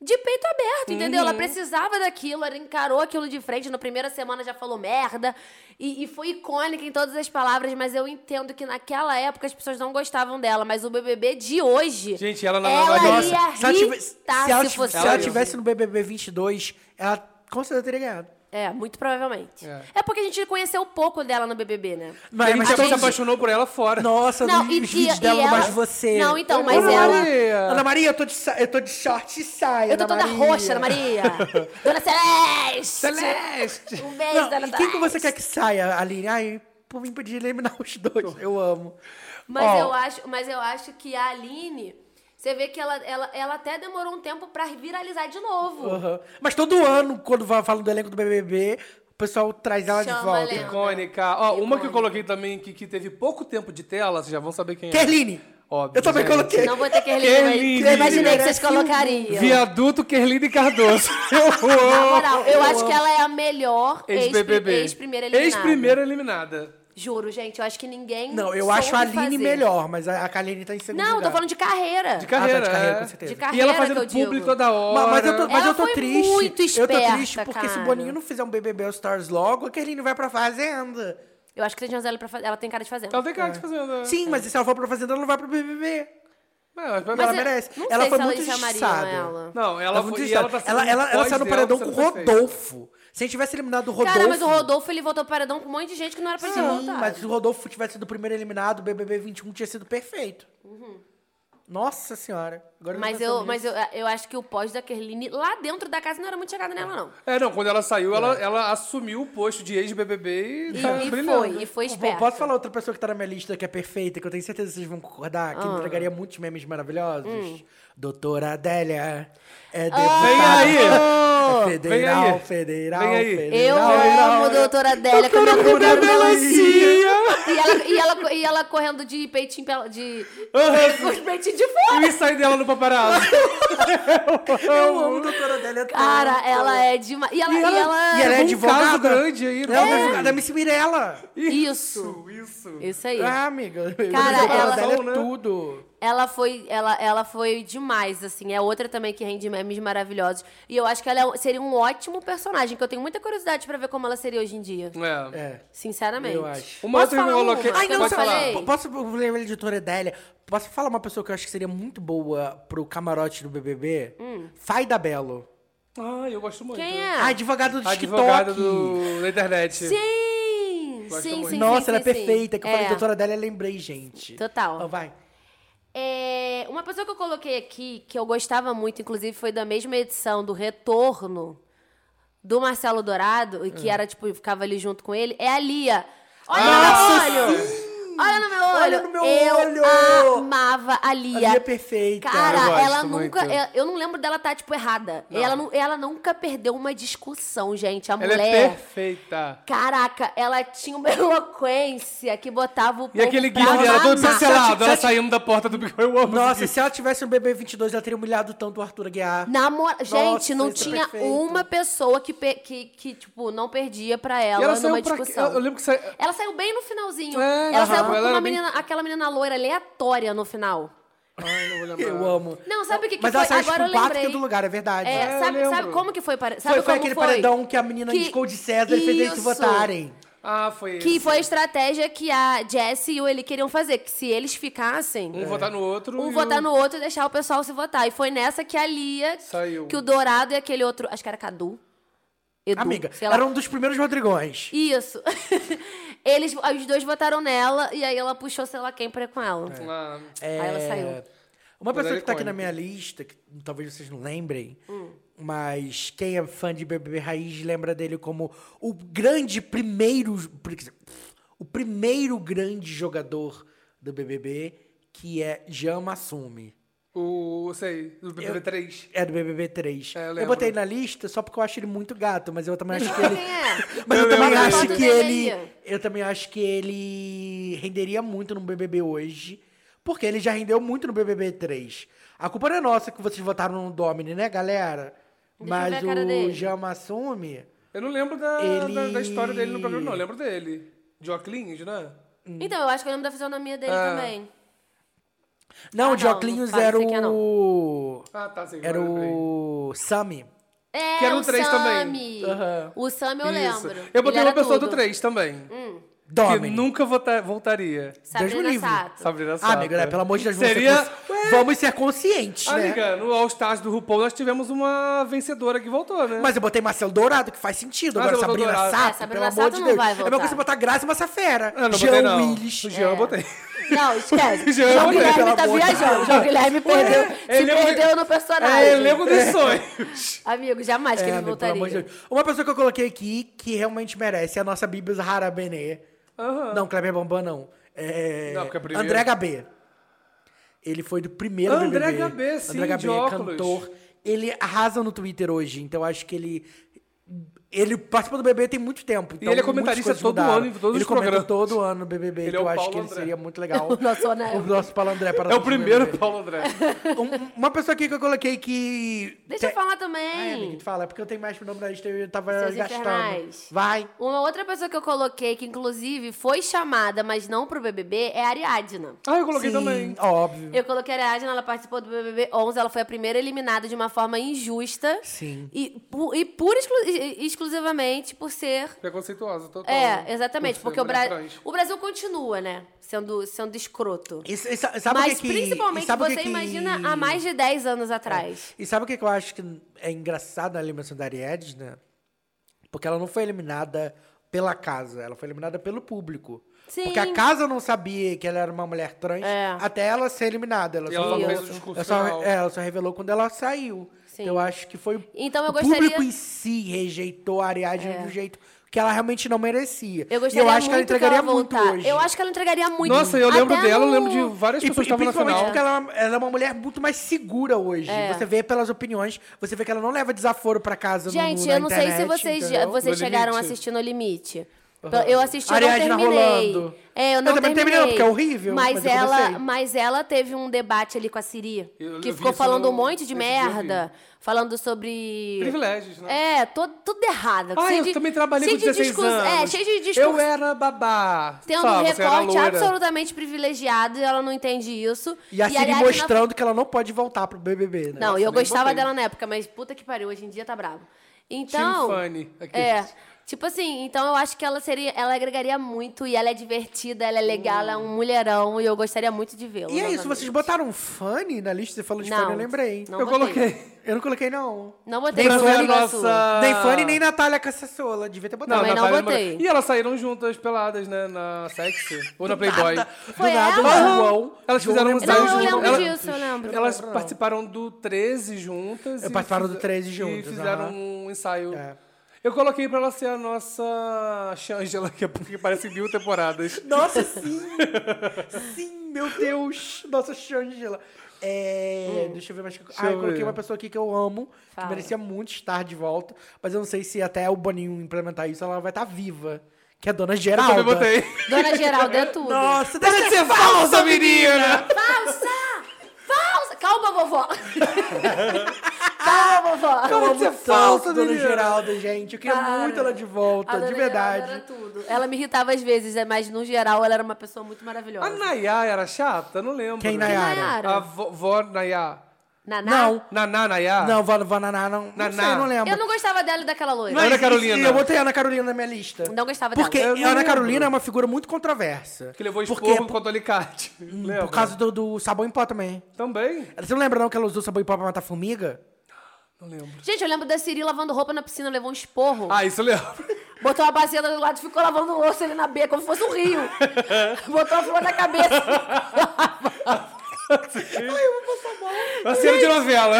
[SPEAKER 2] de peito aberto, entendeu? Ela precisava daquilo, ela encarou aquilo de frente. Na primeira semana já falou merda. E, e foi icônica em todas as palavras, mas eu entendo que naquela época as pessoas não gostavam dela. Mas o BBB de hoje.
[SPEAKER 3] Gente, ela na-
[SPEAKER 2] ela
[SPEAKER 3] na-
[SPEAKER 2] ia
[SPEAKER 1] se ela, tivesse, se,
[SPEAKER 2] irritar
[SPEAKER 1] ela,
[SPEAKER 2] se
[SPEAKER 1] tiv-
[SPEAKER 2] fosse assim.
[SPEAKER 1] se ela
[SPEAKER 2] hoje.
[SPEAKER 1] tivesse no BBB 22, ela com certeza teria ganhado.
[SPEAKER 2] É, muito provavelmente.
[SPEAKER 3] É.
[SPEAKER 2] É. porque a gente conheceu pouco dela no BBB, né?
[SPEAKER 1] Mas, tá
[SPEAKER 3] a
[SPEAKER 1] mas
[SPEAKER 3] gente
[SPEAKER 1] todos-
[SPEAKER 3] se apaixonou por ela fora.
[SPEAKER 1] Nossa,
[SPEAKER 2] Não,
[SPEAKER 1] os,
[SPEAKER 2] e-
[SPEAKER 1] os
[SPEAKER 2] e-
[SPEAKER 1] vídeos
[SPEAKER 2] e
[SPEAKER 1] dela,
[SPEAKER 2] ela-
[SPEAKER 1] mas você.
[SPEAKER 2] Não, então,
[SPEAKER 1] Ana
[SPEAKER 2] mas ela-
[SPEAKER 1] Maria. Ana Maria, eu tô de, sa- eu tô de short e saia.
[SPEAKER 2] Eu tô toda roxa,
[SPEAKER 1] <laughs>
[SPEAKER 2] Ana Maria. Dona Celeste!
[SPEAKER 3] Celeste!
[SPEAKER 2] Um beijo,
[SPEAKER 1] Não,
[SPEAKER 2] Dona
[SPEAKER 1] e quem que
[SPEAKER 2] Celeste.
[SPEAKER 1] você quer que saia, Aline? Ai, por mim podia eliminar os dois. Eu amo.
[SPEAKER 2] Mas,
[SPEAKER 1] Ó,
[SPEAKER 2] eu acho, mas eu acho que a Aline, você vê que ela, ela, ela até demorou um tempo pra viralizar de novo.
[SPEAKER 1] aham. Mas todo ano, quando va- falam do elenco do BBB, o pessoal traz ela de
[SPEAKER 2] Chama
[SPEAKER 1] volta.
[SPEAKER 2] ela.
[SPEAKER 3] Icônica. Ó, uma que eu
[SPEAKER 2] Icônica.
[SPEAKER 3] coloquei também que, que teve pouco tempo de tela, vocês já vão saber quem é.
[SPEAKER 1] Kerline!
[SPEAKER 3] Óbvio,
[SPEAKER 1] eu também
[SPEAKER 3] gente.
[SPEAKER 1] coloquei.
[SPEAKER 2] Não vou ter que reler.
[SPEAKER 3] Kerline.
[SPEAKER 2] Eu imaginei que vocês
[SPEAKER 1] Merece um
[SPEAKER 2] colocariam.
[SPEAKER 3] Viaduto
[SPEAKER 1] <laughs>
[SPEAKER 3] Kerline Cardoso. Eu
[SPEAKER 2] Na
[SPEAKER 3] amo.
[SPEAKER 2] moral, eu acho que ela é a melhor
[SPEAKER 3] Ex-BBB.
[SPEAKER 2] ex- ex-primeira eliminada.
[SPEAKER 3] Ex-primeira eliminada.
[SPEAKER 1] Ah,
[SPEAKER 2] Juro, gente, eu acho que ninguém.
[SPEAKER 1] Não, eu
[SPEAKER 2] soube
[SPEAKER 1] acho a Aline
[SPEAKER 2] fazer.
[SPEAKER 1] melhor, mas a, a Kaline tá em segundo
[SPEAKER 2] Não, eu
[SPEAKER 1] lugar.
[SPEAKER 2] tô falando de carreira.
[SPEAKER 3] De carreira,
[SPEAKER 1] Ah, tá, de carreira,
[SPEAKER 3] é.
[SPEAKER 1] com certeza.
[SPEAKER 2] De carreira
[SPEAKER 3] E ela
[SPEAKER 2] que eu
[SPEAKER 3] fazendo
[SPEAKER 2] digo.
[SPEAKER 3] público toda
[SPEAKER 1] Ma-
[SPEAKER 3] hora.
[SPEAKER 1] Mas eu tô, mas
[SPEAKER 2] Ela
[SPEAKER 1] eu tô
[SPEAKER 2] foi
[SPEAKER 1] triste.
[SPEAKER 2] muito
[SPEAKER 1] eu tô
[SPEAKER 2] esperta,
[SPEAKER 1] triste porque se o
[SPEAKER 2] cara.
[SPEAKER 1] Boninho não fizer um BBB All Stars logo, a Kerline vai pra Fazenda.
[SPEAKER 2] Eu acho que tem ela pra fazer. Ela tem cara de fazer.
[SPEAKER 3] Ela tem cara de fazenda.
[SPEAKER 1] É. Sim, mas se ela for pra Fazenda, ela não vai pro BBB.
[SPEAKER 3] Não, mas-
[SPEAKER 1] ela
[SPEAKER 2] eu-
[SPEAKER 1] merece.
[SPEAKER 2] Não
[SPEAKER 1] Ela
[SPEAKER 2] sei
[SPEAKER 1] foi
[SPEAKER 2] se
[SPEAKER 1] muito
[SPEAKER 2] ela chamaria
[SPEAKER 1] injustiçada.
[SPEAKER 2] ela.
[SPEAKER 3] Não, ela
[SPEAKER 1] é- Ela,
[SPEAKER 3] foi...
[SPEAKER 1] muito
[SPEAKER 3] e ela,
[SPEAKER 1] ela,
[SPEAKER 3] tá sendo
[SPEAKER 1] ela, ela, ela
[SPEAKER 3] pós
[SPEAKER 1] saiu no
[SPEAKER 3] dela,
[SPEAKER 1] paredão
[SPEAKER 3] tá
[SPEAKER 1] com o
[SPEAKER 3] sendo perfeita.
[SPEAKER 1] Rodolfo. Se a gente tivesse eliminado o Rodolfo.
[SPEAKER 2] Cara, mas o Rodolfo ele voltou pro paredão com um monte de gente que não era pra ter
[SPEAKER 1] Sim,
[SPEAKER 2] voltado.
[SPEAKER 1] mas se o Rodolfo tivesse sido o primeiro eliminado, o BBB 21 tinha sido perfeito. Nossa senhora. Agora
[SPEAKER 2] Uhum.
[SPEAKER 1] é
[SPEAKER 2] Mas
[SPEAKER 1] tô
[SPEAKER 2] eu,
[SPEAKER 1] pensando
[SPEAKER 2] mas eu, eu acho que o pós da Kerline lá dentro da casa não era muito chegada nela, não.
[SPEAKER 3] É, não, quando ela saiu, ela, ela assumiu o posto de ex-BBB e,
[SPEAKER 2] E,
[SPEAKER 3] tá
[SPEAKER 2] e
[SPEAKER 3] brilhando.
[SPEAKER 2] foi, e foi
[SPEAKER 1] nisso.
[SPEAKER 2] esperta.
[SPEAKER 1] Posso falar outra pessoa que tá na minha lista que é perfeita, que eu tenho certeza que vocês vão concordar,
[SPEAKER 2] Ah.
[SPEAKER 1] que entregaria muitos memes maravilhosos?
[SPEAKER 2] Hum.
[SPEAKER 1] Doutora Adélia. É
[SPEAKER 2] Ah.
[SPEAKER 1] deputada.
[SPEAKER 3] Vem aí!
[SPEAKER 1] É
[SPEAKER 3] Vem aí.
[SPEAKER 1] Federal, federal,
[SPEAKER 3] Vem aí.
[SPEAKER 2] Eu
[SPEAKER 1] federal.
[SPEAKER 2] amo a doutora Adélia com meu
[SPEAKER 1] melancia.
[SPEAKER 2] E ela, e, ela, e ela correndo de peitinho
[SPEAKER 1] <laughs>
[SPEAKER 2] pela, de. com os peitinhos de fora.
[SPEAKER 3] Eu ia sair dela no paparazzo.
[SPEAKER 1] Eu amo a doutora Adélia. tanto.
[SPEAKER 2] Cara, ela é demais. E ela. E ela,
[SPEAKER 1] e ela é
[SPEAKER 3] Um
[SPEAKER 1] advogada.
[SPEAKER 3] caso grande aí,
[SPEAKER 1] Ela
[SPEAKER 3] né?
[SPEAKER 1] é advogada da Miss Mirella.
[SPEAKER 2] Isso.
[SPEAKER 3] Isso.
[SPEAKER 2] Isso aí.
[SPEAKER 1] Ah, amiga.
[SPEAKER 2] Cara,
[SPEAKER 1] a
[SPEAKER 2] ela-
[SPEAKER 1] Adélia
[SPEAKER 3] né?
[SPEAKER 1] é tudo.
[SPEAKER 2] Ela foi, ela, ela foi demais, assim. É outra também que rende memes maravilhosos. E eu acho que ela é um- seria um ótimo personagem, que eu tenho muita curiosidade pra ver como ela seria hoje em dia.
[SPEAKER 3] É.
[SPEAKER 1] É.
[SPEAKER 2] Sinceramente.
[SPEAKER 1] Eu acho.
[SPEAKER 3] Uma
[SPEAKER 2] Posso
[SPEAKER 3] outra
[SPEAKER 2] falar
[SPEAKER 3] enrola
[SPEAKER 2] uma?
[SPEAKER 3] que-
[SPEAKER 2] Ai, não,
[SPEAKER 3] Pode
[SPEAKER 2] só-
[SPEAKER 3] falar.
[SPEAKER 2] falei.
[SPEAKER 1] po- Posso ler a editora Adélia? Posso falar uma pessoa que eu acho que seria muito boa pro camarote do BBB?
[SPEAKER 2] Hum.
[SPEAKER 1] Faida Belo.
[SPEAKER 3] Ah, eu gosto muito.
[SPEAKER 2] Quem
[SPEAKER 1] A
[SPEAKER 2] é?
[SPEAKER 1] advogada do TikTok.
[SPEAKER 3] Advogada do, da internet.
[SPEAKER 2] Sim!
[SPEAKER 3] Gosto
[SPEAKER 2] Sim,
[SPEAKER 3] muito.
[SPEAKER 2] sim,
[SPEAKER 1] Nossa,
[SPEAKER 2] sim,
[SPEAKER 1] ela é
[SPEAKER 2] sim,
[SPEAKER 1] perfeita.
[SPEAKER 2] sim.
[SPEAKER 1] Que eu falei
[SPEAKER 2] É.
[SPEAKER 1] doutora Adélia, eu lembrei, gente.
[SPEAKER 2] Total.
[SPEAKER 1] Ah, vai.
[SPEAKER 2] É, uma pessoa que eu coloquei aqui, que eu gostava muito, inclusive, foi da mesma edição do Retorno do Marcelo Dourado, e que era, tipo, ficava ali junto com ele, é a Lia. Olha
[SPEAKER 3] Nossa,
[SPEAKER 2] no meu olho! Olha no meu olho!
[SPEAKER 1] Olha no meu
[SPEAKER 2] eu
[SPEAKER 1] olho!
[SPEAKER 2] amava a
[SPEAKER 1] A
[SPEAKER 2] Lia.
[SPEAKER 1] Lia é perfeita.
[SPEAKER 2] Cara,
[SPEAKER 3] Eu gosto
[SPEAKER 2] ela nunca. é,
[SPEAKER 3] muito.
[SPEAKER 2] Eu, eu não lembro dela estar, tipo, errada. Ela, nu- ela nunca perdeu uma discussão, gente. A
[SPEAKER 3] Ela
[SPEAKER 2] mulher.
[SPEAKER 3] é perfeita.
[SPEAKER 2] Caraca, ela tinha uma <laughs> eloquência que botava o
[SPEAKER 3] E
[SPEAKER 2] povo
[SPEAKER 3] aquele
[SPEAKER 2] pra
[SPEAKER 3] gif dela todo
[SPEAKER 2] mamar.
[SPEAKER 3] cancelado, ela
[SPEAKER 1] Sete-
[SPEAKER 3] saindo da porta do Big Eu amo
[SPEAKER 1] Nossa,
[SPEAKER 3] esse
[SPEAKER 1] se ela tivesse um BBB 22, ela teria humilhado tanto o Arthur Aguiar.
[SPEAKER 2] Namor... Gente, não
[SPEAKER 1] isso é
[SPEAKER 2] tinha
[SPEAKER 1] perfeito.
[SPEAKER 2] uma pessoa que, pe- que, que, tipo, não perdia pra
[SPEAKER 3] gif.
[SPEAKER 2] ela,
[SPEAKER 3] E ela
[SPEAKER 2] numa
[SPEAKER 3] saiu pra...
[SPEAKER 2] discussão.
[SPEAKER 3] Eu, eu lembro que saiu...
[SPEAKER 2] Ela saiu bem no finalzinho.
[SPEAKER 3] É,
[SPEAKER 2] ela
[SPEAKER 3] aham.
[SPEAKER 2] saiu com
[SPEAKER 3] Ela
[SPEAKER 2] uma
[SPEAKER 3] era bem-
[SPEAKER 2] menina, aquela menina loira aleatória no final.
[SPEAKER 3] Ai, não vou lembrar.
[SPEAKER 1] Eu amo.
[SPEAKER 2] Não, sabe o que, que
[SPEAKER 1] Mas
[SPEAKER 2] foi?
[SPEAKER 1] ela saiu tipo
[SPEAKER 2] Agora eu
[SPEAKER 1] quarto
[SPEAKER 2] lembrei.
[SPEAKER 1] quinto lugar, é verdade.
[SPEAKER 2] É,
[SPEAKER 3] né? eu
[SPEAKER 2] sabe,
[SPEAKER 3] lembro.
[SPEAKER 2] sabe como que foi? pare- Sabe
[SPEAKER 1] Foi, foi
[SPEAKER 2] como
[SPEAKER 1] aquele
[SPEAKER 2] foi?
[SPEAKER 1] paredão que a menina
[SPEAKER 2] Que-
[SPEAKER 1] indicou de César e fez eles
[SPEAKER 2] Isso.
[SPEAKER 1] votarem.
[SPEAKER 3] Ah, foi
[SPEAKER 2] Que
[SPEAKER 3] esse.
[SPEAKER 2] foi a estratégia que a Jessie e o Eli queriam fazer. Que se eles ficassem,
[SPEAKER 3] Um votar no outro.
[SPEAKER 2] um
[SPEAKER 3] e
[SPEAKER 2] votar
[SPEAKER 3] o-
[SPEAKER 2] no outro e deixar o pessoal se votar. E foi nessa que a Lia,
[SPEAKER 3] Saiu.
[SPEAKER 2] que o Dourado e aquele outro... Acho que era Cadu. Edu,
[SPEAKER 1] Amiga,
[SPEAKER 2] sei lá.
[SPEAKER 1] era um dos primeiros Rodrigões.
[SPEAKER 2] Isso. <laughs> Eles, os dois votaram nela e aí ela puxou sei lá quem pra ir com ela.
[SPEAKER 3] Ah,
[SPEAKER 1] É,
[SPEAKER 2] Aí ela saiu.
[SPEAKER 1] Uma
[SPEAKER 3] Mas
[SPEAKER 1] pessoa
[SPEAKER 3] era
[SPEAKER 1] que tá aqui
[SPEAKER 3] icônica.
[SPEAKER 1] na minha lista, que talvez vocês não lembrem,
[SPEAKER 2] Hum.
[SPEAKER 1] mas quem é fã de BBB Raiz lembra dele como o grande primeiro... pr- quer dizer, O primeiro grande jogador do BBB, que é Jean Massumi.
[SPEAKER 3] o... Sei. Do BBB3.
[SPEAKER 1] É do BBB 3.
[SPEAKER 3] É, eu
[SPEAKER 1] eu,
[SPEAKER 3] lembro.
[SPEAKER 1] botei na lista só porque eu acho ele muito gato, mas eu também acho que
[SPEAKER 2] Quem
[SPEAKER 1] ele...
[SPEAKER 2] é?
[SPEAKER 1] Mas eu,
[SPEAKER 3] Eu
[SPEAKER 1] também
[SPEAKER 3] lembro
[SPEAKER 1] acho
[SPEAKER 2] dele.
[SPEAKER 1] que
[SPEAKER 2] Foto
[SPEAKER 1] ele.
[SPEAKER 2] dele aí.
[SPEAKER 1] Eu também acho que ele renderia muito no BBB hoje. Porque ele já rendeu muito no BBB 3. A culpa não é nossa que vocês votaram no Domini, né, galera?
[SPEAKER 2] Deixa eu ver
[SPEAKER 1] Mas
[SPEAKER 2] a cara
[SPEAKER 1] o
[SPEAKER 2] dele. Ah,
[SPEAKER 1] Jean Massumi.
[SPEAKER 3] Eu não lembro da,
[SPEAKER 1] Ele-
[SPEAKER 3] da, da história dele no programa, não. Eu lembro dele. De Oclinhos, né?
[SPEAKER 1] Ah.
[SPEAKER 2] Então, eu acho que eu lembro da fisionomia dele também.
[SPEAKER 1] Não,
[SPEAKER 2] Ah,
[SPEAKER 1] o de
[SPEAKER 2] não,
[SPEAKER 1] óculos
[SPEAKER 2] não fala
[SPEAKER 1] era
[SPEAKER 2] isso aqui, é não.
[SPEAKER 1] o.
[SPEAKER 3] Ah, tá, sei.
[SPEAKER 1] Era o. Sammy.
[SPEAKER 2] É,
[SPEAKER 3] Que
[SPEAKER 1] um
[SPEAKER 3] era o
[SPEAKER 2] o
[SPEAKER 3] três
[SPEAKER 2] Sammy.
[SPEAKER 3] também. Aham.
[SPEAKER 2] O Sammy eu lembro.
[SPEAKER 3] Eu botei
[SPEAKER 2] Ele
[SPEAKER 3] uma
[SPEAKER 2] era
[SPEAKER 3] pessoa do
[SPEAKER 2] tudo. Hum.
[SPEAKER 3] 3 também. Que
[SPEAKER 1] Domini.
[SPEAKER 3] nunca vota- voltaria.
[SPEAKER 1] Deus me
[SPEAKER 2] Sabrina
[SPEAKER 1] livre.
[SPEAKER 2] Sato.
[SPEAKER 3] Sabrina
[SPEAKER 1] Ah,
[SPEAKER 3] Sato.
[SPEAKER 1] amigo, né? Pelo amor de Deus, vamos ser
[SPEAKER 3] é. Seria...
[SPEAKER 1] consci- vamos ser conscientes, né?
[SPEAKER 3] Amiga, no All Stars do RuPaul nós tivemos uma vencedora que voltou, né?
[SPEAKER 1] Mas eu botei Marcelo Dourado, que faz sentido.
[SPEAKER 3] Mas
[SPEAKER 1] Agora
[SPEAKER 3] eu botei
[SPEAKER 1] Sabrina
[SPEAKER 3] Dourado.
[SPEAKER 1] Sato,
[SPEAKER 2] É, Sabrina
[SPEAKER 1] pelo amor
[SPEAKER 2] Sato
[SPEAKER 1] de
[SPEAKER 2] não
[SPEAKER 1] Deus.
[SPEAKER 2] vai
[SPEAKER 1] É a
[SPEAKER 2] voltar.
[SPEAKER 1] mesma coisa que botar Graça Massafera.
[SPEAKER 3] Ah, não
[SPEAKER 1] Jean
[SPEAKER 3] botei, não.
[SPEAKER 1] Willis.
[SPEAKER 3] O
[SPEAKER 2] É.
[SPEAKER 3] Jean
[SPEAKER 2] <laughs>
[SPEAKER 3] eu botei.
[SPEAKER 1] <laughs>
[SPEAKER 2] Não, esquece.
[SPEAKER 3] Já
[SPEAKER 2] João
[SPEAKER 3] é,
[SPEAKER 1] pelo
[SPEAKER 2] Guilherme tá
[SPEAKER 1] amor de
[SPEAKER 2] viajando. João Guilherme perdeu, se
[SPEAKER 3] elenco-
[SPEAKER 2] perdeu no
[SPEAKER 3] É,
[SPEAKER 2] personagem.
[SPEAKER 3] elenco dos
[SPEAKER 1] <laughs>
[SPEAKER 3] sonhos.
[SPEAKER 2] Amigo, jamais que
[SPEAKER 1] É,
[SPEAKER 2] ele
[SPEAKER 1] amigo, pelo
[SPEAKER 2] voltaria.
[SPEAKER 1] amor de Deus. Uma pessoa que eu coloquei aqui que realmente merece é a nossa Bíblia Zahara Benet.
[SPEAKER 3] Aham.
[SPEAKER 1] Não, Kleber Bambam não. É...
[SPEAKER 3] Não, porque é primeiro.
[SPEAKER 1] André HB. Ele foi do primeiro
[SPEAKER 3] André
[SPEAKER 1] BBB.
[SPEAKER 3] HB, sim,
[SPEAKER 1] André
[SPEAKER 3] de
[SPEAKER 1] HB,
[SPEAKER 3] óculos.
[SPEAKER 1] cantor. Ele arrasa no Twitter hoje, então eu acho que ele... Ele participa do BBB tem muito tempo. Então
[SPEAKER 3] ele é
[SPEAKER 1] muitas
[SPEAKER 3] comentarista
[SPEAKER 1] coisas
[SPEAKER 3] todo
[SPEAKER 1] mudaram.
[SPEAKER 3] ano, em todos
[SPEAKER 1] ele
[SPEAKER 3] os
[SPEAKER 1] comenta
[SPEAKER 3] programas.
[SPEAKER 1] todo ano no BBB,
[SPEAKER 3] Ele é
[SPEAKER 1] então
[SPEAKER 3] o
[SPEAKER 1] eu acho
[SPEAKER 3] Paulo
[SPEAKER 1] que ele
[SPEAKER 3] André.
[SPEAKER 1] seria muito legal.
[SPEAKER 2] <laughs> O nosso André.
[SPEAKER 1] o nosso Paulo André para
[SPEAKER 3] É o
[SPEAKER 1] nós no BBB.
[SPEAKER 3] primeiro Paulo André.
[SPEAKER 1] Um- Uma pessoa aqui que eu coloquei que...
[SPEAKER 2] Deixa eu falar também.
[SPEAKER 1] Ai, amiga, tu fala, é porque eu tenho mais nome na lista e eu tava
[SPEAKER 2] Seus
[SPEAKER 1] gastando.
[SPEAKER 2] infernais.
[SPEAKER 1] Vai.
[SPEAKER 2] Uma outra pessoa que eu coloquei, que inclusive foi chamada, mas não pro BBB, é a Ariadna.
[SPEAKER 3] Ah, eu coloquei
[SPEAKER 1] Sim,
[SPEAKER 3] também.
[SPEAKER 1] Óbvio.
[SPEAKER 2] Eu coloquei a Ariadna, ela participou do BBB 11, ela foi a primeira eliminada de uma forma injusta.
[SPEAKER 1] Sim.
[SPEAKER 2] E, pu- e pura e exclu- e- e exclusivamente por ser
[SPEAKER 1] Tá
[SPEAKER 3] Preconceituosa, total. né,
[SPEAKER 2] É, exatamente,
[SPEAKER 3] Por ser
[SPEAKER 2] porque o,
[SPEAKER 1] um
[SPEAKER 3] mulher
[SPEAKER 2] Bra...
[SPEAKER 3] trans.
[SPEAKER 2] o Brasil continua, né, sendo, sendo escroto.
[SPEAKER 1] E, e sa- sabe
[SPEAKER 2] Mas
[SPEAKER 1] o que que,
[SPEAKER 2] principalmente
[SPEAKER 1] e sabe o
[SPEAKER 2] você
[SPEAKER 1] que É. que-
[SPEAKER 2] imagina há mais de 10 anos atrás.
[SPEAKER 1] E sabe o que que eu acho que é engraçado na eliminação da Ariadna? Porque ela não foi eliminada pela casa, ela foi eliminada pelo público.
[SPEAKER 2] Sim.
[SPEAKER 1] Porque a casa não sabia que ela era uma mulher trans
[SPEAKER 2] É.
[SPEAKER 1] até ela ser eliminada. Ela
[SPEAKER 3] E
[SPEAKER 1] só,
[SPEAKER 3] ela
[SPEAKER 1] falou-
[SPEAKER 3] fez o discurso
[SPEAKER 1] ela só-
[SPEAKER 3] final.
[SPEAKER 1] é, ela só revelou quando ela saiu.
[SPEAKER 2] Sim.
[SPEAKER 1] Então eu acho que foi.
[SPEAKER 2] Então eu
[SPEAKER 1] o
[SPEAKER 2] gostaria- É.
[SPEAKER 1] público em si rejeitou a Ariadna de um jeito que ela realmente não merecia.
[SPEAKER 2] Eu
[SPEAKER 1] E
[SPEAKER 2] gostaria
[SPEAKER 1] eu acho que ela
[SPEAKER 2] muito
[SPEAKER 1] entregaria muito
[SPEAKER 2] voltar.
[SPEAKER 1] hoje.
[SPEAKER 2] Eu acho que ela entregaria muito.
[SPEAKER 3] Nossa, eu lembro
[SPEAKER 2] Até
[SPEAKER 3] dela, eu
[SPEAKER 2] no-
[SPEAKER 3] lembro de várias
[SPEAKER 1] E,
[SPEAKER 3] pessoas
[SPEAKER 1] e
[SPEAKER 3] que estavam na
[SPEAKER 1] principalmente
[SPEAKER 3] final.
[SPEAKER 1] porque ela, é uma- ela é uma mulher muito mais segura hoje.
[SPEAKER 2] É.
[SPEAKER 1] Você vê pelas opiniões, você vê que ela não leva desaforo pra casa no-
[SPEAKER 2] Gente,
[SPEAKER 1] no, na
[SPEAKER 2] eu não sei se
[SPEAKER 1] internet,
[SPEAKER 2] vocês,
[SPEAKER 1] entendeu?
[SPEAKER 2] vocês
[SPEAKER 3] No
[SPEAKER 2] chegaram
[SPEAKER 3] Limite.
[SPEAKER 2] assistindo o Limite. Então, Eu assisti, eu não
[SPEAKER 1] Ariadna
[SPEAKER 2] terminei.
[SPEAKER 1] rolando.
[SPEAKER 2] É, eu
[SPEAKER 1] Eu
[SPEAKER 2] não
[SPEAKER 1] também não
[SPEAKER 2] terminei.
[SPEAKER 1] terminei, não, porque é horrível,
[SPEAKER 2] Mas,
[SPEAKER 1] mas eu
[SPEAKER 2] ela,
[SPEAKER 1] comecei.
[SPEAKER 2] mas ela teve um debate ali com a Siri,
[SPEAKER 3] Eu- eu
[SPEAKER 2] que
[SPEAKER 3] vi
[SPEAKER 2] ficou
[SPEAKER 3] isso
[SPEAKER 2] falando
[SPEAKER 3] no-
[SPEAKER 2] um monte de
[SPEAKER 3] esse dia eu vi.
[SPEAKER 2] merda, falando
[SPEAKER 1] é
[SPEAKER 2] sobre
[SPEAKER 3] Privilégios, né?
[SPEAKER 2] É, todo, tudo errado.
[SPEAKER 3] Ah,
[SPEAKER 2] cheio
[SPEAKER 3] eu
[SPEAKER 2] de-
[SPEAKER 3] também trabalhei com
[SPEAKER 2] cheio de
[SPEAKER 3] 16
[SPEAKER 2] discurso-
[SPEAKER 3] anos.
[SPEAKER 2] É, cheio de discurso.
[SPEAKER 3] Eu era babá.
[SPEAKER 2] Tendo
[SPEAKER 3] Só,
[SPEAKER 2] um
[SPEAKER 3] você era
[SPEAKER 2] recorte
[SPEAKER 3] loira.
[SPEAKER 2] absolutamente privilegiado e ela não entende isso.
[SPEAKER 1] E a Siri
[SPEAKER 2] Ariadna-
[SPEAKER 1] mostrando que ela não pode voltar pro BBB, né?
[SPEAKER 2] Não, e eu
[SPEAKER 3] nem
[SPEAKER 2] gostava
[SPEAKER 3] botei.
[SPEAKER 2] dela na época, mas puta que pariu, hoje em dia tá brabo. Então.
[SPEAKER 3] Team Fanny, aqui.
[SPEAKER 2] É. Tipo assim, então eu acho que ela seria. Ela agregaria muito e ela é divertida, ela é legal, ela é um mulherão e eu gostaria muito de vê-la.
[SPEAKER 1] Hum. E é isso, vocês
[SPEAKER 2] novamente.
[SPEAKER 1] botaram Fanny na lista? Você falou de
[SPEAKER 2] Não,
[SPEAKER 1] Fanny, eu lembrei.
[SPEAKER 2] não
[SPEAKER 3] Eu
[SPEAKER 2] botei.
[SPEAKER 3] coloquei.
[SPEAKER 1] <laughs>
[SPEAKER 3] é
[SPEAKER 1] Eu não coloquei, não.
[SPEAKER 2] Não botei
[SPEAKER 1] Nem
[SPEAKER 2] Fran
[SPEAKER 1] Fanny,
[SPEAKER 2] Iguaçu.
[SPEAKER 3] nossa-
[SPEAKER 1] nem Fanny, nem Natália Cassassola. Devia ter botado.
[SPEAKER 2] Também não
[SPEAKER 3] Natália
[SPEAKER 2] botei.
[SPEAKER 3] Mora- E elas saíram juntas, peladas, né? Na Sexy. ou na Playboy.
[SPEAKER 2] Foi
[SPEAKER 1] Do nada,
[SPEAKER 2] ela?
[SPEAKER 1] o João...
[SPEAKER 3] Elas fizeram um
[SPEAKER 1] João né? lembrou.
[SPEAKER 3] desenho
[SPEAKER 2] Não, eu lembro
[SPEAKER 3] Ela-
[SPEAKER 2] disso, eu lembro.
[SPEAKER 3] Elas participaram do 13 juntas.
[SPEAKER 1] Eu
[SPEAKER 3] e
[SPEAKER 1] participaram do
[SPEAKER 3] fiz-
[SPEAKER 1] 13
[SPEAKER 3] E
[SPEAKER 1] juntas,
[SPEAKER 3] fizeram
[SPEAKER 1] aham.
[SPEAKER 3] um ensaio.
[SPEAKER 1] É.
[SPEAKER 3] Eu coloquei pra ela ser a nossa Shangela, que é porque parece mil temporadas.
[SPEAKER 1] Nossa, sim! sim, meu Deus! Nossa, Shangela. É, Deixa eu ver mais. que- Ah,
[SPEAKER 3] Hum. eu
[SPEAKER 1] eu coloquei
[SPEAKER 3] ver.
[SPEAKER 1] uma pessoa aqui que eu amo,
[SPEAKER 2] Fala.
[SPEAKER 1] que merecia muito estar de volta, mas eu não sei se até o Boninho implementar isso ela vai estar viva. Que é a Dona Geralda.
[SPEAKER 3] Eu também botei.
[SPEAKER 2] Dona Geralda é tudo.
[SPEAKER 1] Nossa, deixa de
[SPEAKER 3] Você é falsa, menina!
[SPEAKER 2] Falsa! Falsa! Calma,
[SPEAKER 1] <laughs>
[SPEAKER 2] vovó! Calma, vovó!
[SPEAKER 1] Eu
[SPEAKER 3] Como
[SPEAKER 1] amo
[SPEAKER 3] que você é
[SPEAKER 1] tanto
[SPEAKER 3] falsa,
[SPEAKER 1] Dona
[SPEAKER 3] menina?
[SPEAKER 1] Geralda, gente. Eu queria
[SPEAKER 2] Cara,
[SPEAKER 1] muito ela de volta,
[SPEAKER 2] A dona
[SPEAKER 1] de
[SPEAKER 2] Geralda era
[SPEAKER 1] verdade.
[SPEAKER 2] tudo. Ela me irritava às vezes, é, mas no geral ela era uma pessoa muito maravilhosa.
[SPEAKER 1] Ah,
[SPEAKER 3] A Nayá era chata? Eu Não lembro.
[SPEAKER 1] Quem,
[SPEAKER 2] E
[SPEAKER 1] Nayá? Nayara.
[SPEAKER 2] Nayara?
[SPEAKER 3] A vo- vó Nayá.
[SPEAKER 2] Naná?
[SPEAKER 1] Não.
[SPEAKER 3] Naná Nayá?
[SPEAKER 1] Não, Van- Vananá, não, não
[SPEAKER 3] Naná.
[SPEAKER 1] sei, não lembro.
[SPEAKER 2] Eu não gostava dela e daquela loira.
[SPEAKER 3] Não Ana
[SPEAKER 1] Mas
[SPEAKER 3] Carolina.
[SPEAKER 1] isso- Eu botei Ana Carolina na minha lista.
[SPEAKER 2] Não gostava dela.
[SPEAKER 1] é Porque
[SPEAKER 3] Eu não
[SPEAKER 1] Ana
[SPEAKER 3] lembro.
[SPEAKER 1] Carolina é uma figura muito controversa.
[SPEAKER 3] Que levou
[SPEAKER 1] Porque-
[SPEAKER 3] esporro por contra do alicate. Lembra?
[SPEAKER 1] Hum, Por causa do, do sabão em pó também.
[SPEAKER 3] Também?
[SPEAKER 1] Você não lembra não que ela usou sabão em pó pra matar formiga?
[SPEAKER 3] Não lembro.
[SPEAKER 2] Gente, eu lembro da Siri lavando roupa na piscina, levou um esporro.
[SPEAKER 3] Ah, isso eu lembro.
[SPEAKER 2] Botou uma bacia do lado e ficou lavando o osso ali na beia, como se fosse um rio. Botou a flor na cabeça.
[SPEAKER 3] Uma cena de novela.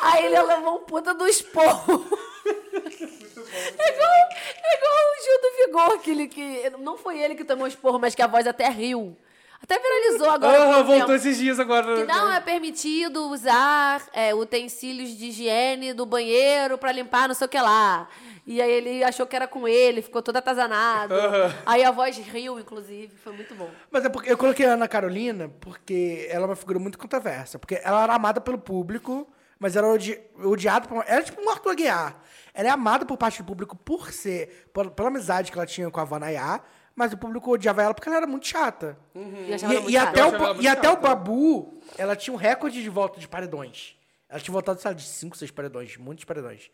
[SPEAKER 2] Aí ele levou um puta do esporro. É igual, é igual o Gil do Vigor, aquele que. Não foi ele que tomou esporro, mas que a voz até riu. Até viralizou agora.
[SPEAKER 3] Ah,
[SPEAKER 2] por um
[SPEAKER 3] voltou
[SPEAKER 2] tempo.
[SPEAKER 3] esses dias agora.
[SPEAKER 2] Que não é permitido usar é, utensílios de higiene do banheiro pra limpar não sei o que lá. E aí ele achou que era com ele, ficou todo atazanado. Aí a voz riu, inclusive, foi muito bom.
[SPEAKER 1] Mas é porque eu coloquei a Ana Carolina porque ela é uma figura muito controversa. Porque ela era amada pelo público, mas ela era odi- odiada por. Ela é tipo um Arthur Aguiar. Ela é amada por parte do público por ser. por- pela amizade que ela tinha com a Vanayá, mas o público odiava ela porque ela era muito chata.
[SPEAKER 2] Eu achava ela
[SPEAKER 1] E,
[SPEAKER 2] muito
[SPEAKER 1] e até, o,
[SPEAKER 2] chata.
[SPEAKER 3] Uhum. Eu achava ela
[SPEAKER 1] Ba- e
[SPEAKER 3] muito
[SPEAKER 1] até o
[SPEAKER 3] chata.
[SPEAKER 1] Babu, ela tinha um recorde de volta de paredões. Ela tinha voltado, sei lá, de 5, 6 paredões, muitos paredões.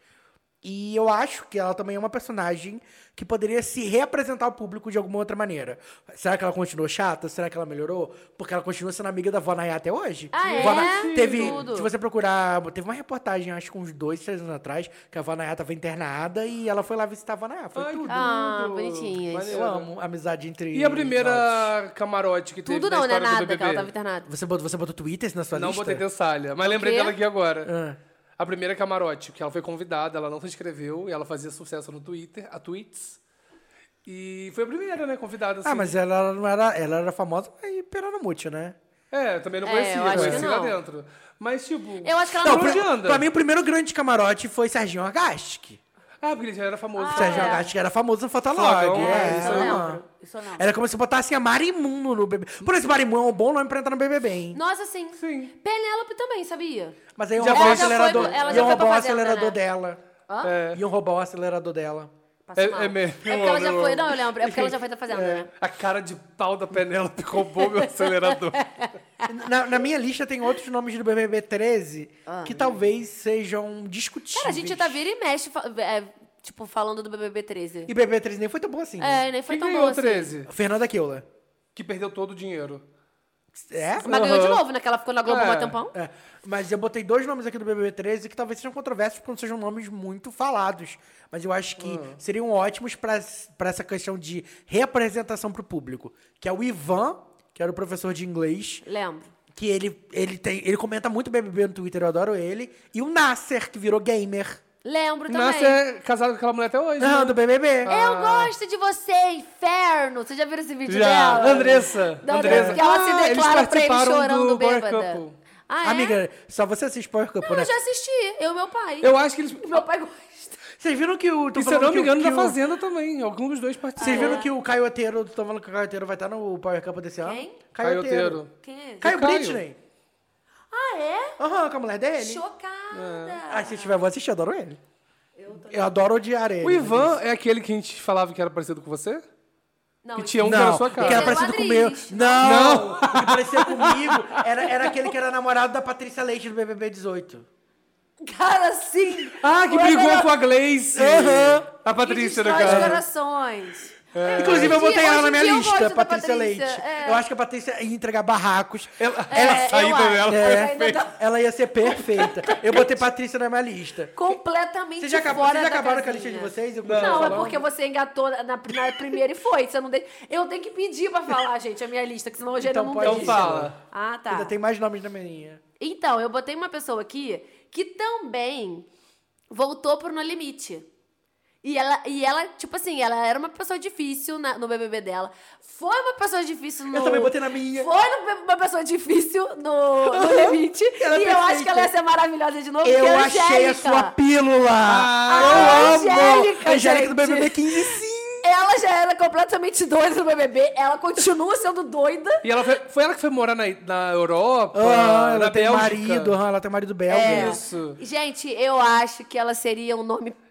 [SPEAKER 1] E eu acho que ela também é uma personagem que poderia se reapresentar ao público de alguma outra maneira. Será que ela continuou chata? Será que ela melhorou? Porque ela continua sendo amiga da Vó Nayá até hoje.
[SPEAKER 2] Ah, é?
[SPEAKER 1] Vó Na- Teve,
[SPEAKER 2] Tudo.
[SPEAKER 1] se você procurar, teve uma reportagem, acho que uns dois, três anos atrás, que a Vó Nayá tava internada e ela foi lá visitar a Vó Nayá. Foi
[SPEAKER 3] Ai,
[SPEAKER 1] tudo.
[SPEAKER 3] que
[SPEAKER 2] Ah,
[SPEAKER 3] tudo.
[SPEAKER 2] bonitinhas.
[SPEAKER 1] Eu
[SPEAKER 3] Maneiro.
[SPEAKER 1] amo a amizade entre...
[SPEAKER 3] E a primeira camarote que teve
[SPEAKER 2] Tudo
[SPEAKER 3] na
[SPEAKER 2] não, né?
[SPEAKER 3] história do
[SPEAKER 2] Nada, que
[SPEAKER 3] BBB?
[SPEAKER 2] ela tava internada.
[SPEAKER 1] Você botou, você botou Twitter na sua
[SPEAKER 3] Não
[SPEAKER 1] lista?
[SPEAKER 3] botei tensalha, mas lembrei
[SPEAKER 2] quê?
[SPEAKER 3] dela aqui agora.
[SPEAKER 1] Ah.
[SPEAKER 3] A primeira camarote, que ela foi convidada, ela não se inscreveu e ela fazia sucesso no Twitter, a Tweets. E foi a primeira, né, convidada.
[SPEAKER 1] Ah,
[SPEAKER 3] assim.
[SPEAKER 1] mas ela não era. Ela era famosa e peronomútil, né?
[SPEAKER 3] É, eu também não
[SPEAKER 2] É,
[SPEAKER 3] conhecia,
[SPEAKER 2] eu acho que
[SPEAKER 3] conheci lá
[SPEAKER 2] não.
[SPEAKER 3] dentro. Mas, tipo...
[SPEAKER 2] Eu acho que ela
[SPEAKER 3] Não,
[SPEAKER 2] não.
[SPEAKER 3] Por
[SPEAKER 1] pra,
[SPEAKER 3] onde anda?
[SPEAKER 1] pra mim o primeiro grande camarote foi Serginho Agasti.
[SPEAKER 3] Ah, porque ele já era famoso.
[SPEAKER 1] Serginho
[SPEAKER 2] é.
[SPEAKER 1] Agasti era famoso no Fotolog.
[SPEAKER 3] Flogão,
[SPEAKER 1] é,
[SPEAKER 3] é,
[SPEAKER 2] isso eu
[SPEAKER 1] é,
[SPEAKER 2] lembro,
[SPEAKER 1] mano.
[SPEAKER 2] isso eu lembro.
[SPEAKER 1] Era como se botassem a Marimundo no BBB. Por isso, Marimundo é um bom nome pra entrar no BBB, hein?
[SPEAKER 2] Nossa,
[SPEAKER 1] é.
[SPEAKER 2] sim.
[SPEAKER 3] Sim.
[SPEAKER 2] Penélope também, sabia?
[SPEAKER 1] Mas aí iam
[SPEAKER 3] Já
[SPEAKER 1] roubar o
[SPEAKER 3] foi- já foi
[SPEAKER 1] acelerador.
[SPEAKER 2] pro- ela já
[SPEAKER 1] Iam
[SPEAKER 2] foi
[SPEAKER 1] roubar
[SPEAKER 2] pra
[SPEAKER 1] o
[SPEAKER 2] Fazenda,
[SPEAKER 1] acelerador
[SPEAKER 2] né?
[SPEAKER 1] dela.
[SPEAKER 3] É.
[SPEAKER 1] Iam roubar o acelerador dela.
[SPEAKER 2] Passa
[SPEAKER 3] É-
[SPEAKER 2] mal.
[SPEAKER 3] é mesmo,
[SPEAKER 2] É porque ela
[SPEAKER 3] eu
[SPEAKER 2] já
[SPEAKER 3] amo,
[SPEAKER 2] foi.
[SPEAKER 3] eu amo.
[SPEAKER 2] Não, eu lembro. É porque ela
[SPEAKER 3] <laughs>
[SPEAKER 2] já foi da fazenda, né?
[SPEAKER 3] A cara de pau da Penélope roubou meu acelerador.
[SPEAKER 1] Na, na minha lista tem outros nomes do BBB 13 que talvez sejam discutíveis.
[SPEAKER 2] Ah. Cara, a gente tá vira e mexe, fa- é, tipo, falando do BBB 13.
[SPEAKER 1] E BBB 13 nem foi tão bom assim. né?
[SPEAKER 2] É, nem foi
[SPEAKER 3] Quem
[SPEAKER 2] tão
[SPEAKER 3] ganhou
[SPEAKER 2] bom
[SPEAKER 3] o
[SPEAKER 2] assim.
[SPEAKER 3] 13?
[SPEAKER 1] Fernanda Keula.
[SPEAKER 3] Que perdeu todo o dinheiro.
[SPEAKER 1] É?
[SPEAKER 2] Mas ganhou de
[SPEAKER 3] Aham.
[SPEAKER 2] novo, né? Que ela ficou na Globo
[SPEAKER 3] É.
[SPEAKER 2] um tempão.
[SPEAKER 1] É, mas eu botei dois nomes aqui do BBB 13 que talvez sejam controversos porque não sejam nomes muito falados. Mas eu acho que seriam ótimos pra pra essa questão de representação pro público. Que é o Ivan, que era o professor de inglês,
[SPEAKER 2] Lembro.
[SPEAKER 1] que ele, ele, tem, ele comenta muito BBB no Twitter, eu adoro ele. E o Nasser, que virou gamer.
[SPEAKER 2] Lembro também.
[SPEAKER 3] Nossa, é casado com aquela mulher até hoje.
[SPEAKER 1] Não, do
[SPEAKER 3] né?
[SPEAKER 1] BBB.
[SPEAKER 2] Eu é? gosto de você, inferno! Você já viu esse vídeo
[SPEAKER 3] Já,
[SPEAKER 2] dela?
[SPEAKER 3] Andressa.
[SPEAKER 2] Da
[SPEAKER 3] Andressa.
[SPEAKER 2] Que ela se
[SPEAKER 3] Ah, eles
[SPEAKER 2] declara pra ele
[SPEAKER 3] participaram
[SPEAKER 2] chorando
[SPEAKER 3] do Power
[SPEAKER 2] bêbada.
[SPEAKER 3] Couple.
[SPEAKER 2] Ah, é?
[SPEAKER 1] Amiga, só você assiste Power Couple,
[SPEAKER 2] Não,
[SPEAKER 1] né?
[SPEAKER 2] eu já assisti. Eu e meu pai.
[SPEAKER 3] Eu acho que eles...
[SPEAKER 2] Meu pai gosta.
[SPEAKER 1] Vocês viram que o... tô
[SPEAKER 3] E se eu
[SPEAKER 1] falando
[SPEAKER 3] não
[SPEAKER 1] que
[SPEAKER 3] me
[SPEAKER 1] o-
[SPEAKER 3] engano,
[SPEAKER 1] que
[SPEAKER 3] da
[SPEAKER 1] o-
[SPEAKER 3] Fazenda também. Algum dos dois participou.
[SPEAKER 1] Vocês viram que o Caioteiro, tô falando que o Caioteiro vai estar no Power Couple desse ano?
[SPEAKER 2] Quem?
[SPEAKER 1] Caioteiro.
[SPEAKER 2] Quem é?
[SPEAKER 1] Caio
[SPEAKER 3] O Caio.
[SPEAKER 1] Britney.
[SPEAKER 2] Ah, é?
[SPEAKER 1] Aham, com a mulher dele.
[SPEAKER 3] É.
[SPEAKER 2] Chocada.
[SPEAKER 1] Ah, se tiver, eu vou assistir, eu adoro ele. Eu, adoro odiar ele.
[SPEAKER 3] O Ivan é aquele que a gente falava que era parecido com você?
[SPEAKER 2] Não,
[SPEAKER 3] Que tinha um que era
[SPEAKER 1] Não,
[SPEAKER 3] a sua
[SPEAKER 1] que era
[SPEAKER 3] cara.
[SPEAKER 2] Ele é
[SPEAKER 1] parecido
[SPEAKER 2] o
[SPEAKER 1] comigo.
[SPEAKER 2] Adriz.
[SPEAKER 1] Não, o que parecia comigo era, era aquele que era namorado da Patrícia Leite do BBB 18.
[SPEAKER 2] <laughs> Cara, assim.
[SPEAKER 3] Ah, que
[SPEAKER 2] foi
[SPEAKER 3] brigou
[SPEAKER 2] melhor-
[SPEAKER 3] com a Gleice.
[SPEAKER 1] Aham.
[SPEAKER 3] A
[SPEAKER 2] que
[SPEAKER 3] Patrícia, né,
[SPEAKER 2] destrói os
[SPEAKER 3] cara?
[SPEAKER 2] corações.
[SPEAKER 3] É.
[SPEAKER 1] Inclusive, eu
[SPEAKER 2] Hoje em
[SPEAKER 1] botei
[SPEAKER 2] dia-
[SPEAKER 1] ela
[SPEAKER 2] hoje
[SPEAKER 1] na
[SPEAKER 2] em
[SPEAKER 1] minha
[SPEAKER 2] dia eu gosto
[SPEAKER 1] lista,
[SPEAKER 2] da
[SPEAKER 1] Patrícia
[SPEAKER 2] Patrícia,
[SPEAKER 1] Leite.
[SPEAKER 2] é.
[SPEAKER 1] Eu acho que a Patrícia ia entregar barracos.
[SPEAKER 3] Ela,
[SPEAKER 2] É,
[SPEAKER 3] ela
[SPEAKER 2] eu
[SPEAKER 3] saiu
[SPEAKER 2] acho.
[SPEAKER 3] dela.
[SPEAKER 2] É.
[SPEAKER 1] É,
[SPEAKER 2] ainda tá-
[SPEAKER 1] ela ia ser perfeita. Eu botei Patrícia na minha lista.
[SPEAKER 2] Completamente
[SPEAKER 1] Vocês já, acabou,
[SPEAKER 2] fora
[SPEAKER 1] vocês já
[SPEAKER 2] da
[SPEAKER 1] acabaram com a um- lista
[SPEAKER 2] casinha.
[SPEAKER 1] de vocês? Eu
[SPEAKER 2] Não,
[SPEAKER 1] continuo
[SPEAKER 2] é
[SPEAKER 1] falando?
[SPEAKER 2] porque você engatou na, na primeira e foi. Você não de... Eu tenho que pedir pra falar, <laughs> gente, a minha lista, que senão hoje
[SPEAKER 1] Então
[SPEAKER 2] não
[SPEAKER 1] pode
[SPEAKER 2] deixa.
[SPEAKER 3] Então fala.
[SPEAKER 2] Ah, tá.
[SPEAKER 1] Ainda tem mais nomes na minha.
[SPEAKER 2] Então, eu botei uma pessoa aqui que também voltou pro No Limite. E ela, e ela, tipo assim, ela era uma pessoa difícil na- no BBB dela. Foi uma pessoa difícil no...
[SPEAKER 1] Eu também botei na minha.
[SPEAKER 2] Foi no- uma pessoa difícil no, no
[SPEAKER 1] <laughs>
[SPEAKER 2] Limite.
[SPEAKER 1] Ela é
[SPEAKER 2] e eu acho
[SPEAKER 1] perfeita.
[SPEAKER 2] que ela ia ser maravilhosa de novo. porque
[SPEAKER 1] Eu
[SPEAKER 2] é
[SPEAKER 1] achei a
[SPEAKER 2] Angélica.
[SPEAKER 1] sua pílula!
[SPEAKER 3] Ah,
[SPEAKER 2] a
[SPEAKER 1] eu amo!
[SPEAKER 2] Angélica,
[SPEAKER 1] Angélica do
[SPEAKER 2] gente.
[SPEAKER 1] BBB 15, sim!
[SPEAKER 2] Ela já era completamente doida no BBB. Ela continua sendo doida.
[SPEAKER 3] E ela foi, foi ela que foi morar na, na Europa,
[SPEAKER 1] Ah,
[SPEAKER 3] na
[SPEAKER 1] ela tem
[SPEAKER 3] Bélgica.
[SPEAKER 1] marido, aham, ela tem marido belga.
[SPEAKER 2] É.
[SPEAKER 3] Isso.
[SPEAKER 2] Gente, eu acho que ela seria um nome perfeito.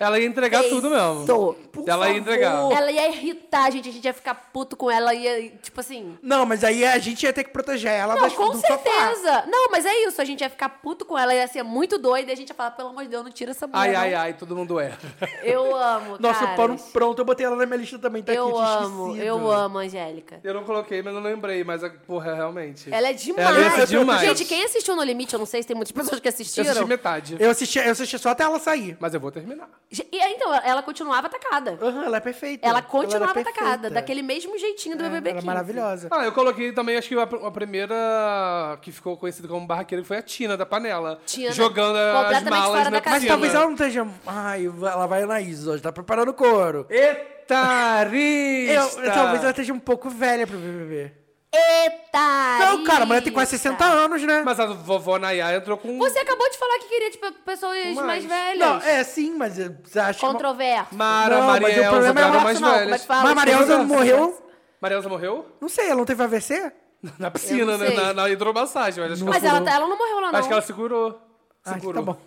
[SPEAKER 3] Ela ia entregar tudo mesmo.
[SPEAKER 2] Por
[SPEAKER 3] Ela ia
[SPEAKER 2] favor.
[SPEAKER 3] entregar.
[SPEAKER 2] Ela ia irritar a gente, a gente ia ficar puto com ela, ia, tipo assim...
[SPEAKER 1] Não, mas aí a gente ia ter que proteger ela
[SPEAKER 2] Não,
[SPEAKER 1] das,
[SPEAKER 2] com
[SPEAKER 1] do sofá.
[SPEAKER 2] certeza. Não, mas é isso. A gente ia ficar puto com ela, ia ser muito doida. E a gente ia falar, pelo amor de Deus, não tira essa mulher.
[SPEAKER 3] Ai,
[SPEAKER 2] não.
[SPEAKER 3] ai, um ai, todo mundo erra.
[SPEAKER 2] Eu amo,
[SPEAKER 1] Nossa,
[SPEAKER 2] caras.
[SPEAKER 1] pano pronto, eu botei ela na minha lista também, tá aqui,
[SPEAKER 2] Eu
[SPEAKER 1] tinha
[SPEAKER 2] amo,
[SPEAKER 1] esquecido.
[SPEAKER 2] eu amo a Angélica.
[SPEAKER 3] Eu não coloquei, mas não lembrei, mas porra, realmente.
[SPEAKER 2] Ela é demais.
[SPEAKER 3] Ela é demais.
[SPEAKER 2] Gente, quem assistiu No Limite, eu não sei se tem muitas pessoas que
[SPEAKER 3] Eu
[SPEAKER 2] assistiram.
[SPEAKER 3] assisti metade.
[SPEAKER 1] Eu assisti, eu assisti só até ela sair.
[SPEAKER 3] Mas eu vou terminar.
[SPEAKER 2] Ge- E aí, então, ela continuava atacada.
[SPEAKER 1] Aham, ela é perfeita.
[SPEAKER 2] Ela
[SPEAKER 1] era
[SPEAKER 2] continuava
[SPEAKER 1] perfeita.
[SPEAKER 2] atacada, daquele mesmo jeitinho do
[SPEAKER 1] Ela
[SPEAKER 2] BBB
[SPEAKER 1] é
[SPEAKER 2] 15.
[SPEAKER 1] maravilhosa.
[SPEAKER 3] Ah, eu coloquei também, acho que a, pr- a primeira que ficou conhecida como barraqueira foi a Tina da panela.
[SPEAKER 2] Tina,
[SPEAKER 3] Jogando as
[SPEAKER 2] completamente
[SPEAKER 3] malas
[SPEAKER 2] fora
[SPEAKER 3] na
[SPEAKER 2] da
[SPEAKER 1] Mas
[SPEAKER 2] Sim, né?
[SPEAKER 3] piscina.
[SPEAKER 1] talvez ela não esteja... Ai, ela vai na ISO hoje, tá preparando o couro.
[SPEAKER 3] Eita,
[SPEAKER 1] Eu,
[SPEAKER 3] rista!
[SPEAKER 1] talvez ela esteja um pouco velha pro BBB.
[SPEAKER 2] Eita!
[SPEAKER 1] Não, cara, a mulher tem
[SPEAKER 2] tá.
[SPEAKER 1] quase 60 anos, né?
[SPEAKER 3] Mas a vovó Nayá entrou com...
[SPEAKER 2] Você acabou de falar que queria, tipo, pessoas mais velhas.
[SPEAKER 1] Não, é sim, mas eh, você acha que... uma-
[SPEAKER 2] Controverso.
[SPEAKER 3] Mara,
[SPEAKER 1] Não, mas
[SPEAKER 3] Maria
[SPEAKER 1] o problema
[SPEAKER 3] Elza,
[SPEAKER 1] é
[SPEAKER 3] que eram
[SPEAKER 1] relacional,
[SPEAKER 2] como
[SPEAKER 3] mais
[SPEAKER 2] é que
[SPEAKER 3] velhas.
[SPEAKER 2] fala?
[SPEAKER 1] Mas a Maria Elza
[SPEAKER 2] Controverso.
[SPEAKER 1] morreu...
[SPEAKER 3] Maria Elza morreu? <laughs>
[SPEAKER 1] Não sei, ela não teve AVC?
[SPEAKER 3] Na piscina,
[SPEAKER 2] não
[SPEAKER 3] né?
[SPEAKER 2] sei.
[SPEAKER 3] Na, na hidromassagem. Mas acho, que
[SPEAKER 2] Mas
[SPEAKER 3] ela,
[SPEAKER 2] ela,
[SPEAKER 3] segurou.
[SPEAKER 2] tá- ela não morreu lá, não.
[SPEAKER 3] acho que ela segurou.
[SPEAKER 1] Ah, <laughs>
[SPEAKER 3] Segurou.
[SPEAKER 1] tá bom.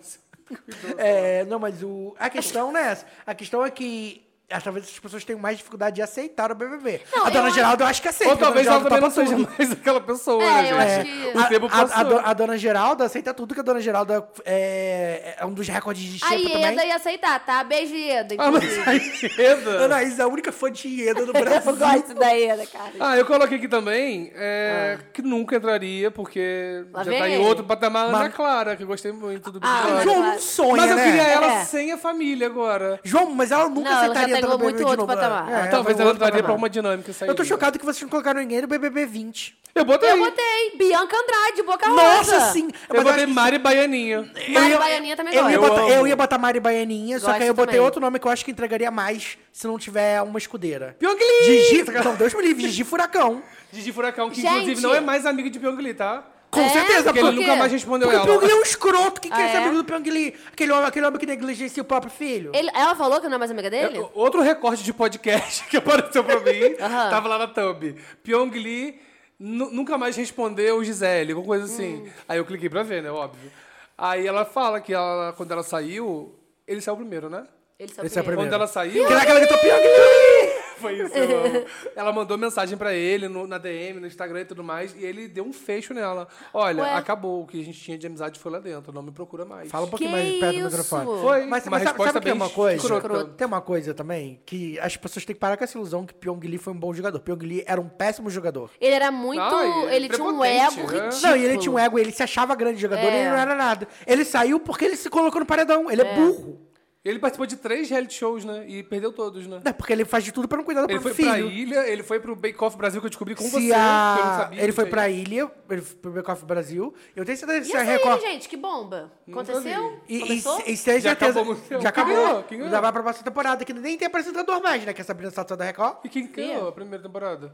[SPEAKER 1] É, não, mas o, a questão não é essa. A questão é que acho que talvez as pessoas tenham mais dificuldade de aceitar o BBB.
[SPEAKER 2] Não,
[SPEAKER 1] a dona
[SPEAKER 2] eu acho-
[SPEAKER 1] Geralda eu acho que aceita.
[SPEAKER 3] Ou
[SPEAKER 1] porque a dona
[SPEAKER 3] talvez ela
[SPEAKER 1] Geralda
[SPEAKER 3] também não
[SPEAKER 1] topa
[SPEAKER 3] seja
[SPEAKER 1] tudo.
[SPEAKER 3] mais aquela pessoa,
[SPEAKER 2] É,
[SPEAKER 3] né,
[SPEAKER 2] eu
[SPEAKER 3] gente?
[SPEAKER 2] acho que-
[SPEAKER 3] O tempo
[SPEAKER 1] tá a, a, a,
[SPEAKER 3] passou.
[SPEAKER 1] do- a dona Geralda aceita tudo que a dona Geralda é, é um dos recordes de
[SPEAKER 2] A
[SPEAKER 1] Xepa também.
[SPEAKER 2] Ieda ia aceitar, tá? Beijo, Ieda.
[SPEAKER 3] Ah, <laughs> mas
[SPEAKER 1] <laughs>
[SPEAKER 2] inclusive.
[SPEAKER 3] a Ieda-
[SPEAKER 1] Anaís é a única fã de <laughs> Ieda no
[SPEAKER 2] Eu
[SPEAKER 1] Brasil.
[SPEAKER 2] gosto da Ieda, cara.
[SPEAKER 3] Ah, eu coloquei aqui também é, que nunca entraria, porque
[SPEAKER 2] Ah. Lá
[SPEAKER 3] já
[SPEAKER 2] vem
[SPEAKER 3] tá em
[SPEAKER 2] ele.
[SPEAKER 3] outro patamar. Ana
[SPEAKER 1] Mas-
[SPEAKER 3] Clara, que eu gostei muito do Big
[SPEAKER 2] Ah,
[SPEAKER 3] Brother.
[SPEAKER 1] João
[SPEAKER 2] Claro.
[SPEAKER 1] não sonha,
[SPEAKER 3] Mas eu
[SPEAKER 1] né?
[SPEAKER 3] queria ela
[SPEAKER 2] É.
[SPEAKER 3] sem a família agora.
[SPEAKER 1] João, mas ela nunca
[SPEAKER 2] Não, ela já
[SPEAKER 1] aceitaria
[SPEAKER 2] tá
[SPEAKER 1] entrar no
[SPEAKER 2] em muito
[SPEAKER 1] BBB de
[SPEAKER 2] outro
[SPEAKER 1] novo.
[SPEAKER 2] patamém.
[SPEAKER 1] É,
[SPEAKER 3] Talvez
[SPEAKER 1] tá em
[SPEAKER 3] ela
[SPEAKER 1] outro
[SPEAKER 3] entraria
[SPEAKER 1] patamar.
[SPEAKER 3] pra uma dinâmica e
[SPEAKER 1] Eu tô
[SPEAKER 3] sairia.
[SPEAKER 1] chocado que vocês não colocaram ninguém no BBB 20.
[SPEAKER 3] Eu botei.
[SPEAKER 2] Eu botei Bianca Andrade, Boca Rosa.
[SPEAKER 1] Nossa, sim!
[SPEAKER 3] Eu
[SPEAKER 1] Mas
[SPEAKER 3] botei
[SPEAKER 1] acho que-
[SPEAKER 3] Mari Baianinha.
[SPEAKER 2] Mari Baianinha também
[SPEAKER 1] eu ia,
[SPEAKER 3] gosta.
[SPEAKER 1] botar,
[SPEAKER 3] Eu
[SPEAKER 1] eu
[SPEAKER 3] amo.
[SPEAKER 1] ia botar Mari Baianinha, só que aí eu
[SPEAKER 2] Gosto
[SPEAKER 1] botei
[SPEAKER 2] também.
[SPEAKER 1] outro nome que eu acho que entregaria mais se não tiver uma escudeira.
[SPEAKER 3] Pyong Lee!
[SPEAKER 1] Gigi, não, Deus me livre, Gigi Furacão.
[SPEAKER 3] Gigi Furacão, que
[SPEAKER 2] Gente.
[SPEAKER 3] inclusive não é mais amigo de Pyong Lee, tá?
[SPEAKER 1] Com
[SPEAKER 2] É?
[SPEAKER 1] certeza,
[SPEAKER 2] Porque
[SPEAKER 3] Porque
[SPEAKER 1] porque...
[SPEAKER 3] ele
[SPEAKER 2] quê?
[SPEAKER 3] nunca mais respondeu
[SPEAKER 1] Porque o Pyong Lee é
[SPEAKER 3] ela.
[SPEAKER 1] um escroto. Quem quer
[SPEAKER 2] Ah,
[SPEAKER 1] ser
[SPEAKER 2] é?
[SPEAKER 1] amigo do Pyong Lee? Aquele homem, aquele homem que negligencia o próprio filho.
[SPEAKER 2] Ele- ela falou que não é mais amiga dele?
[SPEAKER 3] É, Outro recorte de podcast <laughs> que apareceu pra mim,
[SPEAKER 2] Aham.
[SPEAKER 3] tava lá na thumb. Pyong Lee nu- nunca mais respondeu Gisele, alguma coisa
[SPEAKER 2] Hum.
[SPEAKER 3] assim. Aí eu cliquei pra ver, né? Óbvio. Aí ela fala que ela, quando ela saiu, ele saiu primeiro, né?
[SPEAKER 2] Ele saiu
[SPEAKER 1] Esse é o primeiro.
[SPEAKER 2] primeiro.
[SPEAKER 3] Quando ela saiu.
[SPEAKER 1] Caraca,
[SPEAKER 2] é
[SPEAKER 1] ela gritou Pyong Lee!
[SPEAKER 3] <laughs> Foi isso, eu amo. Ela mandou mensagem pra ele no- na DM, no Instagram e tudo mais, e ele deu um fecho nela. Olha,
[SPEAKER 2] Ué.
[SPEAKER 3] acabou, o que a gente tinha de amizade foi lá dentro, não me procura mais.
[SPEAKER 1] Fala um
[SPEAKER 2] Que
[SPEAKER 1] pouquinho mais perto do
[SPEAKER 2] isso?
[SPEAKER 1] microfone. Mas,
[SPEAKER 3] Foi, uma
[SPEAKER 1] mas sabe,
[SPEAKER 3] resposta
[SPEAKER 1] sabe que é
[SPEAKER 3] bem
[SPEAKER 1] uma coisa?
[SPEAKER 3] escrota.
[SPEAKER 1] Tem uma coisa também que as pessoas têm que parar com essa ilusão que Pyong Lee foi um bom jogador. Pyong Lee era um péssimo jogador.
[SPEAKER 2] Ele era muito.
[SPEAKER 3] Não,
[SPEAKER 1] é
[SPEAKER 2] ele
[SPEAKER 3] ele
[SPEAKER 2] tinha um
[SPEAKER 3] prepotente,
[SPEAKER 2] ego
[SPEAKER 3] né?
[SPEAKER 2] ridículo.
[SPEAKER 1] Não, e ele tinha um ego, ele se achava grande jogador
[SPEAKER 2] É.
[SPEAKER 1] e ele não era nada. Ele saiu porque ele se colocou no paredão. Ele é, burro.
[SPEAKER 3] Ele participou de três reality shows, né? E perdeu todos, né?
[SPEAKER 1] Não, porque ele faz de tudo pra não cuidar do
[SPEAKER 3] Ele foi
[SPEAKER 1] próprio Tá filho.
[SPEAKER 3] pra ilha, ele foi pro Bake Off Brasil que eu descobri com
[SPEAKER 1] Se
[SPEAKER 3] você.
[SPEAKER 1] a-
[SPEAKER 3] que eu não sabia
[SPEAKER 1] Ele foi
[SPEAKER 3] disso
[SPEAKER 1] pra
[SPEAKER 3] aí.
[SPEAKER 1] ilha, ele foi pro Bake Off Brasil. Eu tenho certeza que
[SPEAKER 2] E
[SPEAKER 1] se a
[SPEAKER 2] essa
[SPEAKER 1] Record.
[SPEAKER 2] aí, gente, que bomba.
[SPEAKER 3] Nunca
[SPEAKER 2] Aconteceu?
[SPEAKER 1] E, e,
[SPEAKER 2] Começou?
[SPEAKER 1] e se a
[SPEAKER 3] Já
[SPEAKER 1] certeza.
[SPEAKER 3] acabou o museu.
[SPEAKER 1] já
[SPEAKER 3] Quem
[SPEAKER 1] acabou.
[SPEAKER 3] ganhou? Quem ganhou?
[SPEAKER 1] Já vai pra próxima temporada, que nem tem apresentador mais, né? Que é a Sabrina Sato da
[SPEAKER 3] <laughs>
[SPEAKER 1] Record.
[SPEAKER 3] E quem
[SPEAKER 2] é.
[SPEAKER 3] ganhou a primeira temporada?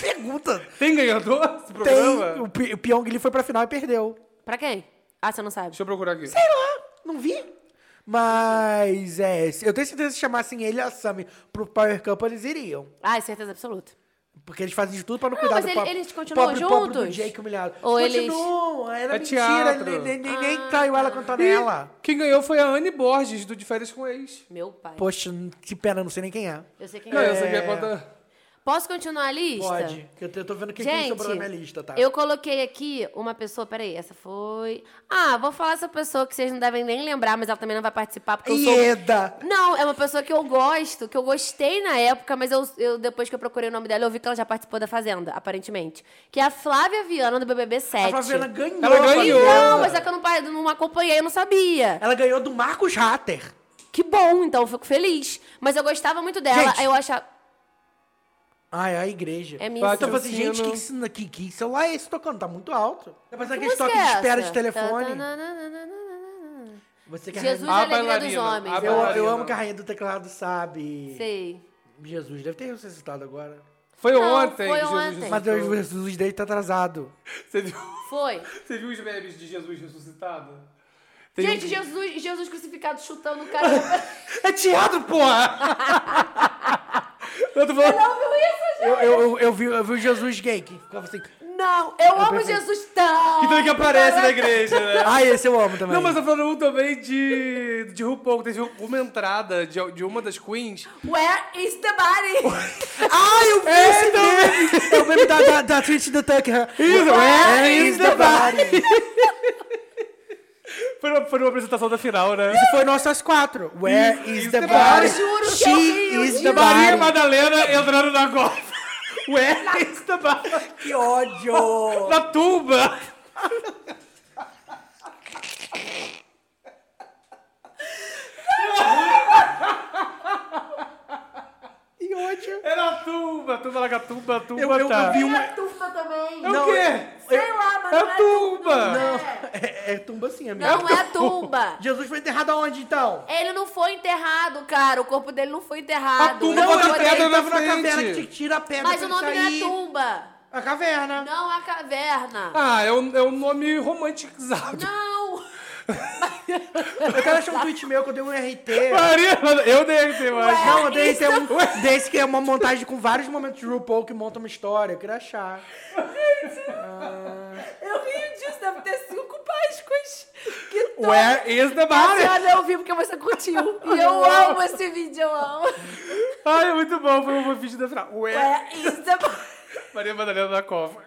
[SPEAKER 1] Pergunta!
[SPEAKER 3] Tem ganhador esse programa?
[SPEAKER 1] Tem. O, Pi- o Pyong Lee foi pra final e perdeu.
[SPEAKER 2] Pra quem? Ah, você não sabe.
[SPEAKER 3] Deixa eu procurar aqui.
[SPEAKER 1] Sei lá, não vi. Mas é. se- Eu tenho certeza que se chamassem ele e a Sammy pro Power Camp, eles iriam.
[SPEAKER 2] Ah, certeza absoluta.
[SPEAKER 1] Porque eles fazem de tudo pra não,
[SPEAKER 2] Não,
[SPEAKER 1] cuidar
[SPEAKER 2] mas
[SPEAKER 1] do
[SPEAKER 2] ele-
[SPEAKER 1] pobre,
[SPEAKER 2] eles continuam
[SPEAKER 1] pobre, pobre do
[SPEAKER 2] juntos?
[SPEAKER 1] Jake humilhado.
[SPEAKER 2] Ou eles- Ah, tá.
[SPEAKER 1] Continuam, era
[SPEAKER 3] É
[SPEAKER 1] mentira,
[SPEAKER 3] teatro.
[SPEAKER 1] ele nem, nem, nem traiu ela com a Antonella.
[SPEAKER 3] Quem ganhou foi a Anne Borges, do De Férias com Ex.
[SPEAKER 2] Meu pai.
[SPEAKER 1] Poxa, que pena, não sei nem quem é.
[SPEAKER 2] Eu sei quem
[SPEAKER 3] Não, eu
[SPEAKER 2] é.
[SPEAKER 3] sabia quanto...
[SPEAKER 2] Posso continuar a lista?
[SPEAKER 1] Pode, que eu tô- eu tô vendo quem que
[SPEAKER 2] Gente,
[SPEAKER 1] sobrou na minha lista, tá?
[SPEAKER 2] eu coloquei aqui uma pessoa, peraí, essa foi... Ah, vou falar essa pessoa que vocês não devem nem lembrar, mas ela também não vai participar, porque eu sou...
[SPEAKER 1] Ieda!
[SPEAKER 2] Não, é uma pessoa que eu gosto, que eu gostei na época, mas eu, eu- depois que eu procurei o nome dela, eu vi que ela já participou da Fazenda, aparentemente. Que é a Flávia Viana, do BBB 7.
[SPEAKER 1] A Flaviana ganhou.
[SPEAKER 3] Ela ganhou.
[SPEAKER 2] Não, mas é que eu não, pa- não acompanhei, eu não sabia.
[SPEAKER 1] Ela ganhou do Marcos Hatter.
[SPEAKER 2] Que bom, então, eu fico feliz. Mas eu gostava muito dela,
[SPEAKER 1] Gente.
[SPEAKER 2] aí eu achava...
[SPEAKER 1] Ah, é a igreja.
[SPEAKER 2] É minha
[SPEAKER 1] Eu tava assim,
[SPEAKER 3] Patrocínio.
[SPEAKER 1] gente, que, ensina, que, que celular é esse tocando? Tá muito alto. Tá parecendo aquele
[SPEAKER 2] música
[SPEAKER 1] toque
[SPEAKER 2] é
[SPEAKER 1] de
[SPEAKER 2] essa?
[SPEAKER 1] espera de telefone.
[SPEAKER 2] Tanananananana.
[SPEAKER 1] Você que é a
[SPEAKER 2] Jesus,
[SPEAKER 1] rainha-
[SPEAKER 2] a
[SPEAKER 3] A
[SPEAKER 2] alegria dos
[SPEAKER 3] bailarina,
[SPEAKER 2] homens.
[SPEAKER 3] a
[SPEAKER 2] eu
[SPEAKER 1] eu,
[SPEAKER 2] acho.
[SPEAKER 1] eu amo que a rainha do teclado sabe.
[SPEAKER 2] Sei.
[SPEAKER 1] Jesus deve ter ressuscitado agora.
[SPEAKER 3] Foi
[SPEAKER 2] Não,
[SPEAKER 3] ontem.
[SPEAKER 2] foi
[SPEAKER 3] Jesus
[SPEAKER 2] ontem.
[SPEAKER 3] ressuscitou.
[SPEAKER 1] Mas o Jesus dele tá atrasado.
[SPEAKER 3] Você viu,
[SPEAKER 2] Foi.
[SPEAKER 3] você viu os memes de Jesus ressuscitado? Tem
[SPEAKER 2] Gente,
[SPEAKER 3] um-
[SPEAKER 2] Jesus, Jesus crucificado chutando o cara.
[SPEAKER 3] É teatro,
[SPEAKER 1] <laughs>
[SPEAKER 3] porra! eu tô falando...
[SPEAKER 2] Não viu isso,
[SPEAKER 1] Eu, eu, eu, eu vi, eu vi o Jesus gay que ficava assim.
[SPEAKER 2] gente? Não, eu, amo
[SPEAKER 1] prefiro-
[SPEAKER 2] Jesus tão.
[SPEAKER 3] Que também Então que aparece na igreja,
[SPEAKER 1] <laughs>
[SPEAKER 3] né?
[SPEAKER 1] Ah, esse eu amo também. <laughs>
[SPEAKER 3] Não, mas eu tô falando um também de, de RuPaul, que teve uma entrada de, de uma das queens.
[SPEAKER 2] Where is the body?
[SPEAKER 1] Ah, eu vi
[SPEAKER 3] É,
[SPEAKER 1] esse meme! É o meme da, da, da Twitch do Tucker. Isso,
[SPEAKER 2] é,
[SPEAKER 1] é,
[SPEAKER 2] isso,
[SPEAKER 1] isso,
[SPEAKER 3] Foi uma, foi uma apresentação da final, né?
[SPEAKER 1] foi nossas quatro. Where is,
[SPEAKER 3] Is
[SPEAKER 1] the
[SPEAKER 3] the
[SPEAKER 1] body?
[SPEAKER 3] body?
[SPEAKER 2] Juro que
[SPEAKER 1] She
[SPEAKER 2] eu vi, eu
[SPEAKER 1] is
[SPEAKER 2] juro.
[SPEAKER 1] the
[SPEAKER 3] Maria
[SPEAKER 1] body.
[SPEAKER 3] Madalena entrando na <laughs> golfa.
[SPEAKER 1] <laughs>
[SPEAKER 3] Ué, isso tá ba-
[SPEAKER 1] Que ódio!
[SPEAKER 3] na tumba.
[SPEAKER 1] <laughs> Que ódio!
[SPEAKER 3] É na tumba, tumba lagatumba, tumba
[SPEAKER 1] Eu- eu-
[SPEAKER 3] tá.
[SPEAKER 1] eu vi
[SPEAKER 2] Tem a tufa também.
[SPEAKER 3] É o quê?
[SPEAKER 2] Sei lá, mas
[SPEAKER 3] É
[SPEAKER 2] não é
[SPEAKER 3] tumba.
[SPEAKER 2] Não,
[SPEAKER 1] É, é tumba sim, amigo.
[SPEAKER 2] não é tumba.
[SPEAKER 1] Jesus foi enterrado aonde, então?
[SPEAKER 2] Ele não foi enterrado, cara. O corpo dele não foi enterrado.
[SPEAKER 3] A tumba
[SPEAKER 2] Eu
[SPEAKER 3] foi de
[SPEAKER 2] adorei.
[SPEAKER 3] pedra
[SPEAKER 1] Ele
[SPEAKER 3] na
[SPEAKER 1] tava na
[SPEAKER 3] frente.
[SPEAKER 1] caverna que tinha que tirar a pedra
[SPEAKER 2] Mas
[SPEAKER 1] pra
[SPEAKER 2] o
[SPEAKER 1] ele
[SPEAKER 2] nome não é
[SPEAKER 1] sair.
[SPEAKER 2] tumba.
[SPEAKER 1] A caverna.
[SPEAKER 2] Não a caverna.
[SPEAKER 3] Ah, é um, é um nome romantizado.
[SPEAKER 2] Não! <laughs>
[SPEAKER 1] Eu quero achar um tweet meu que eu dei um
[SPEAKER 2] É
[SPEAKER 1] RT.
[SPEAKER 3] Maria, eu dei esse, mas...
[SPEAKER 1] Não, eu dei esse, um, desse que é uma montagem com vários momentos de RuPaul que monta uma história. Eu queria achar.
[SPEAKER 2] Eu rio disso, deve ter cinco Páscoas. Que tá TikTok.
[SPEAKER 3] Where is the
[SPEAKER 2] A
[SPEAKER 1] é-
[SPEAKER 3] body?
[SPEAKER 2] senhora não viu porque você curtiu.
[SPEAKER 1] <laughs>
[SPEAKER 2] E eu amo esse vídeo, eu amo.
[SPEAKER 3] Ai, é muito bom. Foi um vídeo da final.
[SPEAKER 1] É.
[SPEAKER 3] Where?
[SPEAKER 2] Where is the body?
[SPEAKER 3] Maria Madalena da Cova.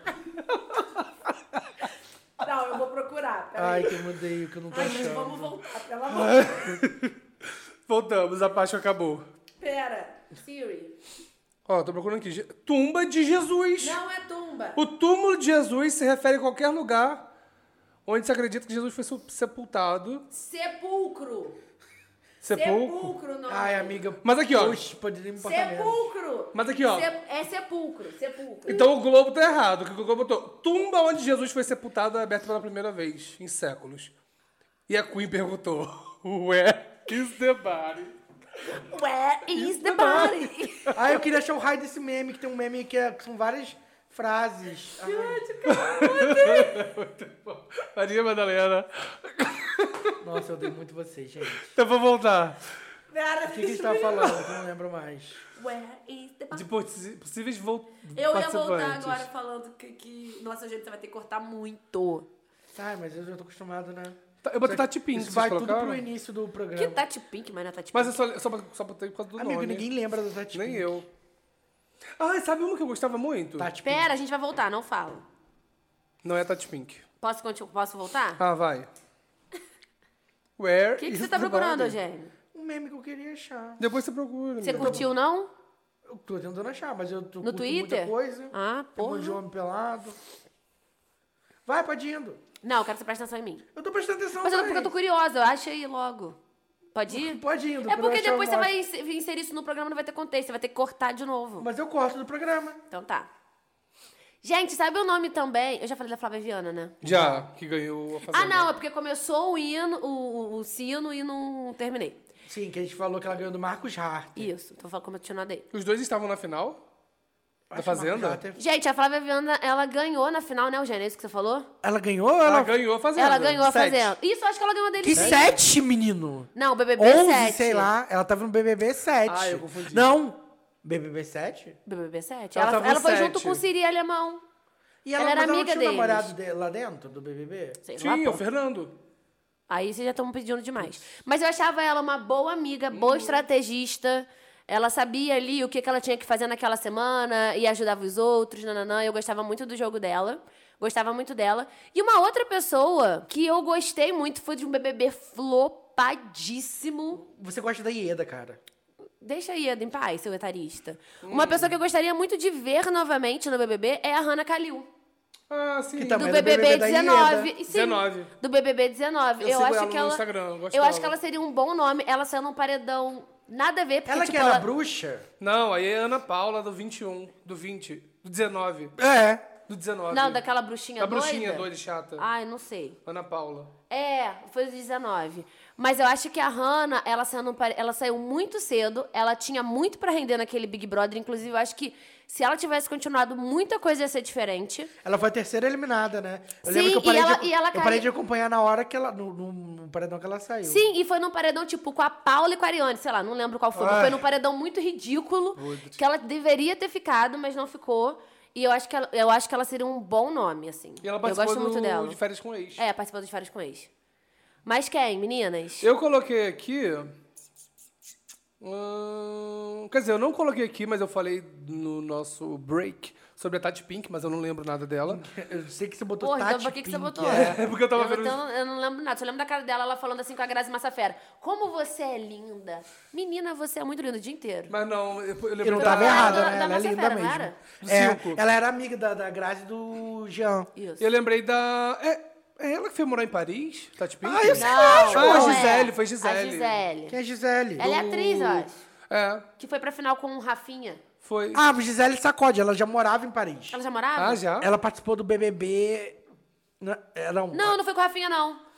[SPEAKER 2] Não, eu vou procurar.
[SPEAKER 1] Ai,
[SPEAKER 2] Peraí.
[SPEAKER 1] que eu mudei, que eu não tô
[SPEAKER 2] Ai, mas
[SPEAKER 1] achando.
[SPEAKER 2] vamos voltar, pelo amor de Deus.
[SPEAKER 3] Voltamos, a Páscoa acabou.
[SPEAKER 2] Pera. Siri.
[SPEAKER 3] Ó, tô procurando aqui. Je- Tumba de Jesus.
[SPEAKER 2] Não é tumba.
[SPEAKER 3] O túmulo de Jesus se refere a qualquer lugar onde se acredita que Jesus foi su- sepultado.
[SPEAKER 2] Sepulcro.
[SPEAKER 3] Sepulcro.
[SPEAKER 2] Sepulcro, não. é.
[SPEAKER 1] Ai, amiga.
[SPEAKER 3] Mas aqui, ó.
[SPEAKER 1] Poxa, poderia me importar menos.
[SPEAKER 2] Sepulcro.
[SPEAKER 3] Mas aqui, ó.
[SPEAKER 2] Sep- É sepulcro, sepulcro.
[SPEAKER 3] Então o Globo tá errado, que o Globo botou tumba onde Jesus foi sepultado é aberta pela primeira vez, em séculos. E a Queen perguntou, <laughs> where is the body?
[SPEAKER 2] Where is the body?
[SPEAKER 1] Ai, eu queria achar o raio desse meme, que tem um meme que, é- que são várias frases. Ai.
[SPEAKER 3] Maria Madalena.
[SPEAKER 1] Nossa, eu odeio muito vocês, gente.
[SPEAKER 3] Então vou voltar.
[SPEAKER 2] Pera,
[SPEAKER 1] O que, que a gente tava falando? Que eu não lembro mais.
[SPEAKER 2] Where is the
[SPEAKER 3] De
[SPEAKER 2] body?
[SPEAKER 3] possi- possíveis vol-
[SPEAKER 2] Eu ia voltar
[SPEAKER 3] participantes.
[SPEAKER 2] agora falando que, que. Nossa, gente, você vai ter que cortar muito.
[SPEAKER 1] Ai, Tá, mas eu já tô acostumado, né?
[SPEAKER 3] Tá, Eu botei Tati Pink,
[SPEAKER 1] Isso vai
[SPEAKER 3] vocês
[SPEAKER 1] tudo pro
[SPEAKER 3] colocaram?
[SPEAKER 1] início do programa.
[SPEAKER 2] Que Tati Pink, mas não é Tati
[SPEAKER 3] Mas
[SPEAKER 1] assim-
[SPEAKER 2] Pink.
[SPEAKER 3] eu só, só, só botei por causa do
[SPEAKER 1] Amigo,
[SPEAKER 3] nome.
[SPEAKER 1] ninguém lembra da Tati
[SPEAKER 3] Nem
[SPEAKER 1] Pink.
[SPEAKER 3] eu. Ah, sabe uma que eu gostava muito?
[SPEAKER 1] Tati Pink.
[SPEAKER 2] Pera, a gente vai voltar, não falo.
[SPEAKER 3] Não é Tati Pink.
[SPEAKER 2] Posso, conti- posso voltar? <laughs>
[SPEAKER 3] Ah, vai. Where
[SPEAKER 2] O que, que
[SPEAKER 3] is
[SPEAKER 2] você tá
[SPEAKER 3] the
[SPEAKER 2] procurando,
[SPEAKER 3] body?
[SPEAKER 2] Eugênio?
[SPEAKER 1] Um meme que eu queria achar.
[SPEAKER 3] Depois você procura.
[SPEAKER 2] Você
[SPEAKER 3] amiga.
[SPEAKER 2] curtiu, não?
[SPEAKER 1] Eu tô tentando achar, mas eu tô
[SPEAKER 2] No Twitter?
[SPEAKER 1] muita coisa.
[SPEAKER 2] Ah,
[SPEAKER 1] Tem Um monte de
[SPEAKER 2] porra.
[SPEAKER 1] homem pelado. Vai, pode indo.
[SPEAKER 2] Não, eu quero que você preste atenção em mim.
[SPEAKER 1] Eu tô prestando atenção
[SPEAKER 2] Mas eu, porque
[SPEAKER 1] também.
[SPEAKER 2] eu tô curiosa, eu achei logo. Pode ir?
[SPEAKER 1] Pode ir,
[SPEAKER 2] É
[SPEAKER 1] quando eu
[SPEAKER 2] porque
[SPEAKER 1] achar, um
[SPEAKER 2] depois
[SPEAKER 1] eu
[SPEAKER 2] você vai inse- inserir isso no programa, não vai ter contexto, você vai ter que cortar de novo.
[SPEAKER 1] Mas eu corto do programa.
[SPEAKER 2] Então tá. Gente, sabe o nome também? Eu já falei da Flávia Viana, né?
[SPEAKER 3] Já, que ganhou a
[SPEAKER 2] Ah,
[SPEAKER 3] fazenda.
[SPEAKER 2] não, é porque começou o hino, o, o- o sino e não terminei.
[SPEAKER 1] Sim, que a gente falou que ela ganhou do Marcos Hart.
[SPEAKER 3] Tá
[SPEAKER 2] Isso, tô falando como eu continuar daí.
[SPEAKER 3] Os dois estavam na final?
[SPEAKER 1] Acho que o Marcos
[SPEAKER 3] Fazenda?
[SPEAKER 1] Hart é-
[SPEAKER 2] Gente, a Flávia Viana, ela ganhou na final, né, Eugênio? É isso que você falou?
[SPEAKER 1] Ela ganhou?
[SPEAKER 3] Ela,
[SPEAKER 1] Ela,
[SPEAKER 3] ganhou a fazenda.
[SPEAKER 2] Ela ganhou a
[SPEAKER 3] Sete.
[SPEAKER 2] Fazenda. Isso, acho que ela ganhou a dele
[SPEAKER 1] Que
[SPEAKER 2] sim.
[SPEAKER 1] sete, menino?
[SPEAKER 2] Não, o BBB
[SPEAKER 1] 11,
[SPEAKER 2] 7.
[SPEAKER 1] sei lá. Ela tava no BBB 7.
[SPEAKER 3] Ah, eu confundi.
[SPEAKER 1] Não. BBB 7?
[SPEAKER 2] BBB 7?
[SPEAKER 3] Ela
[SPEAKER 2] Ela,
[SPEAKER 3] tava
[SPEAKER 2] ela,
[SPEAKER 3] em
[SPEAKER 2] foi
[SPEAKER 3] sete.
[SPEAKER 2] junto com o Siri Alemão.
[SPEAKER 1] E
[SPEAKER 2] Ela era
[SPEAKER 1] mas não
[SPEAKER 2] amiga
[SPEAKER 1] tinha um
[SPEAKER 2] deles.
[SPEAKER 1] namorado de- lá dentro do BBB?
[SPEAKER 2] Sei lá,
[SPEAKER 3] Sim,
[SPEAKER 2] pô.
[SPEAKER 3] o Fernando.
[SPEAKER 2] Aí vocês já estão pedindo demais. Mas eu achava ela uma boa amiga, boa estrategista. Ela sabia ali o que, que ela tinha que fazer naquela semana e ajudava os outros, nananã. Eu gostava muito do jogo dela. Gostava muito dela. E uma outra pessoa que eu gostei muito foi de um BBB flopadíssimo.
[SPEAKER 1] Você gosta da Ieda, cara.
[SPEAKER 2] Deixa aí, Eda, em paz, seu etarista. Uma pessoa que eu gostaria muito de ver novamente no BBB é a Hannah Kalil.
[SPEAKER 3] Ah, sim.
[SPEAKER 1] Que
[SPEAKER 2] Do
[SPEAKER 1] também- Mas do
[SPEAKER 2] BBB
[SPEAKER 1] BBB da Ieda.
[SPEAKER 2] 19. Sim,
[SPEAKER 3] 19.
[SPEAKER 2] Do BBB 19.
[SPEAKER 3] Eu
[SPEAKER 2] Eu,
[SPEAKER 3] sigo
[SPEAKER 2] acho
[SPEAKER 3] ela
[SPEAKER 2] que
[SPEAKER 3] no
[SPEAKER 2] ela.
[SPEAKER 3] Instagram, eu gosto
[SPEAKER 2] eu acho
[SPEAKER 3] dela.
[SPEAKER 2] que ela seria um bom nome. Ela sendo um paredão. Nada a ver, porque
[SPEAKER 1] Ela
[SPEAKER 2] tipo,
[SPEAKER 1] que era
[SPEAKER 2] ela...
[SPEAKER 1] bruxa?
[SPEAKER 3] Não, aí é Ana Paula do 21, do 20, do 19,
[SPEAKER 1] É.
[SPEAKER 3] do 19.
[SPEAKER 2] Não, daquela bruxinha
[SPEAKER 3] Da
[SPEAKER 2] doida. Ah.
[SPEAKER 3] bruxinha doida e chata.
[SPEAKER 2] Ai, não sei.
[SPEAKER 3] Ana Paula.
[SPEAKER 2] É, foi os 19. Mas eu acho que a Hannah, ela, saiu, ela saiu muito cedo, ela tinha muito pra render naquele Big Brother. Inclusive, eu acho que se ela tivesse continuado, muita coisa ia ser diferente.
[SPEAKER 1] Ela foi a terceira eliminada, né? Eu
[SPEAKER 2] Sim,
[SPEAKER 1] lembro que eu
[SPEAKER 2] e
[SPEAKER 1] parei,
[SPEAKER 2] ela-
[SPEAKER 1] de,
[SPEAKER 2] e ela
[SPEAKER 1] eu parei
[SPEAKER 2] caiu-
[SPEAKER 1] de acompanhar na hora que ela. No, no, no paredão que ela saiu.
[SPEAKER 2] Sim, e foi num paredão, tipo, com a Paula e com a Ariane, sei lá, não lembro qual foi. mas
[SPEAKER 3] Ai.
[SPEAKER 2] Foi num paredão muito ridículo,
[SPEAKER 3] Putz.
[SPEAKER 2] que ela deveria ter ficado, mas não ficou. E eu acho que ela, eu acho que ela seria um bom nome, assim.
[SPEAKER 3] E ela
[SPEAKER 2] eu
[SPEAKER 3] participou
[SPEAKER 2] gosto muito
[SPEAKER 3] do-
[SPEAKER 2] dela.
[SPEAKER 3] de férias com o ex.
[SPEAKER 2] É, participou dos vários com ex. Mas quem, meninas?
[SPEAKER 3] Eu coloquei aqui. hum, quer dizer, eu não coloquei aqui, mas eu falei no nosso break sobre a Tati Pink, mas eu não lembro
[SPEAKER 1] <laughs>
[SPEAKER 3] nada dela.
[SPEAKER 1] Eu sei que você botou
[SPEAKER 2] Porra,
[SPEAKER 1] Tati
[SPEAKER 2] então por que, que você
[SPEAKER 1] Pink,
[SPEAKER 2] botou? <laughs>
[SPEAKER 1] é.
[SPEAKER 3] <laughs> É, porque eu tava
[SPEAKER 2] eu,
[SPEAKER 3] vendo-
[SPEAKER 2] Não, eu não lembro nada, só lembro da cara dela, ela falando assim com a Grazi Massafera. Como você é linda. Menina, você é muito linda o dia inteiro.
[SPEAKER 3] Mas não, eu, eu
[SPEAKER 1] Eu
[SPEAKER 3] lembro
[SPEAKER 1] não
[SPEAKER 3] da-
[SPEAKER 1] tava errada,
[SPEAKER 2] da-
[SPEAKER 1] né?
[SPEAKER 2] da
[SPEAKER 1] ela é
[SPEAKER 2] Márcia
[SPEAKER 1] linda
[SPEAKER 2] Fera, não
[SPEAKER 1] mesmo.
[SPEAKER 2] era?
[SPEAKER 3] Do
[SPEAKER 1] É,
[SPEAKER 3] circo.
[SPEAKER 1] ela era amiga da, da Grazi e do Jean.
[SPEAKER 2] Isso.
[SPEAKER 3] Eu lembrei da. É, é ela que foi morar em Paris? Tati Pink?
[SPEAKER 1] Ah, eu sei.
[SPEAKER 2] Não,
[SPEAKER 3] Ah,
[SPEAKER 2] não é.
[SPEAKER 3] Gisele, foi Gisele.
[SPEAKER 2] A Gisele.
[SPEAKER 1] Quem é Gisele?
[SPEAKER 2] Ela é atriz, eu acho.
[SPEAKER 3] É,
[SPEAKER 2] Que foi pra final com o Rafinha.
[SPEAKER 3] foi.
[SPEAKER 1] Ah, mas Gisele sacode, ela já morava em Paris.
[SPEAKER 2] Ela já morava?
[SPEAKER 3] Ah, já?
[SPEAKER 1] Ela participou do BBB. na- é, Não.
[SPEAKER 2] Não, não foi com o Rafinha, não.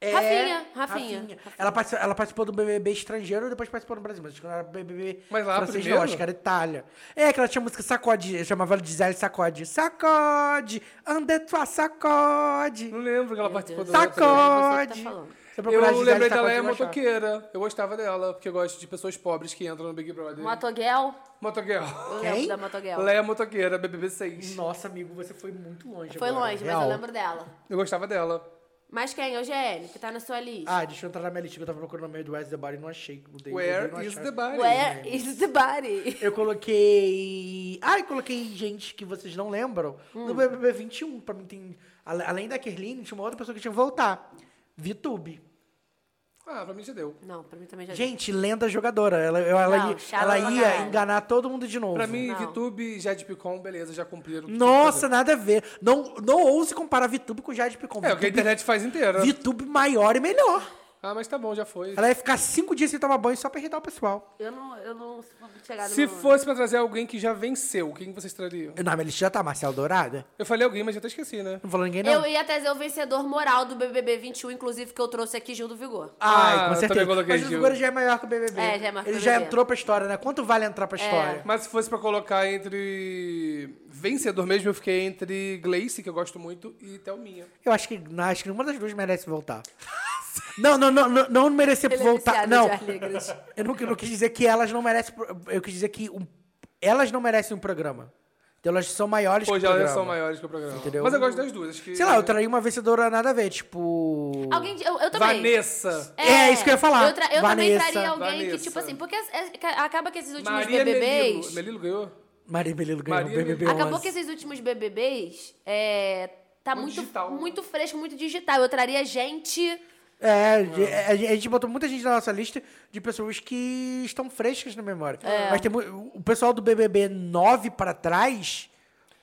[SPEAKER 1] É,
[SPEAKER 2] Rafinha, Rafinha.
[SPEAKER 1] Ela, participou, ela participou do BBB estrangeiro e depois participou no Brasil. Mas acho que não era BBB
[SPEAKER 3] Mas lá
[SPEAKER 1] francês,
[SPEAKER 3] primeiro?
[SPEAKER 1] não. Acho que era Itália. É, que ela tinha música Sacode. Eu chamava ela de Gisele Sacode. Sacode, ande toi, sacode.
[SPEAKER 3] Não lembro que ela participou
[SPEAKER 2] Deus.
[SPEAKER 3] da outra.
[SPEAKER 2] Você
[SPEAKER 1] Sacode.
[SPEAKER 2] que tá falando.
[SPEAKER 1] Se eu procurar
[SPEAKER 3] Eu
[SPEAKER 1] Gisele tá
[SPEAKER 3] lembrei dela,
[SPEAKER 1] Sacode,
[SPEAKER 3] é
[SPEAKER 1] eu vou achar.
[SPEAKER 3] motoqueira. Eu gostava dela, porque eu gosto de pessoas pobres que entram no Big Brother.
[SPEAKER 2] Motoguel.
[SPEAKER 3] Motogueira.
[SPEAKER 2] Eu
[SPEAKER 1] Quem?
[SPEAKER 2] lembro da Motoguel.
[SPEAKER 3] Leia Motoqueira, BBB 6.
[SPEAKER 1] Nossa, amigo, você foi muito longe
[SPEAKER 2] Foi
[SPEAKER 1] agora,
[SPEAKER 2] longe, mas
[SPEAKER 1] real.
[SPEAKER 2] eu lembro dela.
[SPEAKER 3] Eu gostava dela.
[SPEAKER 2] Mas quem, Eugênio, que tá na sua lista?
[SPEAKER 1] Ah, deixa eu entrar na minha lista que eu tava procurando o meio do Where's the Body e não achei. O dei- eu dei, não
[SPEAKER 3] Where is
[SPEAKER 1] achava.
[SPEAKER 3] the body?
[SPEAKER 2] Where is the body?
[SPEAKER 1] Eu coloquei. Ah, eu coloquei gente que vocês não lembram.
[SPEAKER 2] Hum.
[SPEAKER 1] No BBB 21, pra mim tem. ale- Além da Kerline, tinha uma outra pessoa que tinha que voltar. Vitube.
[SPEAKER 3] Ah, pra mim já deu.
[SPEAKER 2] Não, pra mim também já
[SPEAKER 1] Gente, lenda jogadora. Ela, eu- ela
[SPEAKER 2] Não,
[SPEAKER 1] ia,
[SPEAKER 2] shallow
[SPEAKER 1] ela
[SPEAKER 2] pra
[SPEAKER 1] ia
[SPEAKER 2] caralho.
[SPEAKER 1] enganar todo mundo de novo.
[SPEAKER 3] Pra mim,
[SPEAKER 2] Não.
[SPEAKER 3] VTube, Jade Picon, beleza, já cumpriram. o que tinha que
[SPEAKER 1] Nossa, nada a ver. Não, não ouse comparar Vitube com Jade Picon.
[SPEAKER 3] fazer. É, o que a internet faz inteira.
[SPEAKER 1] Vitube maior e melhor.
[SPEAKER 3] Ah, mas tá bom, já foi.
[SPEAKER 1] Ela ia ficar cinco dias sem tomar banho só pra irritar o pessoal.
[SPEAKER 2] Eu não, eu não vou chegar no
[SPEAKER 3] Se
[SPEAKER 2] meu-
[SPEAKER 3] fosse pra trazer alguém que já venceu, quem vocês trariam?
[SPEAKER 1] Não, minha lista já tá Marcel Dourada.
[SPEAKER 3] Eu falei alguém, mas já até esqueci, né?
[SPEAKER 1] Não falou ninguém, não.
[SPEAKER 2] Eu ia trazer o vencedor moral do BBB 21, inclusive, que eu trouxe aqui, Gil do Vigor.
[SPEAKER 1] Ai,
[SPEAKER 3] Ah,
[SPEAKER 1] com
[SPEAKER 3] eu
[SPEAKER 1] certeza.
[SPEAKER 3] também coloquei
[SPEAKER 1] Mas o
[SPEAKER 3] Gil.
[SPEAKER 1] Vigor já é maior que o BBB.
[SPEAKER 2] É, já é maior que o
[SPEAKER 1] Ele já
[SPEAKER 2] BBB.
[SPEAKER 1] entrou pra história, né? Quanto vale entrar
[SPEAKER 2] É.
[SPEAKER 1] pra história?
[SPEAKER 3] Mas se fosse pra colocar entre vencedor mesmo, eu fiquei entre Glace, que eu gosto muito, e Thelminha.
[SPEAKER 1] Eu acho que, não, acho que nenhuma das duas merece voltar. não, não, não, não, não merecer
[SPEAKER 2] Ele é
[SPEAKER 1] voltar.
[SPEAKER 2] viciado
[SPEAKER 1] não.
[SPEAKER 2] de alegres.
[SPEAKER 1] <laughs> Eu não, eu não quis dizer que elas não merecem. pro- Eu quis dizer que um- elas não merecem um programa. Então elas são maiores
[SPEAKER 3] Hoje
[SPEAKER 1] que o
[SPEAKER 3] elas
[SPEAKER 1] programa.
[SPEAKER 3] são maiores que o programa.
[SPEAKER 1] Entendeu?
[SPEAKER 3] Mas eu gosto das duas, acho que...
[SPEAKER 1] Sei lá, eu traí uma vencedora nada a ver, tipo.
[SPEAKER 2] Alguém, de- eu, eu também.
[SPEAKER 3] Vanessa.
[SPEAKER 1] É, isso que eu ia falar.
[SPEAKER 2] Eu, tra- eu também
[SPEAKER 1] Vanessa.
[SPEAKER 2] traria alguém que,
[SPEAKER 3] Vanessa.
[SPEAKER 2] tipo assim, porque as- é- que acaba que esses últimos
[SPEAKER 3] Maria
[SPEAKER 2] BBBs...
[SPEAKER 3] Melilo. Melilo ganhou?
[SPEAKER 1] Maria Melilo ganhou
[SPEAKER 3] Maria
[SPEAKER 1] o BBB
[SPEAKER 3] Melilo.
[SPEAKER 1] 11.
[SPEAKER 2] Acabou que esses últimos BBBs é, tá
[SPEAKER 3] Muito
[SPEAKER 2] muito,
[SPEAKER 3] digital, né?
[SPEAKER 2] muito fresco, muito digital. Eu traria gente...
[SPEAKER 1] É, a- a gente botou muita gente na nossa lista de pessoas que estão frescas na memória.
[SPEAKER 2] É.
[SPEAKER 1] Mas tem, mu- o pessoal do BBB 9 pra trás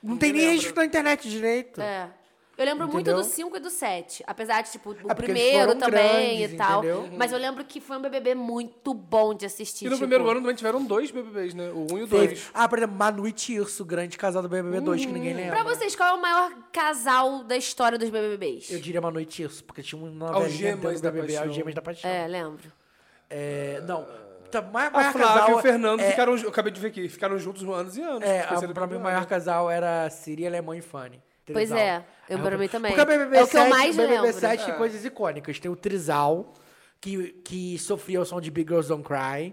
[SPEAKER 1] não tem nem
[SPEAKER 3] lembra.
[SPEAKER 1] registro na internet direito.
[SPEAKER 2] É. Eu lembro
[SPEAKER 1] Entendeu? É,
[SPEAKER 2] muito do 5 e do 7. Apesar de, tipo, o
[SPEAKER 1] eles
[SPEAKER 2] primeiro
[SPEAKER 1] foram
[SPEAKER 2] também
[SPEAKER 1] grandes,
[SPEAKER 2] e tal.
[SPEAKER 1] entendeu?
[SPEAKER 2] Mas eu lembro que foi um BBB muito bom de assistir.
[SPEAKER 3] E no
[SPEAKER 2] tipo,
[SPEAKER 3] primeiro ano também tiveram dois BBBs, né? O 1 e o
[SPEAKER 1] Teve-
[SPEAKER 3] 2.
[SPEAKER 1] Ah, por exemplo, Manu e Tirso, grande casal do BBB 2, que ninguém lembra.
[SPEAKER 2] Pra vocês, qual é o maior casal da história dos BBBs?
[SPEAKER 1] Eu diria Manu e Tirso, porque tinha uma novelinha dentro
[SPEAKER 3] Algemas
[SPEAKER 1] do
[SPEAKER 3] da
[SPEAKER 1] BBB,
[SPEAKER 3] Paixão.
[SPEAKER 1] Algemas da Paixão.
[SPEAKER 2] É, lembro.
[SPEAKER 1] É, não, tá, maior,
[SPEAKER 3] A
[SPEAKER 1] maior
[SPEAKER 3] Flávia
[SPEAKER 1] casal
[SPEAKER 3] Ah, e o Fernando
[SPEAKER 1] é,
[SPEAKER 3] ficaram... Eu acabei de ver aqui. Ficaram juntos anos e anos. Tipo,
[SPEAKER 1] É,
[SPEAKER 3] Foi
[SPEAKER 1] a,
[SPEAKER 3] sendo
[SPEAKER 1] pra mim o
[SPEAKER 3] campeão.
[SPEAKER 1] maior casal era Siri, Alemão e Fanny.
[SPEAKER 2] Pois
[SPEAKER 1] Trisal.
[SPEAKER 2] é, eu
[SPEAKER 1] Aí
[SPEAKER 2] pra mim também.
[SPEAKER 1] Porque o BBB
[SPEAKER 2] É o que eu
[SPEAKER 1] 7,
[SPEAKER 2] mais
[SPEAKER 1] BBB
[SPEAKER 2] lembro.
[SPEAKER 1] 7 tem
[SPEAKER 3] É.
[SPEAKER 1] coisas icônicas. Tem o Trisal, que, que sofria o som de Big Girls Don't Cry.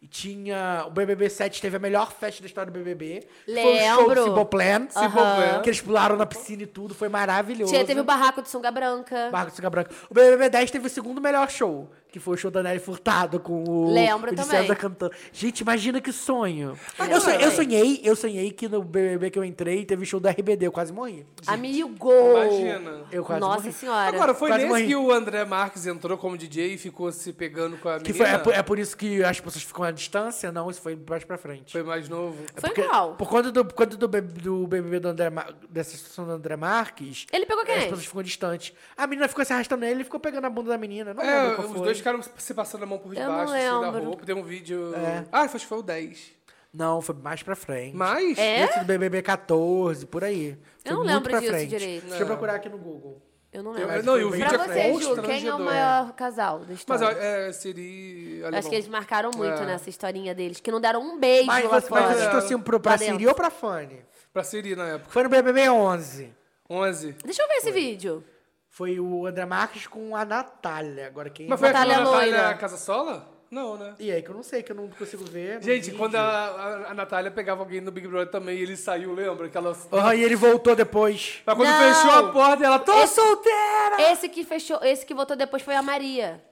[SPEAKER 1] E tinha... O BBB 7 teve a melhor festa da história do BBB. que Foi o show
[SPEAKER 2] Lembro.
[SPEAKER 1] do Ciboplan.
[SPEAKER 3] Ciboplan.
[SPEAKER 1] Que eles pularam na piscina e tudo. Foi maravilhoso.
[SPEAKER 2] Tinha, teve o barraco de sunga branca.
[SPEAKER 1] Barco de Suga Branca. O BBB 10 teve o segundo melhor show, que foi o show da Nelly Furtado com o,
[SPEAKER 2] Lembro
[SPEAKER 1] o de
[SPEAKER 2] também. Ah, é.
[SPEAKER 1] César cantando. Gente, imagina que sonho.
[SPEAKER 2] Lembro
[SPEAKER 1] Eu, sonhei, eu
[SPEAKER 2] também.
[SPEAKER 1] sonhei, eu sonhei que no BBB que eu entrei teve show da RBD, eu quase morri.
[SPEAKER 2] Amigo!
[SPEAKER 3] Imagina.
[SPEAKER 1] Eu quase
[SPEAKER 2] Nossa
[SPEAKER 1] morri.
[SPEAKER 2] senhora.
[SPEAKER 3] Agora, foi
[SPEAKER 1] Quase
[SPEAKER 3] nesse
[SPEAKER 1] morri.
[SPEAKER 3] que o André Marques entrou como DJ e ficou se pegando com a
[SPEAKER 1] Que
[SPEAKER 3] menina.
[SPEAKER 1] foi, é, por, é por isso que as pessoas ficam à distância, não, isso foi mais pra frente. É
[SPEAKER 3] Foi mais novo.
[SPEAKER 2] foi
[SPEAKER 1] Porque-
[SPEAKER 2] qual?
[SPEAKER 1] Por conta do, por conta do, BB do BBB do André, Mar- dessa situação do André Marques,
[SPEAKER 2] Ele pegou quem?
[SPEAKER 1] as pessoas ficam distantes. A menina ficou se arrastando nele, ele ficou pegando a bunda da menina. Não
[SPEAKER 3] É,
[SPEAKER 1] lembro qual
[SPEAKER 3] os
[SPEAKER 1] foi.
[SPEAKER 3] dois ficaram se passando a mão por
[SPEAKER 2] Eu não
[SPEAKER 3] debaixo, assim, da
[SPEAKER 2] lembro.
[SPEAKER 3] roupa. Tem um vídeo...
[SPEAKER 1] É.
[SPEAKER 3] Ah, acho que foi o 10.
[SPEAKER 1] Não, foi mais pra frente.
[SPEAKER 3] Mas...
[SPEAKER 2] É?
[SPEAKER 1] Esse do BBB 14, por aí. Foi
[SPEAKER 2] não
[SPEAKER 1] muito
[SPEAKER 2] lembro
[SPEAKER 1] pra
[SPEAKER 2] disso
[SPEAKER 1] frente.
[SPEAKER 2] direito.
[SPEAKER 1] Deixa eu procurar aqui no Google.
[SPEAKER 2] Eu não
[SPEAKER 3] Eu-
[SPEAKER 2] lembro.
[SPEAKER 3] não, e o
[SPEAKER 1] foi
[SPEAKER 3] vídeo
[SPEAKER 2] pra
[SPEAKER 3] é
[SPEAKER 2] você, Ju, quem é o
[SPEAKER 3] constrangedor.
[SPEAKER 2] maior casal da
[SPEAKER 3] Mas
[SPEAKER 2] história?
[SPEAKER 3] é, seria...
[SPEAKER 2] Eu Acho que eles marcaram muito
[SPEAKER 3] É.
[SPEAKER 2] nessa historinha deles, que não deram um beijo
[SPEAKER 1] Mas
[SPEAKER 2] lá
[SPEAKER 1] você,
[SPEAKER 2] fora.
[SPEAKER 1] mas você torciam assim, pro, pra
[SPEAKER 2] Lá dentro.
[SPEAKER 1] Siri ou pra Fanny?
[SPEAKER 3] Pra Siri na época.
[SPEAKER 1] Foi no BBB 11.
[SPEAKER 3] 11.
[SPEAKER 2] Deixa eu ver esse vídeo.
[SPEAKER 1] Foi o André Marques com a Natália. Agora quem...
[SPEAKER 3] Mas foi
[SPEAKER 2] Natália
[SPEAKER 3] aquela Natália
[SPEAKER 2] loira.
[SPEAKER 3] Casasola? Não, né?
[SPEAKER 1] E aí que eu não sei, que eu não consigo ver. no
[SPEAKER 3] Gente,
[SPEAKER 1] vídeo.
[SPEAKER 3] quando a, a, a Natália pegava alguém no Big Brother também e ele saiu, lembra? Aquela...
[SPEAKER 1] Aham, e ele voltou depois.
[SPEAKER 3] Mas quando
[SPEAKER 2] Não.
[SPEAKER 3] fechou a porta, ela... Tô
[SPEAKER 2] Esse-
[SPEAKER 3] solteira!
[SPEAKER 2] Esse que fechou, esse que votou depois foi a Maria.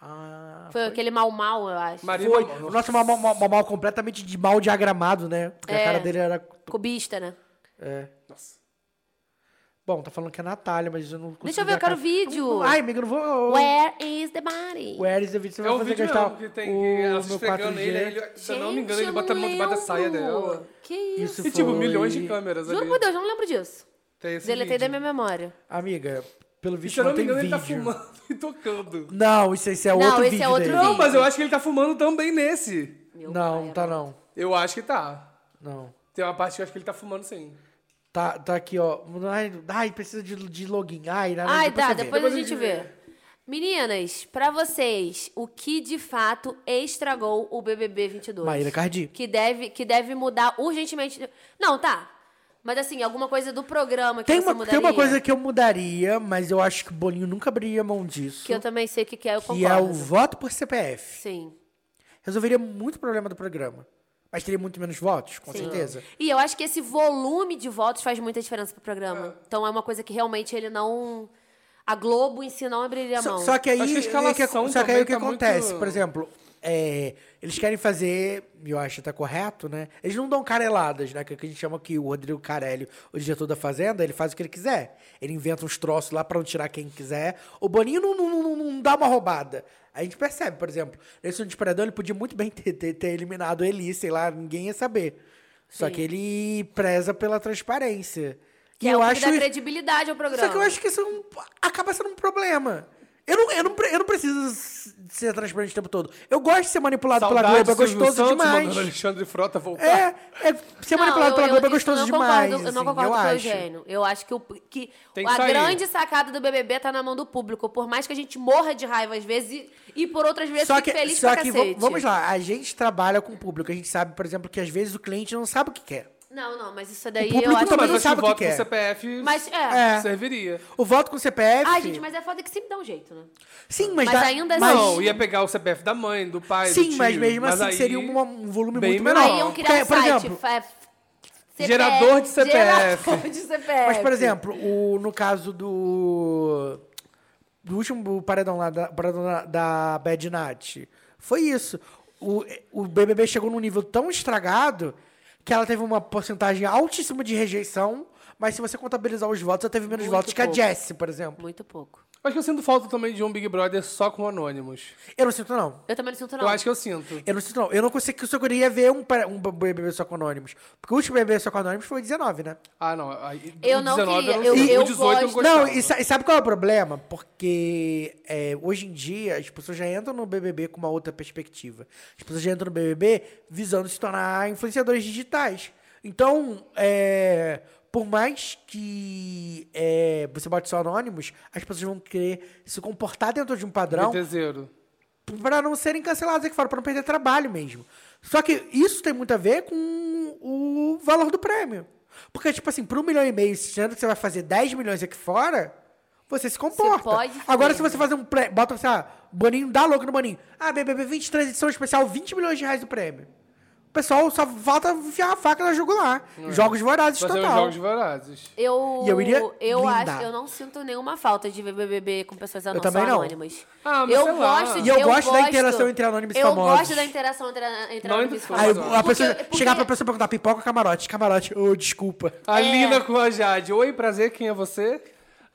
[SPEAKER 1] Ah,
[SPEAKER 2] Foi, aquele mal mal, eu acho.
[SPEAKER 3] Maria
[SPEAKER 1] foi.
[SPEAKER 3] Mamão.
[SPEAKER 1] O nosso mal, mal- mal- mal completamente de mal diagramado, né? Porque a
[SPEAKER 2] É.
[SPEAKER 1] cara dele era...
[SPEAKER 2] Cubista, né?
[SPEAKER 1] É.
[SPEAKER 3] Nossa.
[SPEAKER 1] Bom, tá falando que é Natália, mas eu não consigo
[SPEAKER 2] Deixa eu ver,
[SPEAKER 1] a
[SPEAKER 2] eu quero
[SPEAKER 1] cara.
[SPEAKER 2] vídeo.
[SPEAKER 1] Ai, amiga, eu não vou...
[SPEAKER 2] Where is the body?
[SPEAKER 1] Where is the vídeo? Você
[SPEAKER 3] É
[SPEAKER 1] vai
[SPEAKER 3] o
[SPEAKER 1] fazer
[SPEAKER 3] vídeo
[SPEAKER 1] gastar
[SPEAKER 3] mesmo, que tem
[SPEAKER 1] o
[SPEAKER 3] ela se
[SPEAKER 1] meu
[SPEAKER 3] esfregando
[SPEAKER 1] 4G.
[SPEAKER 3] ele, é- ele- se eu não me engano,
[SPEAKER 2] Gente,
[SPEAKER 3] ele
[SPEAKER 2] eu
[SPEAKER 3] bota a
[SPEAKER 2] não
[SPEAKER 3] mão debaixo da
[SPEAKER 2] lembro.
[SPEAKER 3] saia dela.
[SPEAKER 2] Que isso?
[SPEAKER 1] Isso
[SPEAKER 3] E tipo,
[SPEAKER 1] foi-
[SPEAKER 3] milhões de câmeras
[SPEAKER 2] Juro
[SPEAKER 3] ali.
[SPEAKER 2] por Deus, eu não lembro disso.
[SPEAKER 3] Tem esse
[SPEAKER 2] Deletei da
[SPEAKER 3] vídeo.
[SPEAKER 2] minha memória.
[SPEAKER 1] Amiga, pelo
[SPEAKER 3] Se eu
[SPEAKER 1] visto
[SPEAKER 3] não
[SPEAKER 1] não
[SPEAKER 3] me
[SPEAKER 1] tem
[SPEAKER 3] engano, ele tá
[SPEAKER 1] vídeo.
[SPEAKER 3] fumando e tocando.
[SPEAKER 1] Não, isso esse é
[SPEAKER 2] Não,
[SPEAKER 1] outro
[SPEAKER 2] esse é
[SPEAKER 1] vídeo
[SPEAKER 2] outro
[SPEAKER 1] dele.
[SPEAKER 2] vídeo.
[SPEAKER 3] Não, mas eu acho que ele tá fumando também nesse.
[SPEAKER 2] Meu
[SPEAKER 1] Não,
[SPEAKER 2] pai
[SPEAKER 1] tá
[SPEAKER 2] amado.
[SPEAKER 1] não.
[SPEAKER 3] Eu acho que tá.
[SPEAKER 1] Não.
[SPEAKER 3] Tem uma parte que eu acho que ele tá fumando sim.
[SPEAKER 1] Tá, tá aqui, ó. Ai, ai, precisa de, de login. Ai, nada,
[SPEAKER 2] Ai,
[SPEAKER 1] Tá depois você
[SPEAKER 2] dá,
[SPEAKER 1] vê.
[SPEAKER 2] depois, a gente vê. Meninas, pra vocês, o que de fato estragou o BBB 22?
[SPEAKER 1] Maíra Cardi.
[SPEAKER 2] Que deve, que deve mudar urgentemente. Não, tá. Mas assim, alguma coisa do programa que
[SPEAKER 1] Tem
[SPEAKER 2] você
[SPEAKER 1] uma, tem
[SPEAKER 2] mudaria?
[SPEAKER 1] uma coisa que eu mudaria, mas eu acho que o Boninho nunca abriria mão disso.
[SPEAKER 2] que eu também sei que, que é, eu concordo.
[SPEAKER 1] que é o voto por CPF.
[SPEAKER 2] Sim.
[SPEAKER 1] Resolveria muito problema do programa. Mas teria muito menos votos, com
[SPEAKER 2] Sim.
[SPEAKER 1] certeza.
[SPEAKER 2] E eu acho que esse volume de votos faz muita diferença pro programa. Então é uma coisa que realmente ele não A Globo ensinou a abrir a
[SPEAKER 1] Só,
[SPEAKER 2] mão.
[SPEAKER 1] só que aí,
[SPEAKER 3] Acho que a
[SPEAKER 1] o que,
[SPEAKER 3] escalação
[SPEAKER 1] só que aí
[SPEAKER 3] também
[SPEAKER 1] o que
[SPEAKER 3] tá
[SPEAKER 1] acontece,
[SPEAKER 3] muito-
[SPEAKER 1] por exemplo, é, eles querem fazer, e eu acho que tá correto, né? Eles não dão careladas, né? Que, é o que a gente chama que o Rodrigo Carelli, o diretor da Fazenda, ele faz o que ele quiser. Ele inventa uns troços lá pra não tirar quem quiser. O Boninho não, não, não- não dá uma roubada. A gente percebe, por exemplo, nesse Desperador ele podia muito bem ter, ter, ter eliminado ele, sei lá, ninguém ia saber. Só
[SPEAKER 2] Sim.
[SPEAKER 1] que ele preza pela transparência.
[SPEAKER 2] que
[SPEAKER 1] e
[SPEAKER 2] é
[SPEAKER 1] eu
[SPEAKER 2] o que
[SPEAKER 1] acho
[SPEAKER 2] dá credibilidade ao programa.
[SPEAKER 1] só que eu acho que isso é um- acaba sendo um problema. Eu não, eu, não, pre- eu não preciso s- ser transparente o tempo todo. Eu gosto de ser manipulado pela Globo, é
[SPEAKER 3] Silvio
[SPEAKER 1] gostoso
[SPEAKER 3] Santos
[SPEAKER 1] demais.
[SPEAKER 3] mandando Alexandre Frota voltar.
[SPEAKER 1] É, é, ser
[SPEAKER 2] Não,
[SPEAKER 1] manipulado pela
[SPEAKER 2] eu-
[SPEAKER 1] Globo é
[SPEAKER 2] eu- isso
[SPEAKER 1] gostoso
[SPEAKER 2] eu não
[SPEAKER 1] demais.
[SPEAKER 2] Concordo, eu não
[SPEAKER 1] assim,
[SPEAKER 2] concordo
[SPEAKER 1] eu
[SPEAKER 2] com o
[SPEAKER 1] acho.
[SPEAKER 2] Eugênio. Eu acho que, o, que
[SPEAKER 3] Tem que
[SPEAKER 2] a
[SPEAKER 3] sair.
[SPEAKER 2] grande sacada do BBB tá na mão do público. Por mais que a gente morra de raiva às vezes e, e por outras vezes
[SPEAKER 1] Só
[SPEAKER 2] fique
[SPEAKER 1] que,
[SPEAKER 2] feliz
[SPEAKER 1] só
[SPEAKER 2] pra
[SPEAKER 1] que
[SPEAKER 2] cacete.
[SPEAKER 1] va- vamos lá, a gente trabalha com o público. A gente sabe, por exemplo, que às vezes o cliente não sabe o que quer.
[SPEAKER 2] Não, não, mas isso daí
[SPEAKER 1] O público tá,
[SPEAKER 2] eu acho
[SPEAKER 3] Não, mas
[SPEAKER 1] não
[SPEAKER 2] que...
[SPEAKER 3] acho que
[SPEAKER 1] sabe o
[SPEAKER 3] voto
[SPEAKER 1] que
[SPEAKER 3] com
[SPEAKER 1] quer.
[SPEAKER 3] CPF
[SPEAKER 2] Mas é.
[SPEAKER 1] É.
[SPEAKER 3] serviria.
[SPEAKER 1] O voto com CPF.
[SPEAKER 2] Ai, gente, mas é foda que sempre dá um jeito, né?
[SPEAKER 1] Sim, mas,
[SPEAKER 2] mas
[SPEAKER 1] dá-
[SPEAKER 2] ainda
[SPEAKER 1] mas-
[SPEAKER 2] assim-
[SPEAKER 3] Não, ia pegar o CPF da mãe, do pai, do
[SPEAKER 1] Sim,
[SPEAKER 3] tio,
[SPEAKER 1] mas mesmo assim
[SPEAKER 3] aí-
[SPEAKER 1] seria uma- um volume
[SPEAKER 3] bem
[SPEAKER 1] muito
[SPEAKER 3] menor.
[SPEAKER 1] menor.
[SPEAKER 2] Aí iam criar
[SPEAKER 1] Porque,
[SPEAKER 2] um
[SPEAKER 1] por
[SPEAKER 2] site.
[SPEAKER 1] exemplo,
[SPEAKER 2] fa- CPF,
[SPEAKER 3] Gerador de CPF.
[SPEAKER 2] Gerador de CPF.
[SPEAKER 1] Mas, por exemplo, o, no caso do. Do último paredão lá da, paredão da, da Bad Nat. Foi isso. O, o BBB chegou num nível tão estragado que ela teve uma porcentagem altíssima de rejeição, mas se você contabilizar os votos, ela teve menos
[SPEAKER 2] Muito
[SPEAKER 1] votos que a
[SPEAKER 2] pouco.
[SPEAKER 1] Jessie, por exemplo.
[SPEAKER 2] Muito pouco.
[SPEAKER 3] Acho que eu sinto falta também de um Big Brother só com anônimos.
[SPEAKER 1] Eu não sinto, não.
[SPEAKER 2] Eu também não sinto, não.
[SPEAKER 3] Eu acho que eu sinto.
[SPEAKER 1] Eu não sinto, não. Eu não consegui, eu só queria ver um, pa- um BBB só com anônimos. Porque o último BBB só com anônimos foi o 19, né?
[SPEAKER 3] Ah, não. aí-
[SPEAKER 2] Eu
[SPEAKER 3] o
[SPEAKER 2] não
[SPEAKER 3] 19
[SPEAKER 2] queria,
[SPEAKER 3] Eu não
[SPEAKER 2] eu-
[SPEAKER 3] sinto.
[SPEAKER 2] eu
[SPEAKER 3] o 18 eu
[SPEAKER 2] gosto-
[SPEAKER 3] gostava.
[SPEAKER 1] Não, e, sa- e sabe qual é o problema? Porque é, hoje em dia as pessoas já entram no BBB com uma outra perspectiva. As pessoas já entram no BBB visando se tornar influenciadores digitais. Então, é, por mais que é, você bote só anônimos, as pessoas vão querer se comportar dentro de um
[SPEAKER 3] é
[SPEAKER 1] padrão
[SPEAKER 3] Betezeiro.
[SPEAKER 1] para não serem cancelados aqui fora, para não perder trabalho mesmo. Só que isso tem muito a ver com o valor do prêmio. Porque, tipo assim, por um milhão e meio, sendo que você vai fazer 10 milhões aqui fora, você se comporta.
[SPEAKER 2] pode fazer,
[SPEAKER 1] Agora, se
[SPEAKER 2] né?
[SPEAKER 1] você fazer um prêmio, bota, sei lá, Boninho, dá louco no Boninho. Ah, BBB 23, edição especial, 20 milhões de reais do prêmio. O pessoal só falta enfiar a faca na jugular. Jogos vorazes
[SPEAKER 3] Vai ser os
[SPEAKER 1] é total.
[SPEAKER 3] Jogos Vorazes.
[SPEAKER 2] Eu,
[SPEAKER 1] E eu iria
[SPEAKER 2] eu
[SPEAKER 1] blindar.
[SPEAKER 2] acho, eu não sinto nenhuma falta de ver BBB com pessoas anônimas.
[SPEAKER 1] também não.
[SPEAKER 2] anônimas.
[SPEAKER 3] Ah, mas
[SPEAKER 2] eu
[SPEAKER 3] sei lá.
[SPEAKER 2] gosto de,
[SPEAKER 1] E eu gosto da interação entre anônimos e
[SPEAKER 2] eu
[SPEAKER 1] famosos.
[SPEAKER 2] gosto da interação entre, entre
[SPEAKER 3] Não
[SPEAKER 2] anônimos e
[SPEAKER 3] entre
[SPEAKER 1] Aí
[SPEAKER 2] famosos.
[SPEAKER 3] famosos.
[SPEAKER 1] a pessoa,
[SPEAKER 2] Porque- porque-
[SPEAKER 1] chegar pra pessoa e perguntar pipoca ou camarote? Camarote, ô, desculpa.
[SPEAKER 3] A
[SPEAKER 2] É.
[SPEAKER 3] Lina com a Jade. Oi, prazer, quem é você?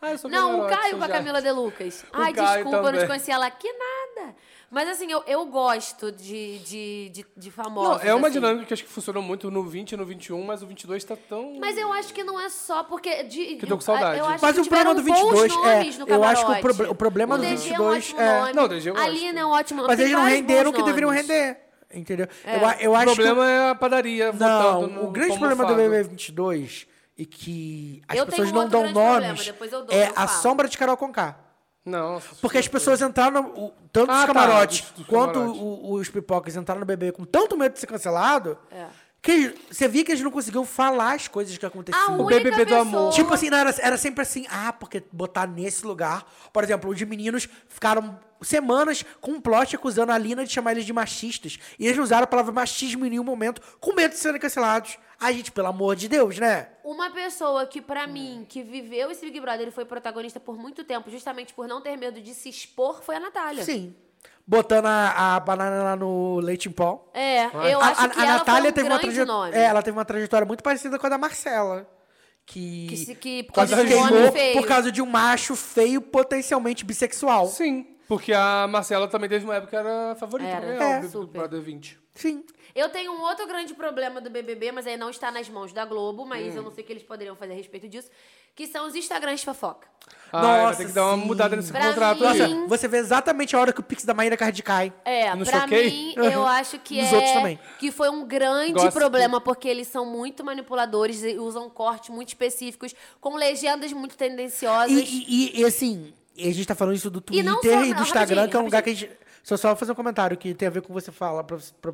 [SPEAKER 3] Ah, eu sou
[SPEAKER 2] Não, o
[SPEAKER 3] Pavarotti,
[SPEAKER 2] Caio
[SPEAKER 3] sou
[SPEAKER 2] com a
[SPEAKER 3] Jade.
[SPEAKER 2] Camila De Lucas. Ai,
[SPEAKER 3] Caio
[SPEAKER 2] desculpa, eu não te
[SPEAKER 3] também.
[SPEAKER 2] conhecia ela. Que nada. Mas assim, eu, eu gosto de, de, de, de
[SPEAKER 3] Não,
[SPEAKER 2] famosos.
[SPEAKER 3] é uma
[SPEAKER 2] assim.
[SPEAKER 3] dinâmica que acho que funcionou muito no 20 e no 21, mas o 22 tá tão...
[SPEAKER 2] Mas eu acho que não é só porque. De,
[SPEAKER 3] eu tô com saudade.
[SPEAKER 2] Eu acho
[SPEAKER 1] Mas
[SPEAKER 2] que
[SPEAKER 1] o problema do
[SPEAKER 2] tiveram bons
[SPEAKER 1] 22 é,
[SPEAKER 2] nomes no
[SPEAKER 1] eu acho que o
[SPEAKER 2] camarote.
[SPEAKER 1] proble- o problema do
[SPEAKER 2] DG
[SPEAKER 1] 22
[SPEAKER 2] é. um ótimo
[SPEAKER 1] é-
[SPEAKER 2] nome.
[SPEAKER 3] Não, o DG eu
[SPEAKER 2] A Lina
[SPEAKER 3] gosto.
[SPEAKER 2] é um ótimo nome.
[SPEAKER 1] Mas
[SPEAKER 2] tem
[SPEAKER 1] eles não
[SPEAKER 2] vários
[SPEAKER 1] renderam o
[SPEAKER 2] bons
[SPEAKER 1] que deveriam
[SPEAKER 2] nomes.
[SPEAKER 1] render. Entendeu? Eu, a- eu acho
[SPEAKER 3] o problema
[SPEAKER 1] que.
[SPEAKER 3] é a padaria
[SPEAKER 1] Não,
[SPEAKER 3] votando no
[SPEAKER 1] o grande
[SPEAKER 3] pão
[SPEAKER 1] problema do
[SPEAKER 3] mofado.
[SPEAKER 1] BBB 22 e que as
[SPEAKER 2] Eu tenho
[SPEAKER 1] pessoas
[SPEAKER 2] um
[SPEAKER 1] não
[SPEAKER 2] outro
[SPEAKER 1] dão
[SPEAKER 2] grande problema,
[SPEAKER 1] nomes
[SPEAKER 2] depois eu dou,
[SPEAKER 1] é
[SPEAKER 2] eu
[SPEAKER 1] a
[SPEAKER 2] falo.
[SPEAKER 1] sombra de Carol Conká.
[SPEAKER 3] Não.
[SPEAKER 1] Porque as pessoas entraram, no, o- tanto os
[SPEAKER 3] Ah, tá,
[SPEAKER 1] camarotes
[SPEAKER 3] dos- dos
[SPEAKER 1] quanto
[SPEAKER 3] camarotes.
[SPEAKER 1] o- os pipocas entraram no BBB com tanto medo de ser cancelado,
[SPEAKER 2] É.
[SPEAKER 1] que você via que eles não conseguiam falar as coisas que
[SPEAKER 2] A
[SPEAKER 1] aconteciam.
[SPEAKER 2] única
[SPEAKER 3] BBB do
[SPEAKER 2] pessoa...
[SPEAKER 3] amor.
[SPEAKER 1] Tipo assim, não, era, era sempre assim, ah, porque botar nesse lugar. Por exemplo, os meninos ficaram semanas com um plot acusando a Lina de chamar eles de machistas. E eles não usaram a palavra machismo em nenhum momento, com medo de serem cancelados. Ai, gente, pelo amor de Deus, né?
[SPEAKER 2] Uma pessoa que, pra mim, que viveu esse Big Brother, ele foi protagonista por muito tempo, justamente por não ter medo de se expor, foi a Natália.
[SPEAKER 1] Sim. Botando a, a banana lá no leite em pó.
[SPEAKER 2] É, eu
[SPEAKER 1] a,
[SPEAKER 2] acho
[SPEAKER 1] a-
[SPEAKER 2] que
[SPEAKER 1] a
[SPEAKER 2] ela
[SPEAKER 1] Natália
[SPEAKER 2] foi
[SPEAKER 1] teve
[SPEAKER 2] um
[SPEAKER 1] uma É.
[SPEAKER 2] grande
[SPEAKER 1] trajetória.
[SPEAKER 2] nome.
[SPEAKER 1] ela teve uma trajetória muito parecida com a da Marcela. Que,
[SPEAKER 2] Que se- que por
[SPEAKER 1] quase
[SPEAKER 3] causa de um
[SPEAKER 1] queimou
[SPEAKER 2] homem feio.
[SPEAKER 1] por causa de um macho feio potencialmente bissexual.
[SPEAKER 3] Sim, porque a Marcela também teve uma época que era favorita
[SPEAKER 2] Era,
[SPEAKER 3] pra ganhar
[SPEAKER 1] é,
[SPEAKER 3] o Big
[SPEAKER 2] super.
[SPEAKER 3] Brother 20.
[SPEAKER 1] Sim.
[SPEAKER 2] Eu tenho um outro grande problema do BBB, mas aí não está nas mãos da Globo, mas eu não sei o que eles poderiam fazer a respeito disso, que são os Instagrams de fofoca.
[SPEAKER 3] Ah,
[SPEAKER 1] Nossa,
[SPEAKER 3] vai ter que dar uma
[SPEAKER 1] sim.
[SPEAKER 3] mudada nesse
[SPEAKER 2] Pra
[SPEAKER 3] contrato
[SPEAKER 2] mim-
[SPEAKER 3] né? aí.
[SPEAKER 1] Nossa, assim, você vê exatamente a hora que o Pix da Maíra Card cai.
[SPEAKER 2] É,
[SPEAKER 3] Eu não
[SPEAKER 2] pra
[SPEAKER 3] choquei?
[SPEAKER 2] mim, eu acho que
[SPEAKER 1] Nos
[SPEAKER 2] é
[SPEAKER 1] outros também.
[SPEAKER 2] que foi um grande
[SPEAKER 3] Gosto.
[SPEAKER 2] problema, porque eles são muito manipuladores e usam cortes muito específicos, com legendas muito tendenciosas.
[SPEAKER 1] E, e- e, assim, e a gente tá falando isso do Twitter e,
[SPEAKER 2] não só-
[SPEAKER 1] do
[SPEAKER 2] não,
[SPEAKER 1] Instagram,
[SPEAKER 2] rapidinho,
[SPEAKER 1] que é um lugar que a gente. Só só fazer um comentário que tem a ver com o que você fala pra, você- pra,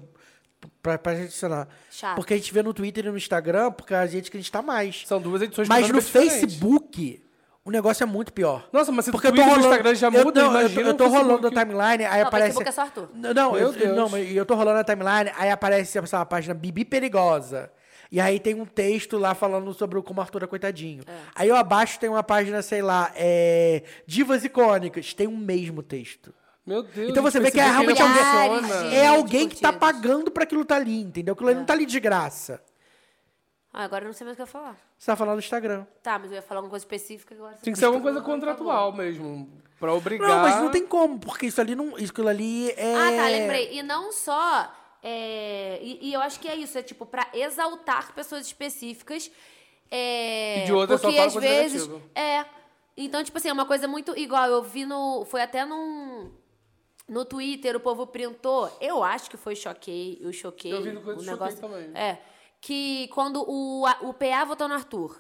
[SPEAKER 1] pra, pra gente adicionar.
[SPEAKER 2] Chato.
[SPEAKER 1] Porque a gente vê no Twitter e no Instagram, porque é a gente que a gente tá mais.
[SPEAKER 3] São duas edições
[SPEAKER 1] Mas no
[SPEAKER 3] completamente diferentes.
[SPEAKER 1] Facebook, o negócio é muito pior.
[SPEAKER 3] Nossa, mas se
[SPEAKER 1] porque eu tô
[SPEAKER 3] Twitter e
[SPEAKER 1] rolando,
[SPEAKER 3] Instagram já muda,
[SPEAKER 1] eu, não, eu tô-
[SPEAKER 3] imagina
[SPEAKER 1] eu tô
[SPEAKER 3] o Facebook.
[SPEAKER 1] rolando a timeline, aí
[SPEAKER 2] Não,
[SPEAKER 1] aparece.
[SPEAKER 2] Facebook é só Arthur.
[SPEAKER 1] N- Não,
[SPEAKER 3] Meu
[SPEAKER 1] eu, eu-
[SPEAKER 3] Deus.
[SPEAKER 1] não, mas eu tô rolando a timeline, aí aparece essa página Bibi Perigosa. E aí tem um texto lá falando sobre o Como Arthur é coitadinho. Aí eu abaixo tem uma página, sei lá, é, Divas Icônicas. Tem o mesmo texto.
[SPEAKER 3] Meu Deus.
[SPEAKER 1] Então você vê que é
[SPEAKER 3] percebi
[SPEAKER 1] realmente
[SPEAKER 3] ele
[SPEAKER 2] alguém-
[SPEAKER 3] funciona.
[SPEAKER 1] é
[SPEAKER 2] Gente,
[SPEAKER 1] alguém que tá
[SPEAKER 2] curtidos. É.
[SPEAKER 1] pagando pra aquilo tá ali, entendeu? Aquilo ali não tá ali de graça.
[SPEAKER 2] Ah, agora eu não sei mais o que eu ia falar.
[SPEAKER 1] Você tá falando no Instagram.
[SPEAKER 2] Tá, mas eu ia falar alguma coisa específica agora.
[SPEAKER 3] Tem que ser alguma coisa contratual mesmo. Pra obrigar.
[SPEAKER 1] É Não, mas não tem como, porque isso ali não. Isso aquilo ali é.
[SPEAKER 2] Ah, tá, lembrei. E não só. é, E, e eu acho que é isso, é tipo, pra exaltar pessoas específicas. é,
[SPEAKER 3] E de outras só
[SPEAKER 2] porque
[SPEAKER 3] fala
[SPEAKER 2] às
[SPEAKER 3] coisa
[SPEAKER 2] vezes.
[SPEAKER 3] negativa.
[SPEAKER 2] É. Então, tipo assim, é uma coisa muito igual. Eu vi no. Foi até num. No Twitter, o povo printou. Eu acho que foi choquei, eu choquei.
[SPEAKER 3] Eu vi no coisa
[SPEAKER 2] o
[SPEAKER 3] do Choquei também.
[SPEAKER 2] É. Que quando o, a- o PA votou no Arthur.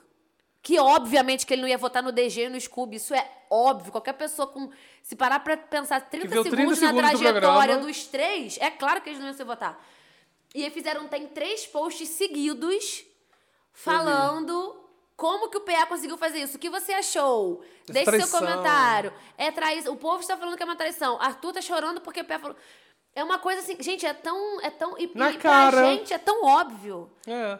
[SPEAKER 2] Que obviamente que ele não ia votar no DG e no Scooby. Isso é óbvio. Qualquer pessoa com. Se parar pra pensar 30
[SPEAKER 3] Que viu
[SPEAKER 2] 30 segundos,
[SPEAKER 3] 30
[SPEAKER 2] tá na
[SPEAKER 3] segundos do
[SPEAKER 2] trajetória
[SPEAKER 3] programa.
[SPEAKER 2] dos três, é claro que eles não iam se votar. E aí fizeram, tem três posts seguidos falando como que o PA conseguiu fazer isso. O que você achou? Deixe seu
[SPEAKER 3] É Traição.
[SPEAKER 2] comentário. É traição. O povo está falando que é uma traição. Arthur tá chorando porque o PA falou. É uma coisa assim, gente, é tão. É tão e,
[SPEAKER 3] Na
[SPEAKER 2] e pra
[SPEAKER 3] cara.
[SPEAKER 2] gente é tão óbvio.
[SPEAKER 3] É.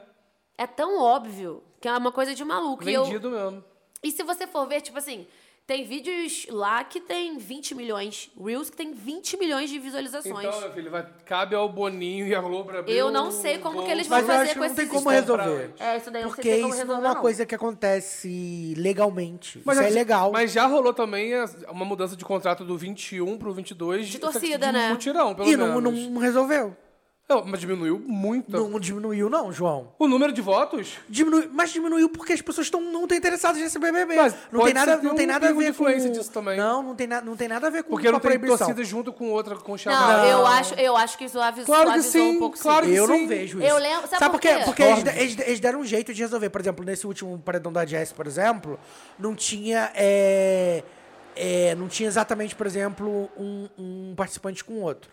[SPEAKER 2] É tão óbvio que é uma coisa de maluco. E eu-
[SPEAKER 3] Vendido mesmo.
[SPEAKER 2] e se você for ver, tipo assim, tem vídeos lá que tem 20 milhões, Reels que tem 20 milhões de visualizações.
[SPEAKER 3] Então, meu filho, vai, cabe ao Boninho e à Globo pra abrir
[SPEAKER 2] Eu
[SPEAKER 3] um
[SPEAKER 2] não sei como
[SPEAKER 3] bom-
[SPEAKER 2] que eles vão
[SPEAKER 1] Mas eu
[SPEAKER 2] fazer
[SPEAKER 1] acho que
[SPEAKER 2] com
[SPEAKER 1] não tem
[SPEAKER 2] esses
[SPEAKER 1] como
[SPEAKER 3] sistemas pra
[SPEAKER 1] resolver.
[SPEAKER 2] É, isso daí eu não
[SPEAKER 1] Porque
[SPEAKER 2] sei se tem como
[SPEAKER 1] isso não é
[SPEAKER 2] resolver,
[SPEAKER 1] uma coisa que acontece legalmente. isso é
[SPEAKER 3] assim,
[SPEAKER 1] legal.
[SPEAKER 3] Mas já rolou também as- uma mudança de contrato do 21 pro 22.
[SPEAKER 2] De
[SPEAKER 3] só que
[SPEAKER 2] torcida,
[SPEAKER 3] de
[SPEAKER 2] né?
[SPEAKER 3] Mutirão, pelo
[SPEAKER 1] e não,
[SPEAKER 3] menos. Então.
[SPEAKER 1] não resolveu.
[SPEAKER 3] Não, mas diminuiu muito.
[SPEAKER 1] Não diminuiu, não, João.
[SPEAKER 3] O número de votos?
[SPEAKER 1] Diminui, mas diminuiu porque as pessoas tão, não estão interessadas nesse BBB.
[SPEAKER 3] Mas
[SPEAKER 1] não tem
[SPEAKER 3] pode
[SPEAKER 1] nada,
[SPEAKER 3] ser
[SPEAKER 1] não
[SPEAKER 3] um
[SPEAKER 1] tem nada a
[SPEAKER 3] pingo de
[SPEAKER 1] ver com
[SPEAKER 3] influência disso também.
[SPEAKER 1] Não, não tem, na, não tem nada a ver com,
[SPEAKER 3] Porque
[SPEAKER 1] com
[SPEAKER 3] não
[SPEAKER 1] a
[SPEAKER 3] tem
[SPEAKER 1] proibição.
[SPEAKER 3] torcida junto com outra, com o
[SPEAKER 2] Não,
[SPEAKER 3] Chavão.
[SPEAKER 2] eu acho, eu acho que suavizou,
[SPEAKER 3] Claro que
[SPEAKER 2] suavizou
[SPEAKER 3] sim,
[SPEAKER 2] um pouco sim.
[SPEAKER 3] claro que
[SPEAKER 1] Eu não
[SPEAKER 3] Sim.
[SPEAKER 1] vejo isso.
[SPEAKER 2] Eu lembro- sabe por
[SPEAKER 1] por quê?
[SPEAKER 2] quê?
[SPEAKER 1] Porque eles,
[SPEAKER 3] Óbvio.
[SPEAKER 1] eles- eles deram um jeito de resolver. Por exemplo, nesse último paredão da Jess, por exemplo, não tinha. é, é, não tinha exatamente, por exemplo, um, um participante com o outro.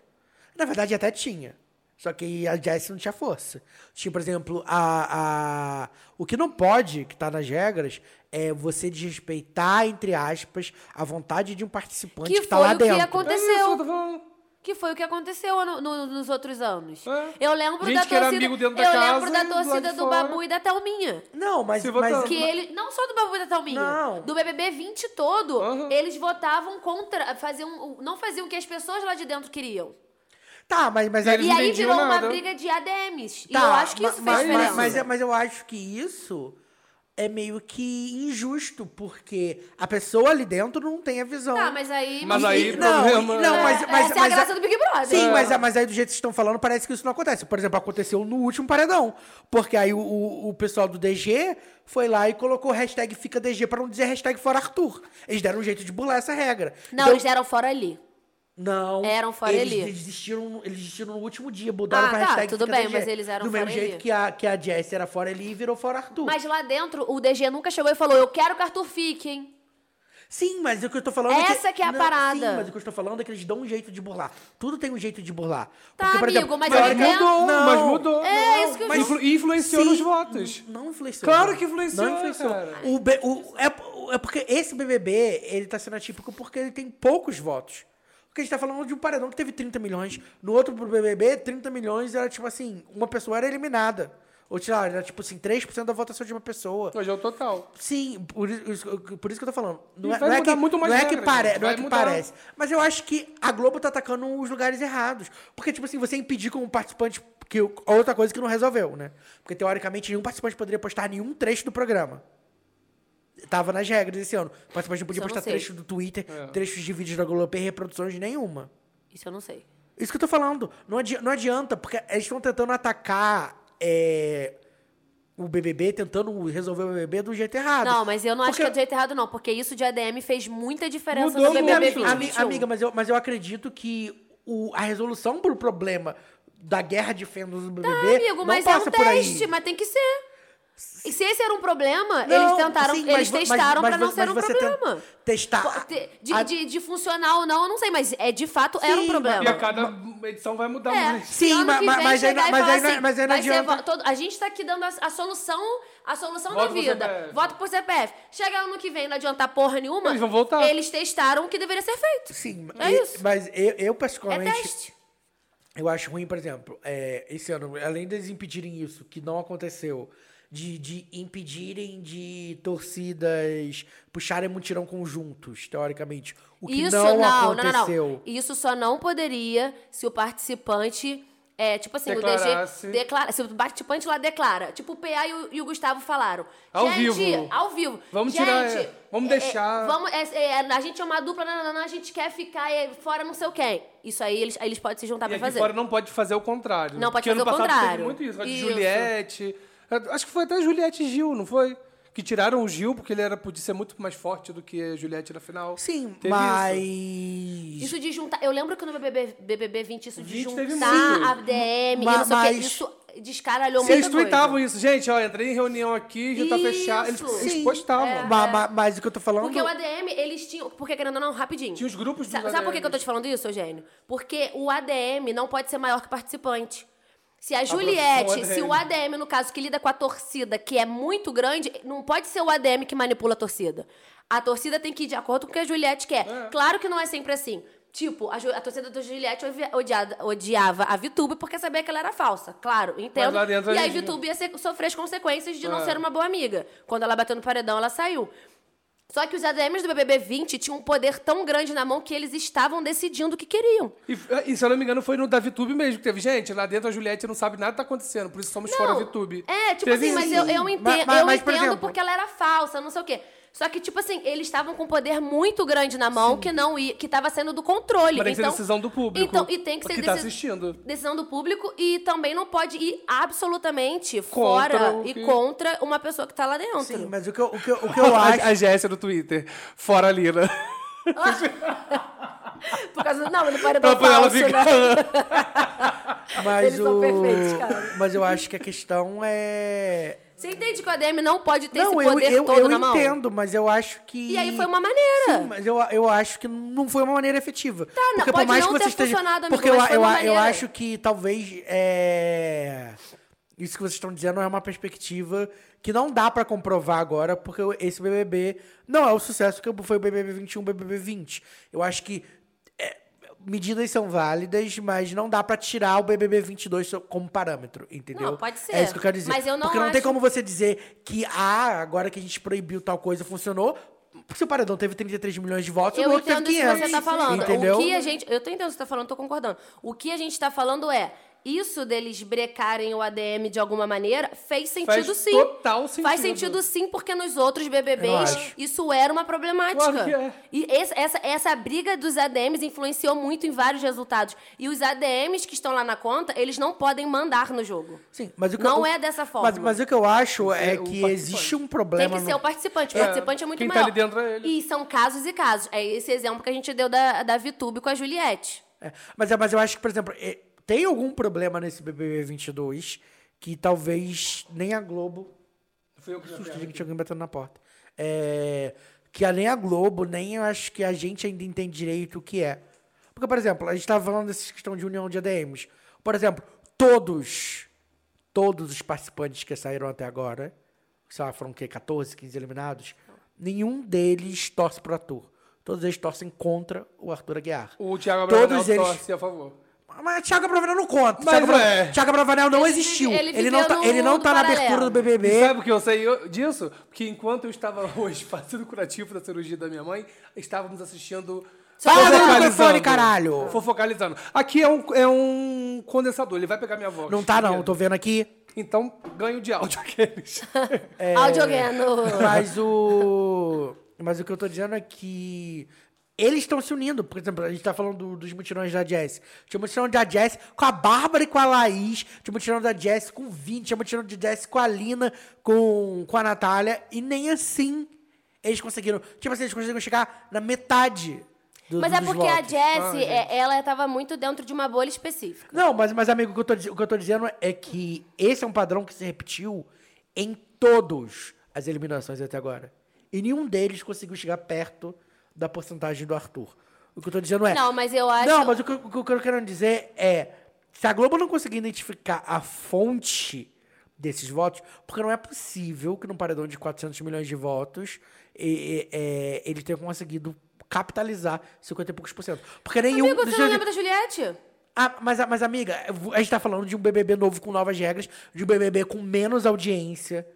[SPEAKER 1] Na verdade, até tinha. Só que a Jess não tinha força. Tinha, por exemplo, a, a- o que não pode, que tá nas regras, é você desrespeitar, entre aspas, a vontade de um participante
[SPEAKER 2] Que
[SPEAKER 1] que, tá
[SPEAKER 2] foi
[SPEAKER 1] lá
[SPEAKER 2] o que
[SPEAKER 1] dentro.
[SPEAKER 3] É isso que eu
[SPEAKER 2] aconteceu.
[SPEAKER 3] tô falando.
[SPEAKER 2] Que foi o que aconteceu no- no- nos outros anos.
[SPEAKER 3] É.
[SPEAKER 2] Eu lembro
[SPEAKER 3] Gente
[SPEAKER 2] da
[SPEAKER 3] que era
[SPEAKER 2] torcida.
[SPEAKER 3] amigo dentro da
[SPEAKER 2] eu
[SPEAKER 3] casa
[SPEAKER 2] lembro da
[SPEAKER 3] e do lado
[SPEAKER 2] torcida
[SPEAKER 3] de
[SPEAKER 2] do
[SPEAKER 3] fora.
[SPEAKER 2] Babu e da Thelminha.
[SPEAKER 1] Não, mas.
[SPEAKER 3] Se
[SPEAKER 1] mas-
[SPEAKER 3] votar-
[SPEAKER 2] Que ele, não só do Babu e da Thelminha,
[SPEAKER 1] Não.
[SPEAKER 2] do BBB 20 todo,
[SPEAKER 3] Aham.
[SPEAKER 2] eles votavam contra, faziam, não faziam o que as pessoas lá de dentro queriam.
[SPEAKER 1] Tá, mas, mas
[SPEAKER 3] E
[SPEAKER 1] aí-
[SPEAKER 3] Eles
[SPEAKER 2] E
[SPEAKER 3] não
[SPEAKER 2] aí
[SPEAKER 3] entendiam
[SPEAKER 2] virou uma
[SPEAKER 3] nada.
[SPEAKER 2] briga de ADMs. e
[SPEAKER 1] Tá,
[SPEAKER 2] eu acho que
[SPEAKER 1] ma-
[SPEAKER 2] isso
[SPEAKER 1] mas,
[SPEAKER 2] fez diferença.
[SPEAKER 1] Mas, é mas, mas eu acho que isso é meio que injusto, porque a pessoa ali dentro não tem a visão.
[SPEAKER 2] Tá, mas aí...
[SPEAKER 3] Mas
[SPEAKER 1] E-
[SPEAKER 3] aí,
[SPEAKER 1] e- não,
[SPEAKER 3] problema,
[SPEAKER 1] e- não,
[SPEAKER 3] né?
[SPEAKER 1] mas,
[SPEAKER 2] É,
[SPEAKER 1] mas,
[SPEAKER 2] essa é a
[SPEAKER 1] mas,
[SPEAKER 2] graça do Big Brother.
[SPEAKER 1] Sim,
[SPEAKER 2] É.
[SPEAKER 1] mas, mas aí do jeito que vocês estão falando, parece que isso não acontece. Por exemplo, aconteceu no último paredão. Porque aí o, o, o pessoal do DG foi lá e colocou hashtag fica DG pra não dizer hashtag fora Arthur. Eles deram um jeito de burlar essa regra.
[SPEAKER 2] Não,
[SPEAKER 1] Então-
[SPEAKER 2] eles deram fora ali.
[SPEAKER 1] não.
[SPEAKER 2] Eram fora
[SPEAKER 1] eles,
[SPEAKER 2] ali.
[SPEAKER 1] Eles desistiram, eles desistiram no último dia, mudaram
[SPEAKER 2] Ah,
[SPEAKER 1] pra
[SPEAKER 2] tá,
[SPEAKER 1] hashtag
[SPEAKER 2] tudo
[SPEAKER 1] fica
[SPEAKER 2] bem,
[SPEAKER 1] DG.
[SPEAKER 2] mas eles eram
[SPEAKER 1] Do mesmo
[SPEAKER 2] fora
[SPEAKER 1] jeito
[SPEAKER 2] ali.
[SPEAKER 1] que a, que a Jessie era fora ali e virou fora Arthur.
[SPEAKER 2] Mas lá dentro, o DG nunca chegou e falou, eu quero que o Arthur fique, hein?
[SPEAKER 1] Sim, mas o que eu tô falando é que...
[SPEAKER 2] Essa que é a parada.
[SPEAKER 1] Sim, mas o que eu estou falando é que eles dão um jeito de burlar. Tudo tem um jeito de burlar.
[SPEAKER 2] Tá, amigo, mas
[SPEAKER 1] teórica-
[SPEAKER 2] ele dentro-
[SPEAKER 3] mudou,
[SPEAKER 1] Não,
[SPEAKER 3] mas mudou.
[SPEAKER 2] É, isso que eu
[SPEAKER 1] mas-
[SPEAKER 3] Influ- influenciou
[SPEAKER 1] Sim,
[SPEAKER 3] nos votos.
[SPEAKER 1] Não influenciou.
[SPEAKER 3] Claro
[SPEAKER 1] não.
[SPEAKER 3] que influenciou,
[SPEAKER 1] Não influenciou.
[SPEAKER 3] cara.
[SPEAKER 1] O B- o- é, é porque esse BBB, ele tá sendo atípico porque ele tem poucos votos. Porque a gente tá falando de um paredão que teve 30 milhões. No outro BBB, 30 milhões era tipo assim, uma pessoa era eliminada. Ou sei lá, era tipo assim, 3% da votação de uma pessoa.
[SPEAKER 3] Hoje é o total.
[SPEAKER 1] Sim, por isso, por isso que eu tô falando. Não
[SPEAKER 3] E
[SPEAKER 1] é,
[SPEAKER 3] vai
[SPEAKER 1] não é
[SPEAKER 3] mudar
[SPEAKER 1] que,
[SPEAKER 3] muito mais
[SPEAKER 1] não é
[SPEAKER 3] regras,
[SPEAKER 1] que, pare-
[SPEAKER 3] gente.
[SPEAKER 1] não é
[SPEAKER 3] Vai
[SPEAKER 1] que
[SPEAKER 3] mudar.
[SPEAKER 1] parece. Mas eu acho que a Globo tá atacando os lugares errados. Porque, tipo assim, você impedir como participante. Que o- outra coisa que não resolveu, né? Porque, teoricamente, nenhum participante poderia postar nenhum trecho do programa. Tava nas regras esse ano. O participante não podia
[SPEAKER 2] Isso eu não
[SPEAKER 1] postar
[SPEAKER 2] sei.
[SPEAKER 1] trecho do Twitter,
[SPEAKER 3] É.
[SPEAKER 1] trechos de vídeos da Globo e reproduções nenhuma.
[SPEAKER 2] Isso eu não sei.
[SPEAKER 1] Isso que eu tô falando. Não, adi- não adianta, porque eles estão tentando atacar é, o BBB, tentando resolver o BBB do jeito errado.
[SPEAKER 2] Não, mas eu não acho
[SPEAKER 1] Porque-
[SPEAKER 2] que é do jeito errado, não. Porque isso de ADM fez muita diferença no
[SPEAKER 3] Mudou
[SPEAKER 2] BBB
[SPEAKER 3] muito.
[SPEAKER 2] 21.
[SPEAKER 1] Ami- amiga, mas eu, mas eu acredito que o- a resolução pro problema da guerra de fendas do BBB
[SPEAKER 2] Ah, amigo,
[SPEAKER 1] não
[SPEAKER 2] mas é um
[SPEAKER 1] passa por aí.
[SPEAKER 2] teste, mas tem que ser. E se esse era um problema,
[SPEAKER 1] Não,
[SPEAKER 2] eles tentaram,
[SPEAKER 1] sim,
[SPEAKER 2] eles
[SPEAKER 1] mas vo- mas-
[SPEAKER 2] testaram
[SPEAKER 1] mas
[SPEAKER 2] pra não
[SPEAKER 1] você-
[SPEAKER 2] ser um
[SPEAKER 1] mas você tenta
[SPEAKER 2] problema.
[SPEAKER 1] Testar.
[SPEAKER 2] Po-
[SPEAKER 1] a-
[SPEAKER 2] te- De,
[SPEAKER 1] Ah, a-
[SPEAKER 2] de, de funcionar ou não, eu não sei, mas é de fato era um
[SPEAKER 1] Sim,
[SPEAKER 2] problema.
[SPEAKER 3] E a cada edição vai mudar
[SPEAKER 2] É.
[SPEAKER 3] mais.
[SPEAKER 1] Sim,
[SPEAKER 2] Ano
[SPEAKER 1] ma-
[SPEAKER 2] que
[SPEAKER 1] ma-
[SPEAKER 2] vem
[SPEAKER 1] mas aí
[SPEAKER 2] chegar
[SPEAKER 1] não-
[SPEAKER 2] e
[SPEAKER 1] mas
[SPEAKER 2] falar
[SPEAKER 1] aí não- é-
[SPEAKER 2] assim,
[SPEAKER 1] mas aí não
[SPEAKER 2] vai ser
[SPEAKER 1] adianta.
[SPEAKER 2] vo- todo- a gente tá aqui dando a, a solução, a solução
[SPEAKER 3] Voto
[SPEAKER 2] da
[SPEAKER 3] por
[SPEAKER 2] vida.
[SPEAKER 3] CPF.
[SPEAKER 2] Voto por CPF. Chega ano que vem, não adiantar porra nenhuma.
[SPEAKER 3] Eles vão voltar.
[SPEAKER 2] Eles testaram o que deveria ser feito.
[SPEAKER 1] Sim,
[SPEAKER 2] É
[SPEAKER 1] e-
[SPEAKER 2] isso.
[SPEAKER 1] mas eu, eu
[SPEAKER 2] É
[SPEAKER 1] particularmente.
[SPEAKER 2] teste.
[SPEAKER 1] Eu acho ruim, por exemplo, é, esse ano, além deles impedirem isso, que não aconteceu, de, de impedirem de torcidas puxarem mutirão conjuntos, teoricamente. O que
[SPEAKER 2] Isso
[SPEAKER 1] não,
[SPEAKER 2] não, não, não, não,
[SPEAKER 1] aconteceu.
[SPEAKER 2] Isso só não poderia se o participante. É, tipo assim,
[SPEAKER 3] Declarasse.
[SPEAKER 2] o DG declara. Se o participante lá declara. Tipo, o PA e o, e o Gustavo falaram.
[SPEAKER 3] Ao
[SPEAKER 2] gente,
[SPEAKER 3] vivo.
[SPEAKER 2] ao vivo.
[SPEAKER 3] Vamos
[SPEAKER 2] gente,
[SPEAKER 3] tirar, é, vamos
[SPEAKER 2] é,
[SPEAKER 3] deixar.
[SPEAKER 2] é, vamos, é, é, a gente é uma dupla, não, não, não, não, a gente quer ficar é, fora não sei o quem. Isso aí eles, aí eles podem se juntar
[SPEAKER 3] E
[SPEAKER 2] pra
[SPEAKER 3] aqui
[SPEAKER 2] fazer.
[SPEAKER 3] fora não pode fazer o contrário.
[SPEAKER 2] Não pode
[SPEAKER 3] Porque ano
[SPEAKER 2] fazer o
[SPEAKER 3] passado
[SPEAKER 2] contrário.
[SPEAKER 3] Teve muito isso, de
[SPEAKER 2] Isso.
[SPEAKER 3] Juliette. Acho que foi até Juliette e Gil, não foi? Que tiraram o Gil porque ele era, podia ser muito mais forte do que a Juliette na final.
[SPEAKER 1] Sim,
[SPEAKER 3] Teve
[SPEAKER 1] mas.
[SPEAKER 3] isso.
[SPEAKER 2] Isso de juntar. Eu lembro que no BBB, BBB 20, isso de
[SPEAKER 3] 20 teve muito.
[SPEAKER 2] juntar a DM,
[SPEAKER 1] Ma-
[SPEAKER 2] e não sei o quê.
[SPEAKER 1] mas-
[SPEAKER 2] Isso descaralhou muito.
[SPEAKER 3] Vocês tuitavam isso, gente, ó, entrei em reunião aqui, já tá
[SPEAKER 2] Isso. é.
[SPEAKER 3] fechado. Eles, eles
[SPEAKER 1] Sim.
[SPEAKER 3] postavam.
[SPEAKER 1] Ma- ma- mas o que eu tô falando.
[SPEAKER 2] Porque o ADM, eles tinham. Porque querendo ou não, rapidinho.
[SPEAKER 3] Tinha os grupos dos
[SPEAKER 2] Sa- Sabe, por que que eu tô
[SPEAKER 3] ADMs?
[SPEAKER 2] te falando isso, Eugênio? Porque o ADM não pode ser maior que o participante. Se a
[SPEAKER 3] produção
[SPEAKER 2] Juliette, se o
[SPEAKER 3] ADM.
[SPEAKER 2] ADM, no caso, que lida com a torcida, que é muito grande, não pode ser o ADM que manipula a torcida. A torcida tem que ir de acordo com o que a Juliette quer. Claro que não é sempre assim. Tipo, a, Ju- a torcida da Juliette ovi- odiada- odiava a Vitube porque sabia que ela era falsa. Claro, entendo.
[SPEAKER 3] lá dentro
[SPEAKER 2] e aí
[SPEAKER 3] eles não-
[SPEAKER 2] Vitube ia ser- sofrer as consequências de não
[SPEAKER 3] É.
[SPEAKER 2] ser uma boa amiga. Quando ela bateu no paredão, ela saiu. Só que os ADMs do BBB 20 tinham um poder tão grande na mão que eles estavam decidindo o que queriam.
[SPEAKER 3] E, e, se eu não me engano, foi no da VTube mesmo que teve. Gente, lá dentro a Juliette não sabe nada que tá acontecendo, por isso somos fora
[SPEAKER 2] Não,
[SPEAKER 3] VTube.
[SPEAKER 2] É, tipo
[SPEAKER 3] Teve
[SPEAKER 2] assim, mas
[SPEAKER 3] isso.
[SPEAKER 2] eu, eu
[SPEAKER 1] Mas-
[SPEAKER 2] entendo,
[SPEAKER 1] mas-
[SPEAKER 2] eu
[SPEAKER 1] mas, por
[SPEAKER 2] entendo
[SPEAKER 1] exemplo-
[SPEAKER 2] porque ela era falsa, não sei o quê. Só que, tipo assim, eles estavam com um poder muito grande na mão que não ia, que tava saindo do controle.
[SPEAKER 3] Mas tem que ser
[SPEAKER 2] Então-
[SPEAKER 3] decisão do público,
[SPEAKER 2] Então, e tem que ser
[SPEAKER 3] que tá
[SPEAKER 2] deci-
[SPEAKER 3] assistindo.
[SPEAKER 2] decisão do público e também não pode ir absolutamente
[SPEAKER 3] Contra
[SPEAKER 2] fora
[SPEAKER 3] o
[SPEAKER 2] e
[SPEAKER 3] que-
[SPEAKER 2] contra uma pessoa que tá lá dentro.
[SPEAKER 1] Sim, mas o que eu, o que eu, <laughs> o que eu acho.
[SPEAKER 3] A, a Jéssica no Twitter. Fora a Lina.
[SPEAKER 2] <laughs> Por causa do. Não, mas não pode
[SPEAKER 3] Pra
[SPEAKER 2] botar
[SPEAKER 3] pra ela
[SPEAKER 2] falso, né?
[SPEAKER 3] ficar. <laughs>
[SPEAKER 1] Mas
[SPEAKER 2] Eles são
[SPEAKER 1] o...
[SPEAKER 2] perfeitos, cara.
[SPEAKER 1] Mas eu acho que a questão é.
[SPEAKER 2] Você entende que o ADM não pode ter
[SPEAKER 1] não,
[SPEAKER 2] esse
[SPEAKER 1] eu,
[SPEAKER 2] poder
[SPEAKER 1] eu,
[SPEAKER 2] todo
[SPEAKER 1] eu
[SPEAKER 2] na mão?
[SPEAKER 1] entendo, mas eu acho que.
[SPEAKER 2] E aí foi uma maneira.
[SPEAKER 1] Sim, mas eu, eu acho que não foi uma maneira efetiva. Tá,
[SPEAKER 2] não, pode não ter funcionado, amigo,
[SPEAKER 1] Porque eu,
[SPEAKER 2] mas foi
[SPEAKER 1] eu,
[SPEAKER 2] uma
[SPEAKER 1] eu
[SPEAKER 2] maneira.
[SPEAKER 1] acho que talvez. é, Isso que vocês estão dizendo é uma perspectiva que não dá pra comprovar agora, porque esse BBB não é o sucesso que foi o BBB 21, BBB 20. Eu acho que é, medidas são válidas, mas não dá pra tirar o BBB 22 so- como parâmetro, entendeu?
[SPEAKER 2] Não, pode ser.
[SPEAKER 1] É isso que eu quero dizer.
[SPEAKER 2] Mas eu não
[SPEAKER 1] Porque não tem
[SPEAKER 2] acho-
[SPEAKER 1] como você dizer que, ah, agora que a gente proibiu tal coisa, funcionou. Se o Paredão teve 33 milhões de votos,
[SPEAKER 2] Eu
[SPEAKER 1] o outro teve
[SPEAKER 2] entendo isso que
[SPEAKER 1] 500.
[SPEAKER 2] você tá falando.
[SPEAKER 1] Entendeu?
[SPEAKER 2] O que a gente. Eu tô entendendo o que você tá falando, tô concordando. O que a gente tá falando é. Isso deles brecarem o ADM de alguma maneira fez sentido sim.
[SPEAKER 3] total
[SPEAKER 2] Faz
[SPEAKER 3] sentido.
[SPEAKER 2] sentido sim, porque nos outros
[SPEAKER 1] Eu
[SPEAKER 2] BBBs
[SPEAKER 1] acho.
[SPEAKER 2] isso era uma problemática.
[SPEAKER 3] Claro que é.
[SPEAKER 2] E esse- essa, essa briga dos ADMs influenciou muito em vários resultados. E os ADMs que estão lá na conta, eles não podem mandar no jogo.
[SPEAKER 1] Sim, mas o que
[SPEAKER 2] Não
[SPEAKER 1] eu-
[SPEAKER 2] é dessa forma.
[SPEAKER 1] Mas, mas o que eu acho é que
[SPEAKER 3] o participante.
[SPEAKER 1] existe um
[SPEAKER 2] Tem
[SPEAKER 1] problema.
[SPEAKER 2] que ser o
[SPEAKER 1] no-
[SPEAKER 2] participante. O participante é muito
[SPEAKER 3] quem tá
[SPEAKER 2] maior.
[SPEAKER 3] ali dentro é ele.
[SPEAKER 2] E são casos e casos. É esse exemplo que a gente deu da, da VTube com a Juliette.
[SPEAKER 1] É, mas, é- mas eu acho que, por exemplo, é, tem algum problema nesse BBB 22 que talvez nem a Globo
[SPEAKER 3] Fui eu que
[SPEAKER 1] susto, gente, alguém batendo na porta. É, que a- nem a Globo, nem eu acho que a gente ainda entende direito o que é. Porque, por exemplo, a gente estava falando dessa questão de união de ADMs. Por exemplo, todos, todos os participantes que saíram até agora, sei lá, foram o quê? 14, 15 eliminados, nenhum deles torce pro Arthur. Todos eles torcem contra o Arthur Aguiar.
[SPEAKER 3] O Thiago Abravanel
[SPEAKER 1] Todos eles.
[SPEAKER 3] torce a favor.
[SPEAKER 1] Mas Thiago Abravanel não conta.
[SPEAKER 3] Mas
[SPEAKER 1] Thiago, Abra-
[SPEAKER 3] é.
[SPEAKER 1] Thiago Abravanel não
[SPEAKER 2] Ele vive-
[SPEAKER 1] existiu. Ele,
[SPEAKER 2] ele
[SPEAKER 1] não tá,
[SPEAKER 2] viveu num
[SPEAKER 1] ele não
[SPEAKER 2] mundo
[SPEAKER 1] tá na
[SPEAKER 2] paralelo. é
[SPEAKER 1] abertura do
[SPEAKER 3] E
[SPEAKER 1] BBB.
[SPEAKER 3] sabe o que eu sei eu- disso? Porque enquanto eu estava hoje fazendo o curativo da cirurgia da minha mãe, estávamos assistindo.
[SPEAKER 1] Fala no
[SPEAKER 3] Fofocalizando.
[SPEAKER 1] microfone, caralho!
[SPEAKER 3] Fofocalizando. Aqui é um, é um condensador, ele vai pegar minha voz.
[SPEAKER 1] Não tá, não. Tô vendo aqui.
[SPEAKER 3] Então, ganho de
[SPEAKER 1] <laughs>
[SPEAKER 3] áudio aqueles.
[SPEAKER 2] É... Audiogeno.
[SPEAKER 1] Mas o. Mas o que eu tô dizendo é que. Eles estão se unindo. Por exemplo, a gente tá falando do- dos mutirões da Jess. Tinha um mutirão da Jess com a Bárbara e com a Laís. Tinha um mutirão da Jess com o Vini. Tinha um mutirão da Jess com a Lina, com, com a Natália. E nem assim eles conseguiram. Tipo assim, eles conseguiram chegar na metade do,
[SPEAKER 2] Mas
[SPEAKER 1] do-
[SPEAKER 2] é
[SPEAKER 1] dos
[SPEAKER 2] porque a
[SPEAKER 1] votos.
[SPEAKER 2] Jessie, é, ela tava muito dentro de uma bolha específica.
[SPEAKER 1] Não, mas, mas amigo, o que, eu tô, diz- o que eu tô dizendo é que esse é um padrão que se repetiu em todos as eliminações até agora. E nenhum deles conseguiu chegar perto da porcentagem do Arthur. O que eu tô dizendo é.
[SPEAKER 2] Não, mas eu acho-
[SPEAKER 1] Não, mas o que, eu- o que eu quero dizer é. Se a Globo não conseguir identificar a fonte desses votos, porque não é possível que num paredão de 400 milhões de votos e- e- é, ele tenha conseguido capitalizar 50 e poucos por cento. Porque nenhum.
[SPEAKER 2] Amigo, você
[SPEAKER 1] deixa
[SPEAKER 2] não
[SPEAKER 1] eu-
[SPEAKER 2] lembra da Juliette?
[SPEAKER 1] Ah, mas, mas, amiga, a gente tá falando de um BBB novo com novas regras, de um BBB com menos audiência.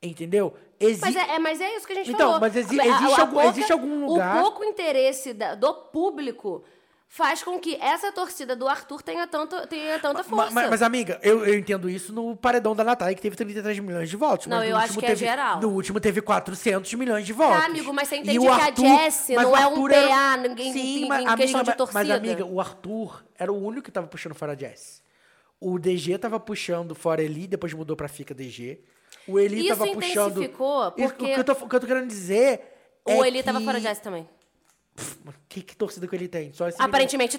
[SPEAKER 1] Entendeu? Exi
[SPEAKER 2] Mas é, é- mas é isso que a gente
[SPEAKER 1] Então,
[SPEAKER 2] falou.
[SPEAKER 1] mas exi-
[SPEAKER 2] A- a-
[SPEAKER 1] existe
[SPEAKER 2] a
[SPEAKER 1] algum- existe algum lugar-
[SPEAKER 2] O pouco interesse da- do público faz com que essa torcida do Arthur tenha, tanto, tenha tanta
[SPEAKER 1] Ma-
[SPEAKER 2] força.
[SPEAKER 1] ma- Mas, amiga, eu, eu entendo isso no paredão da Natália, que teve 33 milhões de votos.
[SPEAKER 2] Não,
[SPEAKER 1] mas no
[SPEAKER 2] eu acho
[SPEAKER 1] último
[SPEAKER 2] que é
[SPEAKER 1] teve,
[SPEAKER 2] geral. Ah,
[SPEAKER 1] No último teve 400 milhões de votos.
[SPEAKER 2] amigo, mas você
[SPEAKER 1] E
[SPEAKER 2] entende
[SPEAKER 1] o
[SPEAKER 2] que a
[SPEAKER 1] Arthur-
[SPEAKER 2] Jessie
[SPEAKER 1] mas
[SPEAKER 2] não
[SPEAKER 1] o
[SPEAKER 2] é um
[SPEAKER 1] Arthur era-
[SPEAKER 2] PA, ninguém-
[SPEAKER 1] Sim,
[SPEAKER 2] ninguém-
[SPEAKER 1] mas,
[SPEAKER 2] em questão
[SPEAKER 1] amiga,
[SPEAKER 2] de
[SPEAKER 1] mas- Mas,
[SPEAKER 2] torcida.
[SPEAKER 1] amiga, o Arthur era o único que tava puxando fora a Jess. O DG tava puxando fora Eli, depois mudou pra Fica DG. O Eli
[SPEAKER 2] Isso
[SPEAKER 1] tava puxando...
[SPEAKER 2] intensificou,
[SPEAKER 1] Isso-
[SPEAKER 2] porque-
[SPEAKER 1] O que eu tô, o que eu tô querendo dizer é
[SPEAKER 2] Ou ele
[SPEAKER 1] que...
[SPEAKER 2] tava fora de Jess também.
[SPEAKER 1] Que, que torcida que ele tem? Só esse
[SPEAKER 2] Aparentemente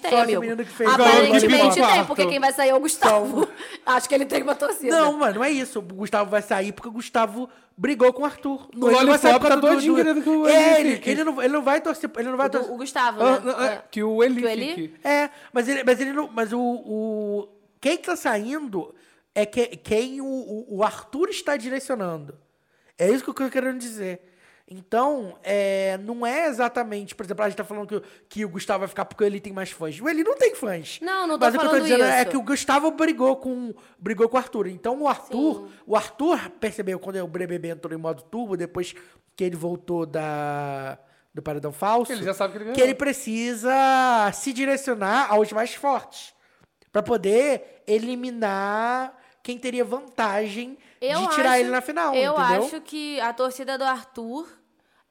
[SPEAKER 1] menino,
[SPEAKER 2] tem,
[SPEAKER 1] só
[SPEAKER 2] amigo.
[SPEAKER 1] Esse menino que fez
[SPEAKER 2] Aparentemente
[SPEAKER 3] Big
[SPEAKER 2] tem,
[SPEAKER 3] Brother.
[SPEAKER 2] porque quem vai sair é o Gustavo. <laughs> Acho que ele tem uma torcida.
[SPEAKER 1] Não, mano, não é isso. O Gustavo vai sair porque o Gustavo brigou com o Arthur. Não,
[SPEAKER 3] O
[SPEAKER 1] ele não vai sair por
[SPEAKER 3] Lollipop
[SPEAKER 1] causa
[SPEAKER 3] tá doidinho querendo que o
[SPEAKER 1] É,
[SPEAKER 3] Eli
[SPEAKER 1] ele,
[SPEAKER 3] fique.
[SPEAKER 1] ele não, ele não vai torcer. Ele não vai
[SPEAKER 2] O,
[SPEAKER 1] torcer.
[SPEAKER 2] o Gustavo,
[SPEAKER 3] Ah,
[SPEAKER 2] né?
[SPEAKER 3] ah, ah,
[SPEAKER 2] É.
[SPEAKER 3] que o Eli
[SPEAKER 2] Que o Eli?
[SPEAKER 3] fique.
[SPEAKER 1] É, mas ele, mas ele não. Mas o. o- quem tá saindo é que- quem o, o- o Arthur está direcionando. É isso que eu tô querendo dizer. Então, é, não é exatamente, por exemplo, a gente tá falando que, o- que o Gustavo vai ficar porque ele tem mais fãs. O Eli não tem fãs.
[SPEAKER 2] Não, não tô
[SPEAKER 1] Mas o que eu tô
[SPEAKER 2] falando
[SPEAKER 1] dizendo é
[SPEAKER 2] isso.
[SPEAKER 1] que o Gustavo brigou com, brigou com o Arthur. Então o Arthur, o Arthur percebeu quando o BBB entrou em modo turbo, depois que ele voltou da do paredão falso,
[SPEAKER 3] Ele já sabe que ele ganhou.
[SPEAKER 1] que ele precisa se direcionar aos mais fortes Pra poder eliminar quem teria vantagem
[SPEAKER 2] Eu
[SPEAKER 1] de tirar
[SPEAKER 2] acho-
[SPEAKER 1] ele na final,
[SPEAKER 2] Eu
[SPEAKER 1] entendeu?
[SPEAKER 2] acho que a torcida do Arthur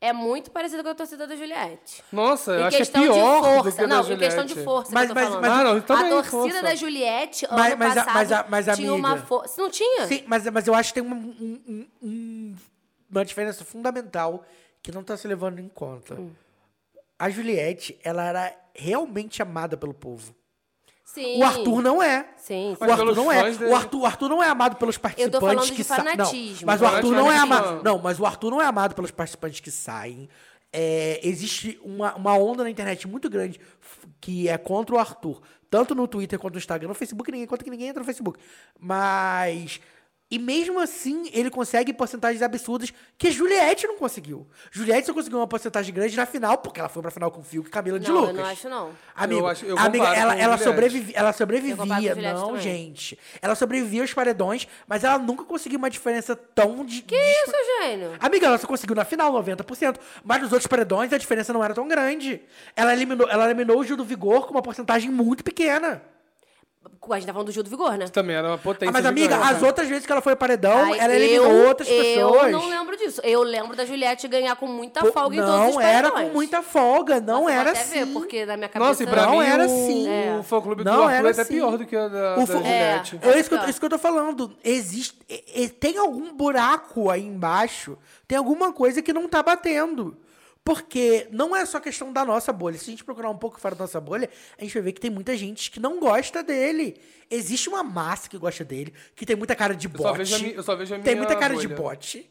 [SPEAKER 2] é muito parecida com a torcida da Juliette.
[SPEAKER 3] Nossa, eu
[SPEAKER 2] em
[SPEAKER 3] acho que é
[SPEAKER 2] questão
[SPEAKER 3] pior
[SPEAKER 2] de
[SPEAKER 3] do que a
[SPEAKER 2] força.
[SPEAKER 3] da
[SPEAKER 2] Não, em questão de
[SPEAKER 3] Juliette.
[SPEAKER 2] força
[SPEAKER 1] Mas-
[SPEAKER 2] que eu tô
[SPEAKER 1] mas-
[SPEAKER 2] falando.
[SPEAKER 1] mas-
[SPEAKER 3] Ah, não, então
[SPEAKER 2] a
[SPEAKER 3] bem,
[SPEAKER 2] torcida
[SPEAKER 3] força.
[SPEAKER 2] da Juliette, ano
[SPEAKER 1] Mas- mas a-
[SPEAKER 2] passado,
[SPEAKER 1] mas a- mas,
[SPEAKER 2] tinha
[SPEAKER 1] amiga-
[SPEAKER 2] uma força... Não tinha?
[SPEAKER 1] Sim, mas, mas eu acho que tem uma, um- um- um- uma diferença fundamental que não tá se levando em conta. A Juliette, ela era realmente amada pelo povo.
[SPEAKER 2] Sim.
[SPEAKER 1] O Arthur não é.
[SPEAKER 2] Sim, sim.
[SPEAKER 1] O Arthur
[SPEAKER 3] pelos
[SPEAKER 1] não é.
[SPEAKER 3] fãs dele.
[SPEAKER 1] O Arthur, o Arthur não é amado pelos
[SPEAKER 2] Eu tô falando
[SPEAKER 1] participantes
[SPEAKER 2] de
[SPEAKER 1] que saem. Não,
[SPEAKER 2] fanatismo.
[SPEAKER 1] mas o Arthur
[SPEAKER 3] Fanatismo.
[SPEAKER 1] não é amado. Não, mas o Arthur não é amado pelos participantes que saem. É, existe uma, uma onda na internet muito grande f- que é contra o Arthur, tanto no Twitter quanto no Instagram, no Facebook ninguém, quanto que ninguém entra no Facebook. Mas e mesmo assim ele consegue porcentagens absurdas que a Juliette não conseguiu. Juliette só conseguiu uma porcentagem grande na final porque ela foi pra final com o Fio e Camila é de
[SPEAKER 2] Não, eu
[SPEAKER 1] Lucas.
[SPEAKER 2] não acho, não.
[SPEAKER 1] Amigo,
[SPEAKER 3] Eu acho- eu
[SPEAKER 1] amiga,
[SPEAKER 3] comparo
[SPEAKER 1] ela,
[SPEAKER 3] com
[SPEAKER 1] ela
[SPEAKER 3] Juliette.
[SPEAKER 1] sobrevive, ela
[SPEAKER 2] Eu comparo com
[SPEAKER 1] sobrevivia,
[SPEAKER 2] Juliette
[SPEAKER 1] não,
[SPEAKER 2] também.
[SPEAKER 1] gente. Ela sobrevivia aos paredões, mas ela nunca conseguiu uma diferença tão de. Que
[SPEAKER 2] Isso, gênio.
[SPEAKER 1] Amiga, ela só conseguiu na final 90%, mas nos outros paredões a diferença não era tão grande. Ela eliminou, ela eliminou o Gil do Vigor com uma porcentagem muito pequena.
[SPEAKER 2] A gente tá falando do Gil do Vigor, né?
[SPEAKER 3] Também era uma potência.
[SPEAKER 1] Ah, mas amiga,
[SPEAKER 3] vigorosa.
[SPEAKER 1] as outras vezes que ela foi ao paredão,
[SPEAKER 2] Ai,
[SPEAKER 1] ela eliminou
[SPEAKER 2] eu-
[SPEAKER 1] outras
[SPEAKER 2] Eu
[SPEAKER 1] pessoas.
[SPEAKER 2] não lembro disso. Eu lembro da Juliette ganhar com muita
[SPEAKER 1] Pô,
[SPEAKER 2] folga em todos os
[SPEAKER 1] não era com
[SPEAKER 2] paredões.
[SPEAKER 1] muita folga, não
[SPEAKER 2] Nossa, eu vou
[SPEAKER 1] era
[SPEAKER 2] até
[SPEAKER 1] assim.
[SPEAKER 2] Ver, porque na minha cabeça...
[SPEAKER 3] Nossa, e pra
[SPEAKER 1] Não
[SPEAKER 3] mim
[SPEAKER 1] era
[SPEAKER 3] o-
[SPEAKER 1] assim.
[SPEAKER 3] o fã-clube do
[SPEAKER 1] Não
[SPEAKER 3] Arthur
[SPEAKER 1] era
[SPEAKER 3] é até
[SPEAKER 1] assim.
[SPEAKER 3] pior do que a da,
[SPEAKER 1] O
[SPEAKER 3] da
[SPEAKER 1] fã-
[SPEAKER 3] Juliette.
[SPEAKER 2] É.
[SPEAKER 1] É isso que, eu,
[SPEAKER 2] Então.
[SPEAKER 1] isso que eu tô falando. Existe. e- e- tem algum buraco aí embaixo, tem alguma coisa que não tá batendo. Porque não é só questão da nossa bolha. Se a gente procurar um pouco fora da nossa bolha, a gente vai ver que tem muita gente que não gosta dele. Existe uma massa que gosta dele, que tem muita cara de
[SPEAKER 3] só
[SPEAKER 1] bote.
[SPEAKER 3] vejo a mi- eu só vejo a
[SPEAKER 1] Tem
[SPEAKER 3] minha
[SPEAKER 1] muita cara de
[SPEAKER 3] bolha.
[SPEAKER 1] bote.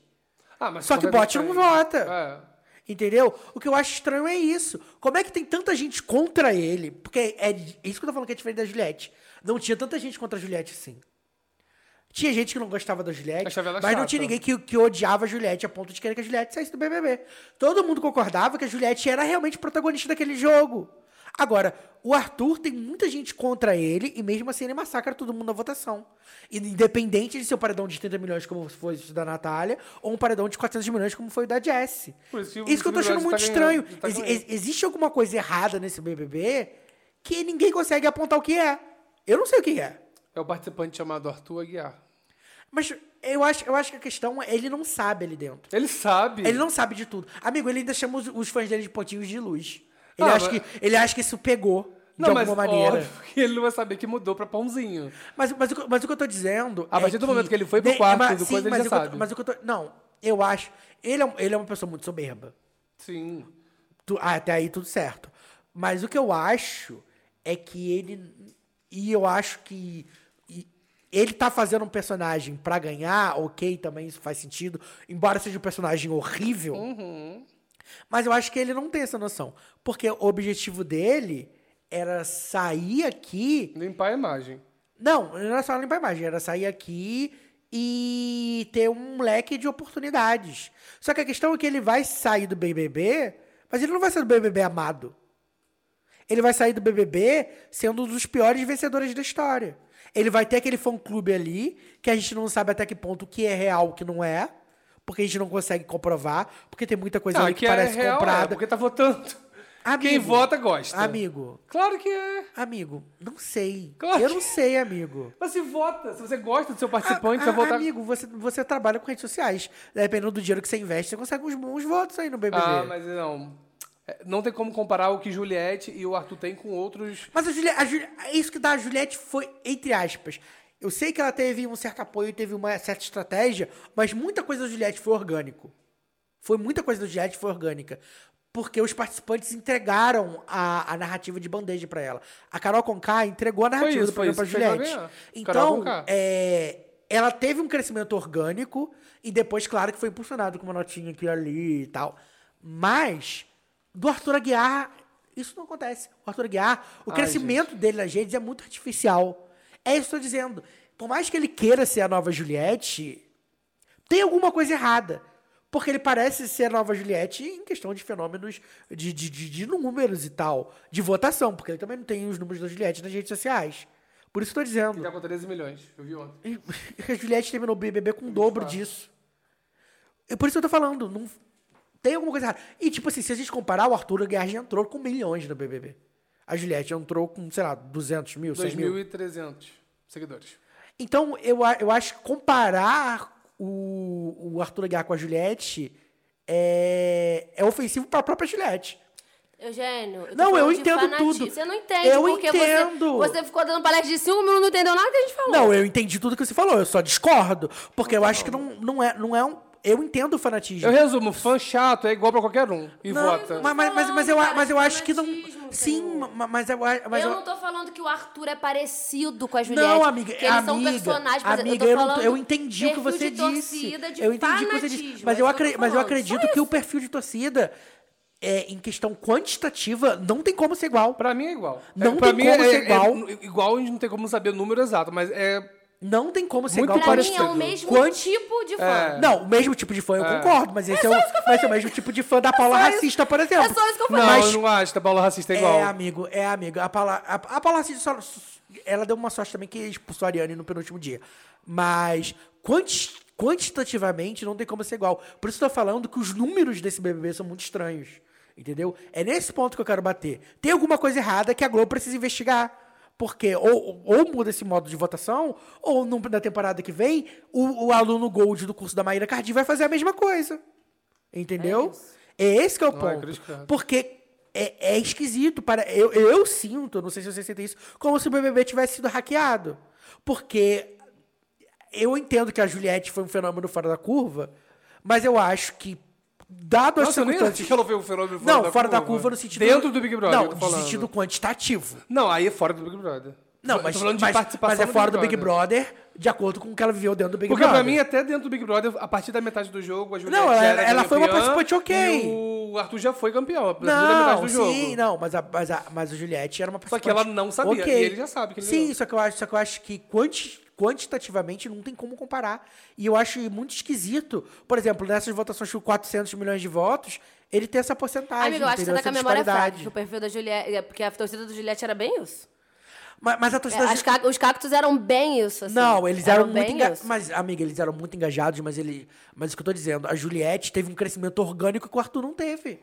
[SPEAKER 3] Ah, mas
[SPEAKER 1] Só que
[SPEAKER 3] completamente
[SPEAKER 1] bot não
[SPEAKER 3] diferente.
[SPEAKER 1] vota.
[SPEAKER 3] É.
[SPEAKER 1] Entendeu? O que eu acho estranho é isso. Como é que tem tanta gente contra ele? Porque é isso que eu tô falando que é diferente da Juliette. Não tinha tanta gente contra a Juliette assim. Tinha gente que não gostava da Juliette,
[SPEAKER 3] Achava ela
[SPEAKER 1] mas não
[SPEAKER 3] chata.
[SPEAKER 1] tinha ninguém que, que odiava a Juliette a ponto de querer que a Juliette saísse do BBB. Todo mundo concordava que a Juliette era realmente protagonista daquele jogo. Agora, o Arthur tem muita gente contra ele e mesmo assim ele massacra todo mundo na votação. E Independente de ser um paredão de 30 milhões como foi o da Natália ou um paredão de 400 milhões como foi o da Jessie.
[SPEAKER 3] Por isso que o
[SPEAKER 1] Isso que eu tô achando
[SPEAKER 3] Silvio
[SPEAKER 1] muito
[SPEAKER 3] Brasil tá
[SPEAKER 1] estranho.
[SPEAKER 3] ganhando, tá
[SPEAKER 1] Ex-
[SPEAKER 3] ganhando.
[SPEAKER 1] ex- existe alguma coisa errada nesse BBB que ninguém consegue apontar o que é. Eu não sei o que é.
[SPEAKER 3] É o participante chamado Arthur Aguiar.
[SPEAKER 1] Mas eu acho, eu acho que a questão é ele não sabe ali dentro.
[SPEAKER 3] Ele sabe.
[SPEAKER 1] Ele não sabe de tudo. Amigo, ele ainda chama os, os fãs dele de pontinhos de luz. Ele,
[SPEAKER 3] Ah,
[SPEAKER 1] acha,
[SPEAKER 3] mas-
[SPEAKER 1] que, ele acha que isso pegou
[SPEAKER 3] Não,
[SPEAKER 1] de
[SPEAKER 3] mas
[SPEAKER 1] alguma maneira.
[SPEAKER 3] óbvio que ele não vai saber que mudou pra pãozinho.
[SPEAKER 1] Mas, mas, o que- mas o que eu tô dizendo. é
[SPEAKER 3] A partir do momento que ele foi pro quarto
[SPEAKER 1] mas-
[SPEAKER 3] do coisa, ele
[SPEAKER 1] mas
[SPEAKER 3] já
[SPEAKER 1] o que eu tô-
[SPEAKER 3] sabe.
[SPEAKER 1] mas o que eu tô. Não, eu acho. Ele é, um- ele é uma pessoa muito soberba.
[SPEAKER 3] Sim.
[SPEAKER 1] Tu- ah, até aí tudo certo. Mas o que eu acho é que ele. E eu acho que. e- ele tá fazendo um personagem pra ganhar, ok, também isso faz sentido. Embora seja um personagem horrível. Mas eu acho que ele não tem essa noção. Porque o objetivo dele era sair aqui.
[SPEAKER 3] Limpar a imagem.
[SPEAKER 1] Não, não era só limpar a imagem, era sair aqui e ter um leque de oportunidades. Só que a questão é que ele vai sair do BBB, mas ele não vai ser do BBB amado. Ele vai sair do BBB sendo um dos piores vencedores da história. Ele vai ter aquele fã-clube ali, que a gente não sabe até que ponto o que é real, o que não é, porque a gente não consegue comprovar, porque tem muita coisa
[SPEAKER 3] Não,
[SPEAKER 1] ali
[SPEAKER 3] e
[SPEAKER 1] que,
[SPEAKER 3] que é
[SPEAKER 1] parece
[SPEAKER 3] real, é,
[SPEAKER 1] comprada.
[SPEAKER 3] porque tá votando. Quem
[SPEAKER 1] Amigo.
[SPEAKER 3] vota gosta.
[SPEAKER 1] Amigo,
[SPEAKER 3] Claro que é.
[SPEAKER 1] amigo, não sei.
[SPEAKER 3] Claro
[SPEAKER 1] Eu
[SPEAKER 3] que-
[SPEAKER 1] não sei, amigo.
[SPEAKER 3] Mas se vota, se você gosta do seu participante,
[SPEAKER 1] Ah,
[SPEAKER 3] você vota.
[SPEAKER 1] Amigo, você, você trabalha com redes sociais. Dependendo do dinheiro que você investe, você consegue uns bons votos aí no BBB.
[SPEAKER 3] Ah,
[SPEAKER 1] mas...
[SPEAKER 3] mas não. É, Não tem como comparar o que Juliette e o Arthur têm com outros.
[SPEAKER 1] a Juliette, isso que dá a Juliette foi, entre aspas. Eu sei que ela teve um certo apoio, teve uma certa estratégia, mas muita coisa da Juliette foi orgânico. Foi muita coisa da Juliette foi orgânica. Porque os participantes entregaram a, a narrativa de bandeja pra ela. A Carol Conká entregou a narrativa
[SPEAKER 3] isso,
[SPEAKER 1] do
[SPEAKER 3] foi
[SPEAKER 1] programa pra
[SPEAKER 3] isso que fez ela
[SPEAKER 1] Juliette.
[SPEAKER 3] ganhar. Carol
[SPEAKER 1] Então,
[SPEAKER 3] Conká.
[SPEAKER 1] é, ela teve um crescimento orgânico e depois, claro, que foi impulsionado com uma notinha aqui e ali e tal. Mas, do Arthur Aguiar, isso não acontece. O Arthur Aguiar, o
[SPEAKER 3] Ai,
[SPEAKER 1] crescimento dele nas redes é muito artificial. É isso que eu tô dizendo. Por mais que ele queira ser a nova Juliette, tem alguma coisa errada. Porque ele parece ser a nova Juliette em questão de fenômenos de, de, de, de números e tal, de votação, porque ele também não tem os números da Juliette nas redes sociais. Por isso que eu tô dizendo.
[SPEAKER 3] Ele tá com 13 milhões. Eu vi ontem.
[SPEAKER 1] E <laughs> A Juliette terminou o BBB com o dobro disso. E por isso que eu tô falando. Não... Tem alguma coisa errada. E, tipo assim, se a gente comparar, o Arthur Aguiar já entrou com milhões no BBB. A Juliette entrou com, sei lá, 200 mil, 6 mil.
[SPEAKER 3] 2.300 seguidores.
[SPEAKER 1] Então, eu, a- eu acho que comparar o, o Arthur Aguiar com a Juliette é, é ofensivo pra própria Juliette.
[SPEAKER 2] Eugênio, eu tô
[SPEAKER 1] Não,
[SPEAKER 2] falando
[SPEAKER 1] eu
[SPEAKER 2] de
[SPEAKER 1] entendo
[SPEAKER 2] fanati-
[SPEAKER 1] tudo.
[SPEAKER 2] Você não entende,
[SPEAKER 1] Eu
[SPEAKER 2] porque você-
[SPEAKER 1] entendo.
[SPEAKER 2] Você, ficou dando palestra de 5 minutos, não entendeu nada que a gente falou.
[SPEAKER 1] Não, eu entendi tudo que você falou, eu só discordo. Porque eu acho que não, não, é, não é um. Eu entendo o fanatismo.
[SPEAKER 3] Eu resumo, fã chato é igual pra qualquer um. E
[SPEAKER 1] Não,
[SPEAKER 3] vota.
[SPEAKER 1] Mas, mas, mas, mas eu,
[SPEAKER 2] Falando,
[SPEAKER 1] mas eu
[SPEAKER 2] cara,
[SPEAKER 1] acho que não.
[SPEAKER 2] fanatismo,
[SPEAKER 1] Sim,
[SPEAKER 2] senhor.
[SPEAKER 1] ma- mas eu acho. Mas
[SPEAKER 2] é eu
[SPEAKER 1] eu-
[SPEAKER 2] não tô falando que o Arthur é parecido com a Juliette.
[SPEAKER 1] não, amiga,
[SPEAKER 2] que eles
[SPEAKER 1] amiga,
[SPEAKER 2] são personagens. mas
[SPEAKER 1] amiga,
[SPEAKER 2] eu,
[SPEAKER 1] eu,
[SPEAKER 2] tô
[SPEAKER 1] não tô-
[SPEAKER 2] falando
[SPEAKER 1] eu entendi o que
[SPEAKER 2] perfil
[SPEAKER 1] você
[SPEAKER 2] de
[SPEAKER 1] disse.
[SPEAKER 2] Torcida, de
[SPEAKER 1] eu entendi o que você disse.
[SPEAKER 2] fanatismo,
[SPEAKER 1] Mas
[SPEAKER 2] é
[SPEAKER 1] eu,
[SPEAKER 2] isso que
[SPEAKER 1] acre-
[SPEAKER 2] tô
[SPEAKER 1] mas eu
[SPEAKER 2] falando. Só
[SPEAKER 1] acredito que o perfil de torcida, é, em questão quantitativa, não tem como ser igual.
[SPEAKER 3] Pra mim é igual.
[SPEAKER 1] Não
[SPEAKER 3] é, pra
[SPEAKER 1] tem
[SPEAKER 3] mim
[SPEAKER 1] como
[SPEAKER 3] é,
[SPEAKER 1] ser
[SPEAKER 3] é-
[SPEAKER 1] igual.
[SPEAKER 3] é- igual a gente não tem como saber o número exato, mas é.
[SPEAKER 1] Não tem como ser
[SPEAKER 3] Muito
[SPEAKER 1] igual
[SPEAKER 2] Pra mim é
[SPEAKER 1] quantitativa.
[SPEAKER 2] o mesmo
[SPEAKER 1] Quanti-
[SPEAKER 2] tipo de fã.
[SPEAKER 1] Não, o mesmo tipo de fã eu concordo, mas esse é, o, mas é o mesmo tipo de fã da Paula Racista, por exemplo.
[SPEAKER 2] É só isso que eu
[SPEAKER 3] Não,
[SPEAKER 2] falei.
[SPEAKER 1] Mas-
[SPEAKER 3] eu não acho que a Paula Racista é igual.
[SPEAKER 1] É, amigo, é, amigo. A Paula, a, a Paula Cid só, ela deu uma sorte também que expulsou a Ariane no penúltimo dia. Mas quanti, quantitativamente não tem como ser igual. Por isso eu tô falando que os números desse BBB são muito estranhos. Entendeu? É nesse ponto que eu quero bater. Tem alguma coisa errada que a Globo precisa investigar. Porque ou, ou muda esse modo de votação, ou no, na temporada que vem, o, o aluno Gold do curso da Maíra Cardi vai fazer a mesma coisa. Entendeu? É, esse que é o
[SPEAKER 3] Não, é
[SPEAKER 1] ponto.
[SPEAKER 3] criticado.
[SPEAKER 1] Porque é, é esquisito. para eu, eu sinto, não sei se você sente isso, como se o BBB tivesse sido hackeado. Porque eu entendo que a Juliette foi um fenômeno fora da curva, mas eu acho que, dado as
[SPEAKER 3] Nossa, eu nem
[SPEAKER 1] circunstâncias...
[SPEAKER 3] acho que ela foi um fenômeno fora
[SPEAKER 1] não,
[SPEAKER 3] da
[SPEAKER 1] fora
[SPEAKER 3] curva.
[SPEAKER 1] da curva no sentido...
[SPEAKER 3] Dentro do Big Brother, eu
[SPEAKER 1] Não,
[SPEAKER 3] tô
[SPEAKER 1] no
[SPEAKER 3] falando.
[SPEAKER 1] sentido quantitativo.
[SPEAKER 3] Não, aí é fora do Big Brother.
[SPEAKER 1] Não,
[SPEAKER 3] Eu
[SPEAKER 1] mas,
[SPEAKER 3] tô falando de
[SPEAKER 1] mas,
[SPEAKER 3] participação
[SPEAKER 1] mas é
[SPEAKER 3] no
[SPEAKER 1] fora do Big Brother, de acordo com o que ela viveu dentro do Big
[SPEAKER 3] Porque
[SPEAKER 1] Brother.
[SPEAKER 3] pra mim, é até dentro do Big Brother, a partir da metade do jogo, a Juliette
[SPEAKER 1] Não,
[SPEAKER 3] já
[SPEAKER 1] ela-
[SPEAKER 3] era
[SPEAKER 1] ela foi uma
[SPEAKER 3] campeã
[SPEAKER 1] participante ok.
[SPEAKER 3] E o Arthur já foi campeão, é a partir da metade
[SPEAKER 1] Não,
[SPEAKER 3] do jogo.
[SPEAKER 1] sim, não, mas a, mas, a, mas a Juliette era uma
[SPEAKER 3] Só
[SPEAKER 1] participante.
[SPEAKER 3] que ela não sabia,
[SPEAKER 1] Ok.
[SPEAKER 3] e ele já sabe que ele
[SPEAKER 1] Sim,
[SPEAKER 3] ganhou.
[SPEAKER 1] só que eu acho, só que eu acho que quanti- quantitativamente não tem como comparar. E eu acho muito esquisito, por exemplo, nessas votações com 400 milhões de votos, ele tem essa porcentagem,
[SPEAKER 2] Amigo, eu acho que você
[SPEAKER 1] entendeu?
[SPEAKER 2] tá com a
[SPEAKER 1] Essa
[SPEAKER 2] memória fraca.
[SPEAKER 1] disparidade.
[SPEAKER 2] que o perfil da Juliette. é, Porque a torcida do Juliette era bem isso.
[SPEAKER 1] Mas, mas a
[SPEAKER 2] É,
[SPEAKER 1] torcida...
[SPEAKER 2] as ca- Os cactos eram bem isso, assim.
[SPEAKER 1] Não, eles eram, muito
[SPEAKER 2] bem
[SPEAKER 1] engajados.
[SPEAKER 2] isso.
[SPEAKER 1] Mas, amiga, eles eram muito engajados, mas ele. Mas o que eu tô dizendo, a Juliette teve um crescimento orgânico que o Arthur não teve.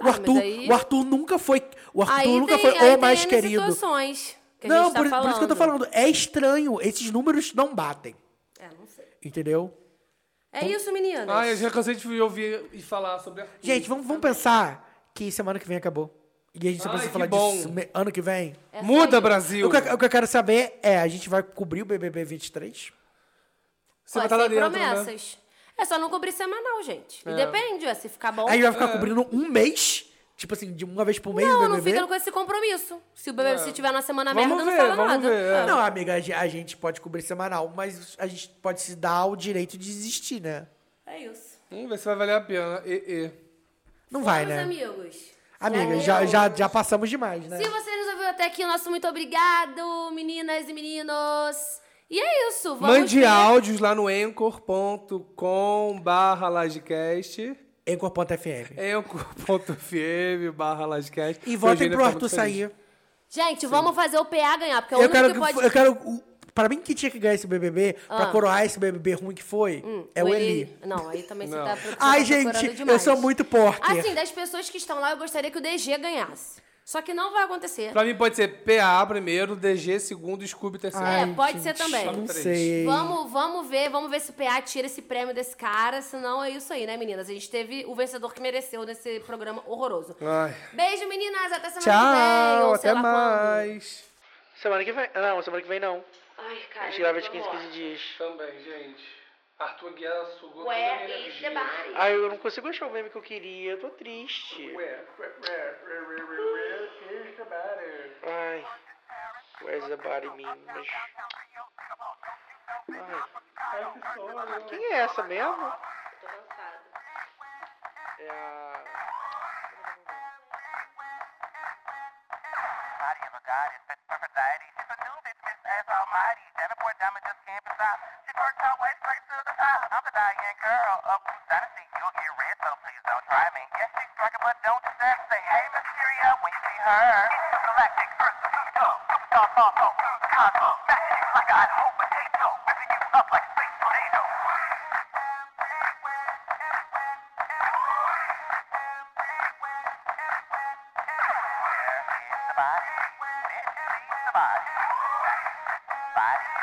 [SPEAKER 1] O,
[SPEAKER 2] Ah,
[SPEAKER 1] Arthur,
[SPEAKER 2] mas aí-
[SPEAKER 1] o Arthur nunca foi. O Arthur
[SPEAKER 2] Aí
[SPEAKER 1] nunca
[SPEAKER 2] tem-
[SPEAKER 1] foi
[SPEAKER 2] aí
[SPEAKER 1] o
[SPEAKER 2] tem
[SPEAKER 1] mais
[SPEAKER 2] N
[SPEAKER 1] querido.
[SPEAKER 2] situações que a
[SPEAKER 1] não,
[SPEAKER 2] gente tá
[SPEAKER 1] por, por isso que eu tô falando. É estranho. Esses números não batem.
[SPEAKER 2] É, não sei.
[SPEAKER 1] Entendeu?
[SPEAKER 2] É isso, meninas.
[SPEAKER 3] Ah, eu já cansei de ouvir e falar sobre Arthur.
[SPEAKER 1] Gente, vamos, vamos pensar que semana que vem acabou. E a gente só
[SPEAKER 3] Ai,
[SPEAKER 1] precisa
[SPEAKER 3] que
[SPEAKER 1] falar
[SPEAKER 3] bom.
[SPEAKER 1] disso me- ano que vem.
[SPEAKER 2] É
[SPEAKER 3] Muda,
[SPEAKER 2] sério.
[SPEAKER 3] Brasil!
[SPEAKER 1] O que, eu- o que eu quero saber é: a gente vai cobrir o BBB 23?
[SPEAKER 3] Você vai
[SPEAKER 2] Ué,
[SPEAKER 3] estar lá
[SPEAKER 2] sem
[SPEAKER 3] dentro, né? É.
[SPEAKER 2] promessas. É só não cobrir semanal, gente. E depende, ué, se ficar bom.
[SPEAKER 1] A gente vai ficar cobrindo um mês? Tipo assim, de uma vez por mês o
[SPEAKER 2] Não, não
[SPEAKER 1] BBB?
[SPEAKER 2] fica com esse compromisso. Se o bebê
[SPEAKER 3] É.
[SPEAKER 2] se tiver na semana
[SPEAKER 3] Vamos
[SPEAKER 2] merda,
[SPEAKER 3] ver,
[SPEAKER 2] não fala
[SPEAKER 3] vamos
[SPEAKER 2] nada.
[SPEAKER 3] ver, é.
[SPEAKER 2] Ah,
[SPEAKER 1] Não, amiga, a ge- a gente pode cobrir semanal, mas a gente pode se dar o direito de desistir, né?
[SPEAKER 2] É isso.
[SPEAKER 3] Vamos ver se vai valer a pena. E, e.
[SPEAKER 1] Não vai,
[SPEAKER 2] Meus
[SPEAKER 1] né?
[SPEAKER 2] amigos. É.
[SPEAKER 1] Amiga, já, já, já passamos demais, né?
[SPEAKER 2] Se você nos ouviu até aqui, o nosso muito obrigado, meninas e meninos. E é isso, vamos
[SPEAKER 3] Mande
[SPEAKER 2] ver.
[SPEAKER 3] áudios lá no anchor.com barra lagecast.
[SPEAKER 1] Anchor.fm.
[SPEAKER 3] anchor.fm barra lagecast.
[SPEAKER 1] E votem
[SPEAKER 3] Eugênia
[SPEAKER 1] pro
[SPEAKER 3] tá
[SPEAKER 1] Arthur
[SPEAKER 3] muito feliz.
[SPEAKER 1] sair.
[SPEAKER 2] Gente, vamos fazer o PA ganhar, porque é o
[SPEAKER 1] Eu
[SPEAKER 2] único
[SPEAKER 1] quero,
[SPEAKER 2] que pode. Ah.
[SPEAKER 1] que- eu quero. o- Pra mim, que tinha que ganhar esse BBB, pra coroar esse BBB ruim que foi, é o Eli.
[SPEAKER 2] Não, aí também Hum, você
[SPEAKER 3] Não.
[SPEAKER 2] tá procurando.
[SPEAKER 1] Ai,
[SPEAKER 2] procurando
[SPEAKER 1] gente, eu
[SPEAKER 2] demais.
[SPEAKER 1] sou muito porker.
[SPEAKER 2] Assim, das pessoas que estão lá, eu gostaria que o DG ganhasse. Só que não vai acontecer.
[SPEAKER 3] Pra mim pode ser PA primeiro, DG segundo e Scooby terceiro.
[SPEAKER 2] É,
[SPEAKER 1] Ai,
[SPEAKER 2] pode
[SPEAKER 1] gente,
[SPEAKER 2] ser também.
[SPEAKER 1] Não
[SPEAKER 3] Três.
[SPEAKER 1] sei.
[SPEAKER 2] Vamos, vamos ver, vamos ver se o PA tira esse prêmio desse cara, senão é isso aí, né, meninas? A gente teve o vencedor que mereceu nesse programa horroroso.
[SPEAKER 3] Ai.
[SPEAKER 2] Beijo, meninas, até semana que vem,
[SPEAKER 3] Tchau,
[SPEAKER 2] ou sei
[SPEAKER 3] até
[SPEAKER 2] lá quando.
[SPEAKER 3] mais.
[SPEAKER 1] Semana que vem. Não, semana que vem não.
[SPEAKER 2] Ai, cara, eu tô morta.
[SPEAKER 1] dias.
[SPEAKER 3] Também, gente. Arthur Guerra sugou né,
[SPEAKER 2] Ué, e debate.
[SPEAKER 1] Ai, eu não consigo achar o meme que eu queria. Eu tô triste. Ai. Where's the body meme? Mas... Ai. Quem é essa mesmo? É a...
[SPEAKER 4] body of a goddess, such perfect deity. She's a new bitch, Miss Ass Almighty. Davenport diamond just can't be stopped. She worked her way straight to the top. I'm the Diane girl of Blue Dynasty. You'll get red, so please don't try me. Yes, she's striking, but don't you dare say, hey, Mysterio, when you see her. Galactic Earth, Pluto, Superstar Falco, Cosmo, Magic like an whole potato, ripping you up like a space tornado. Where is the body? Where is the body? Body.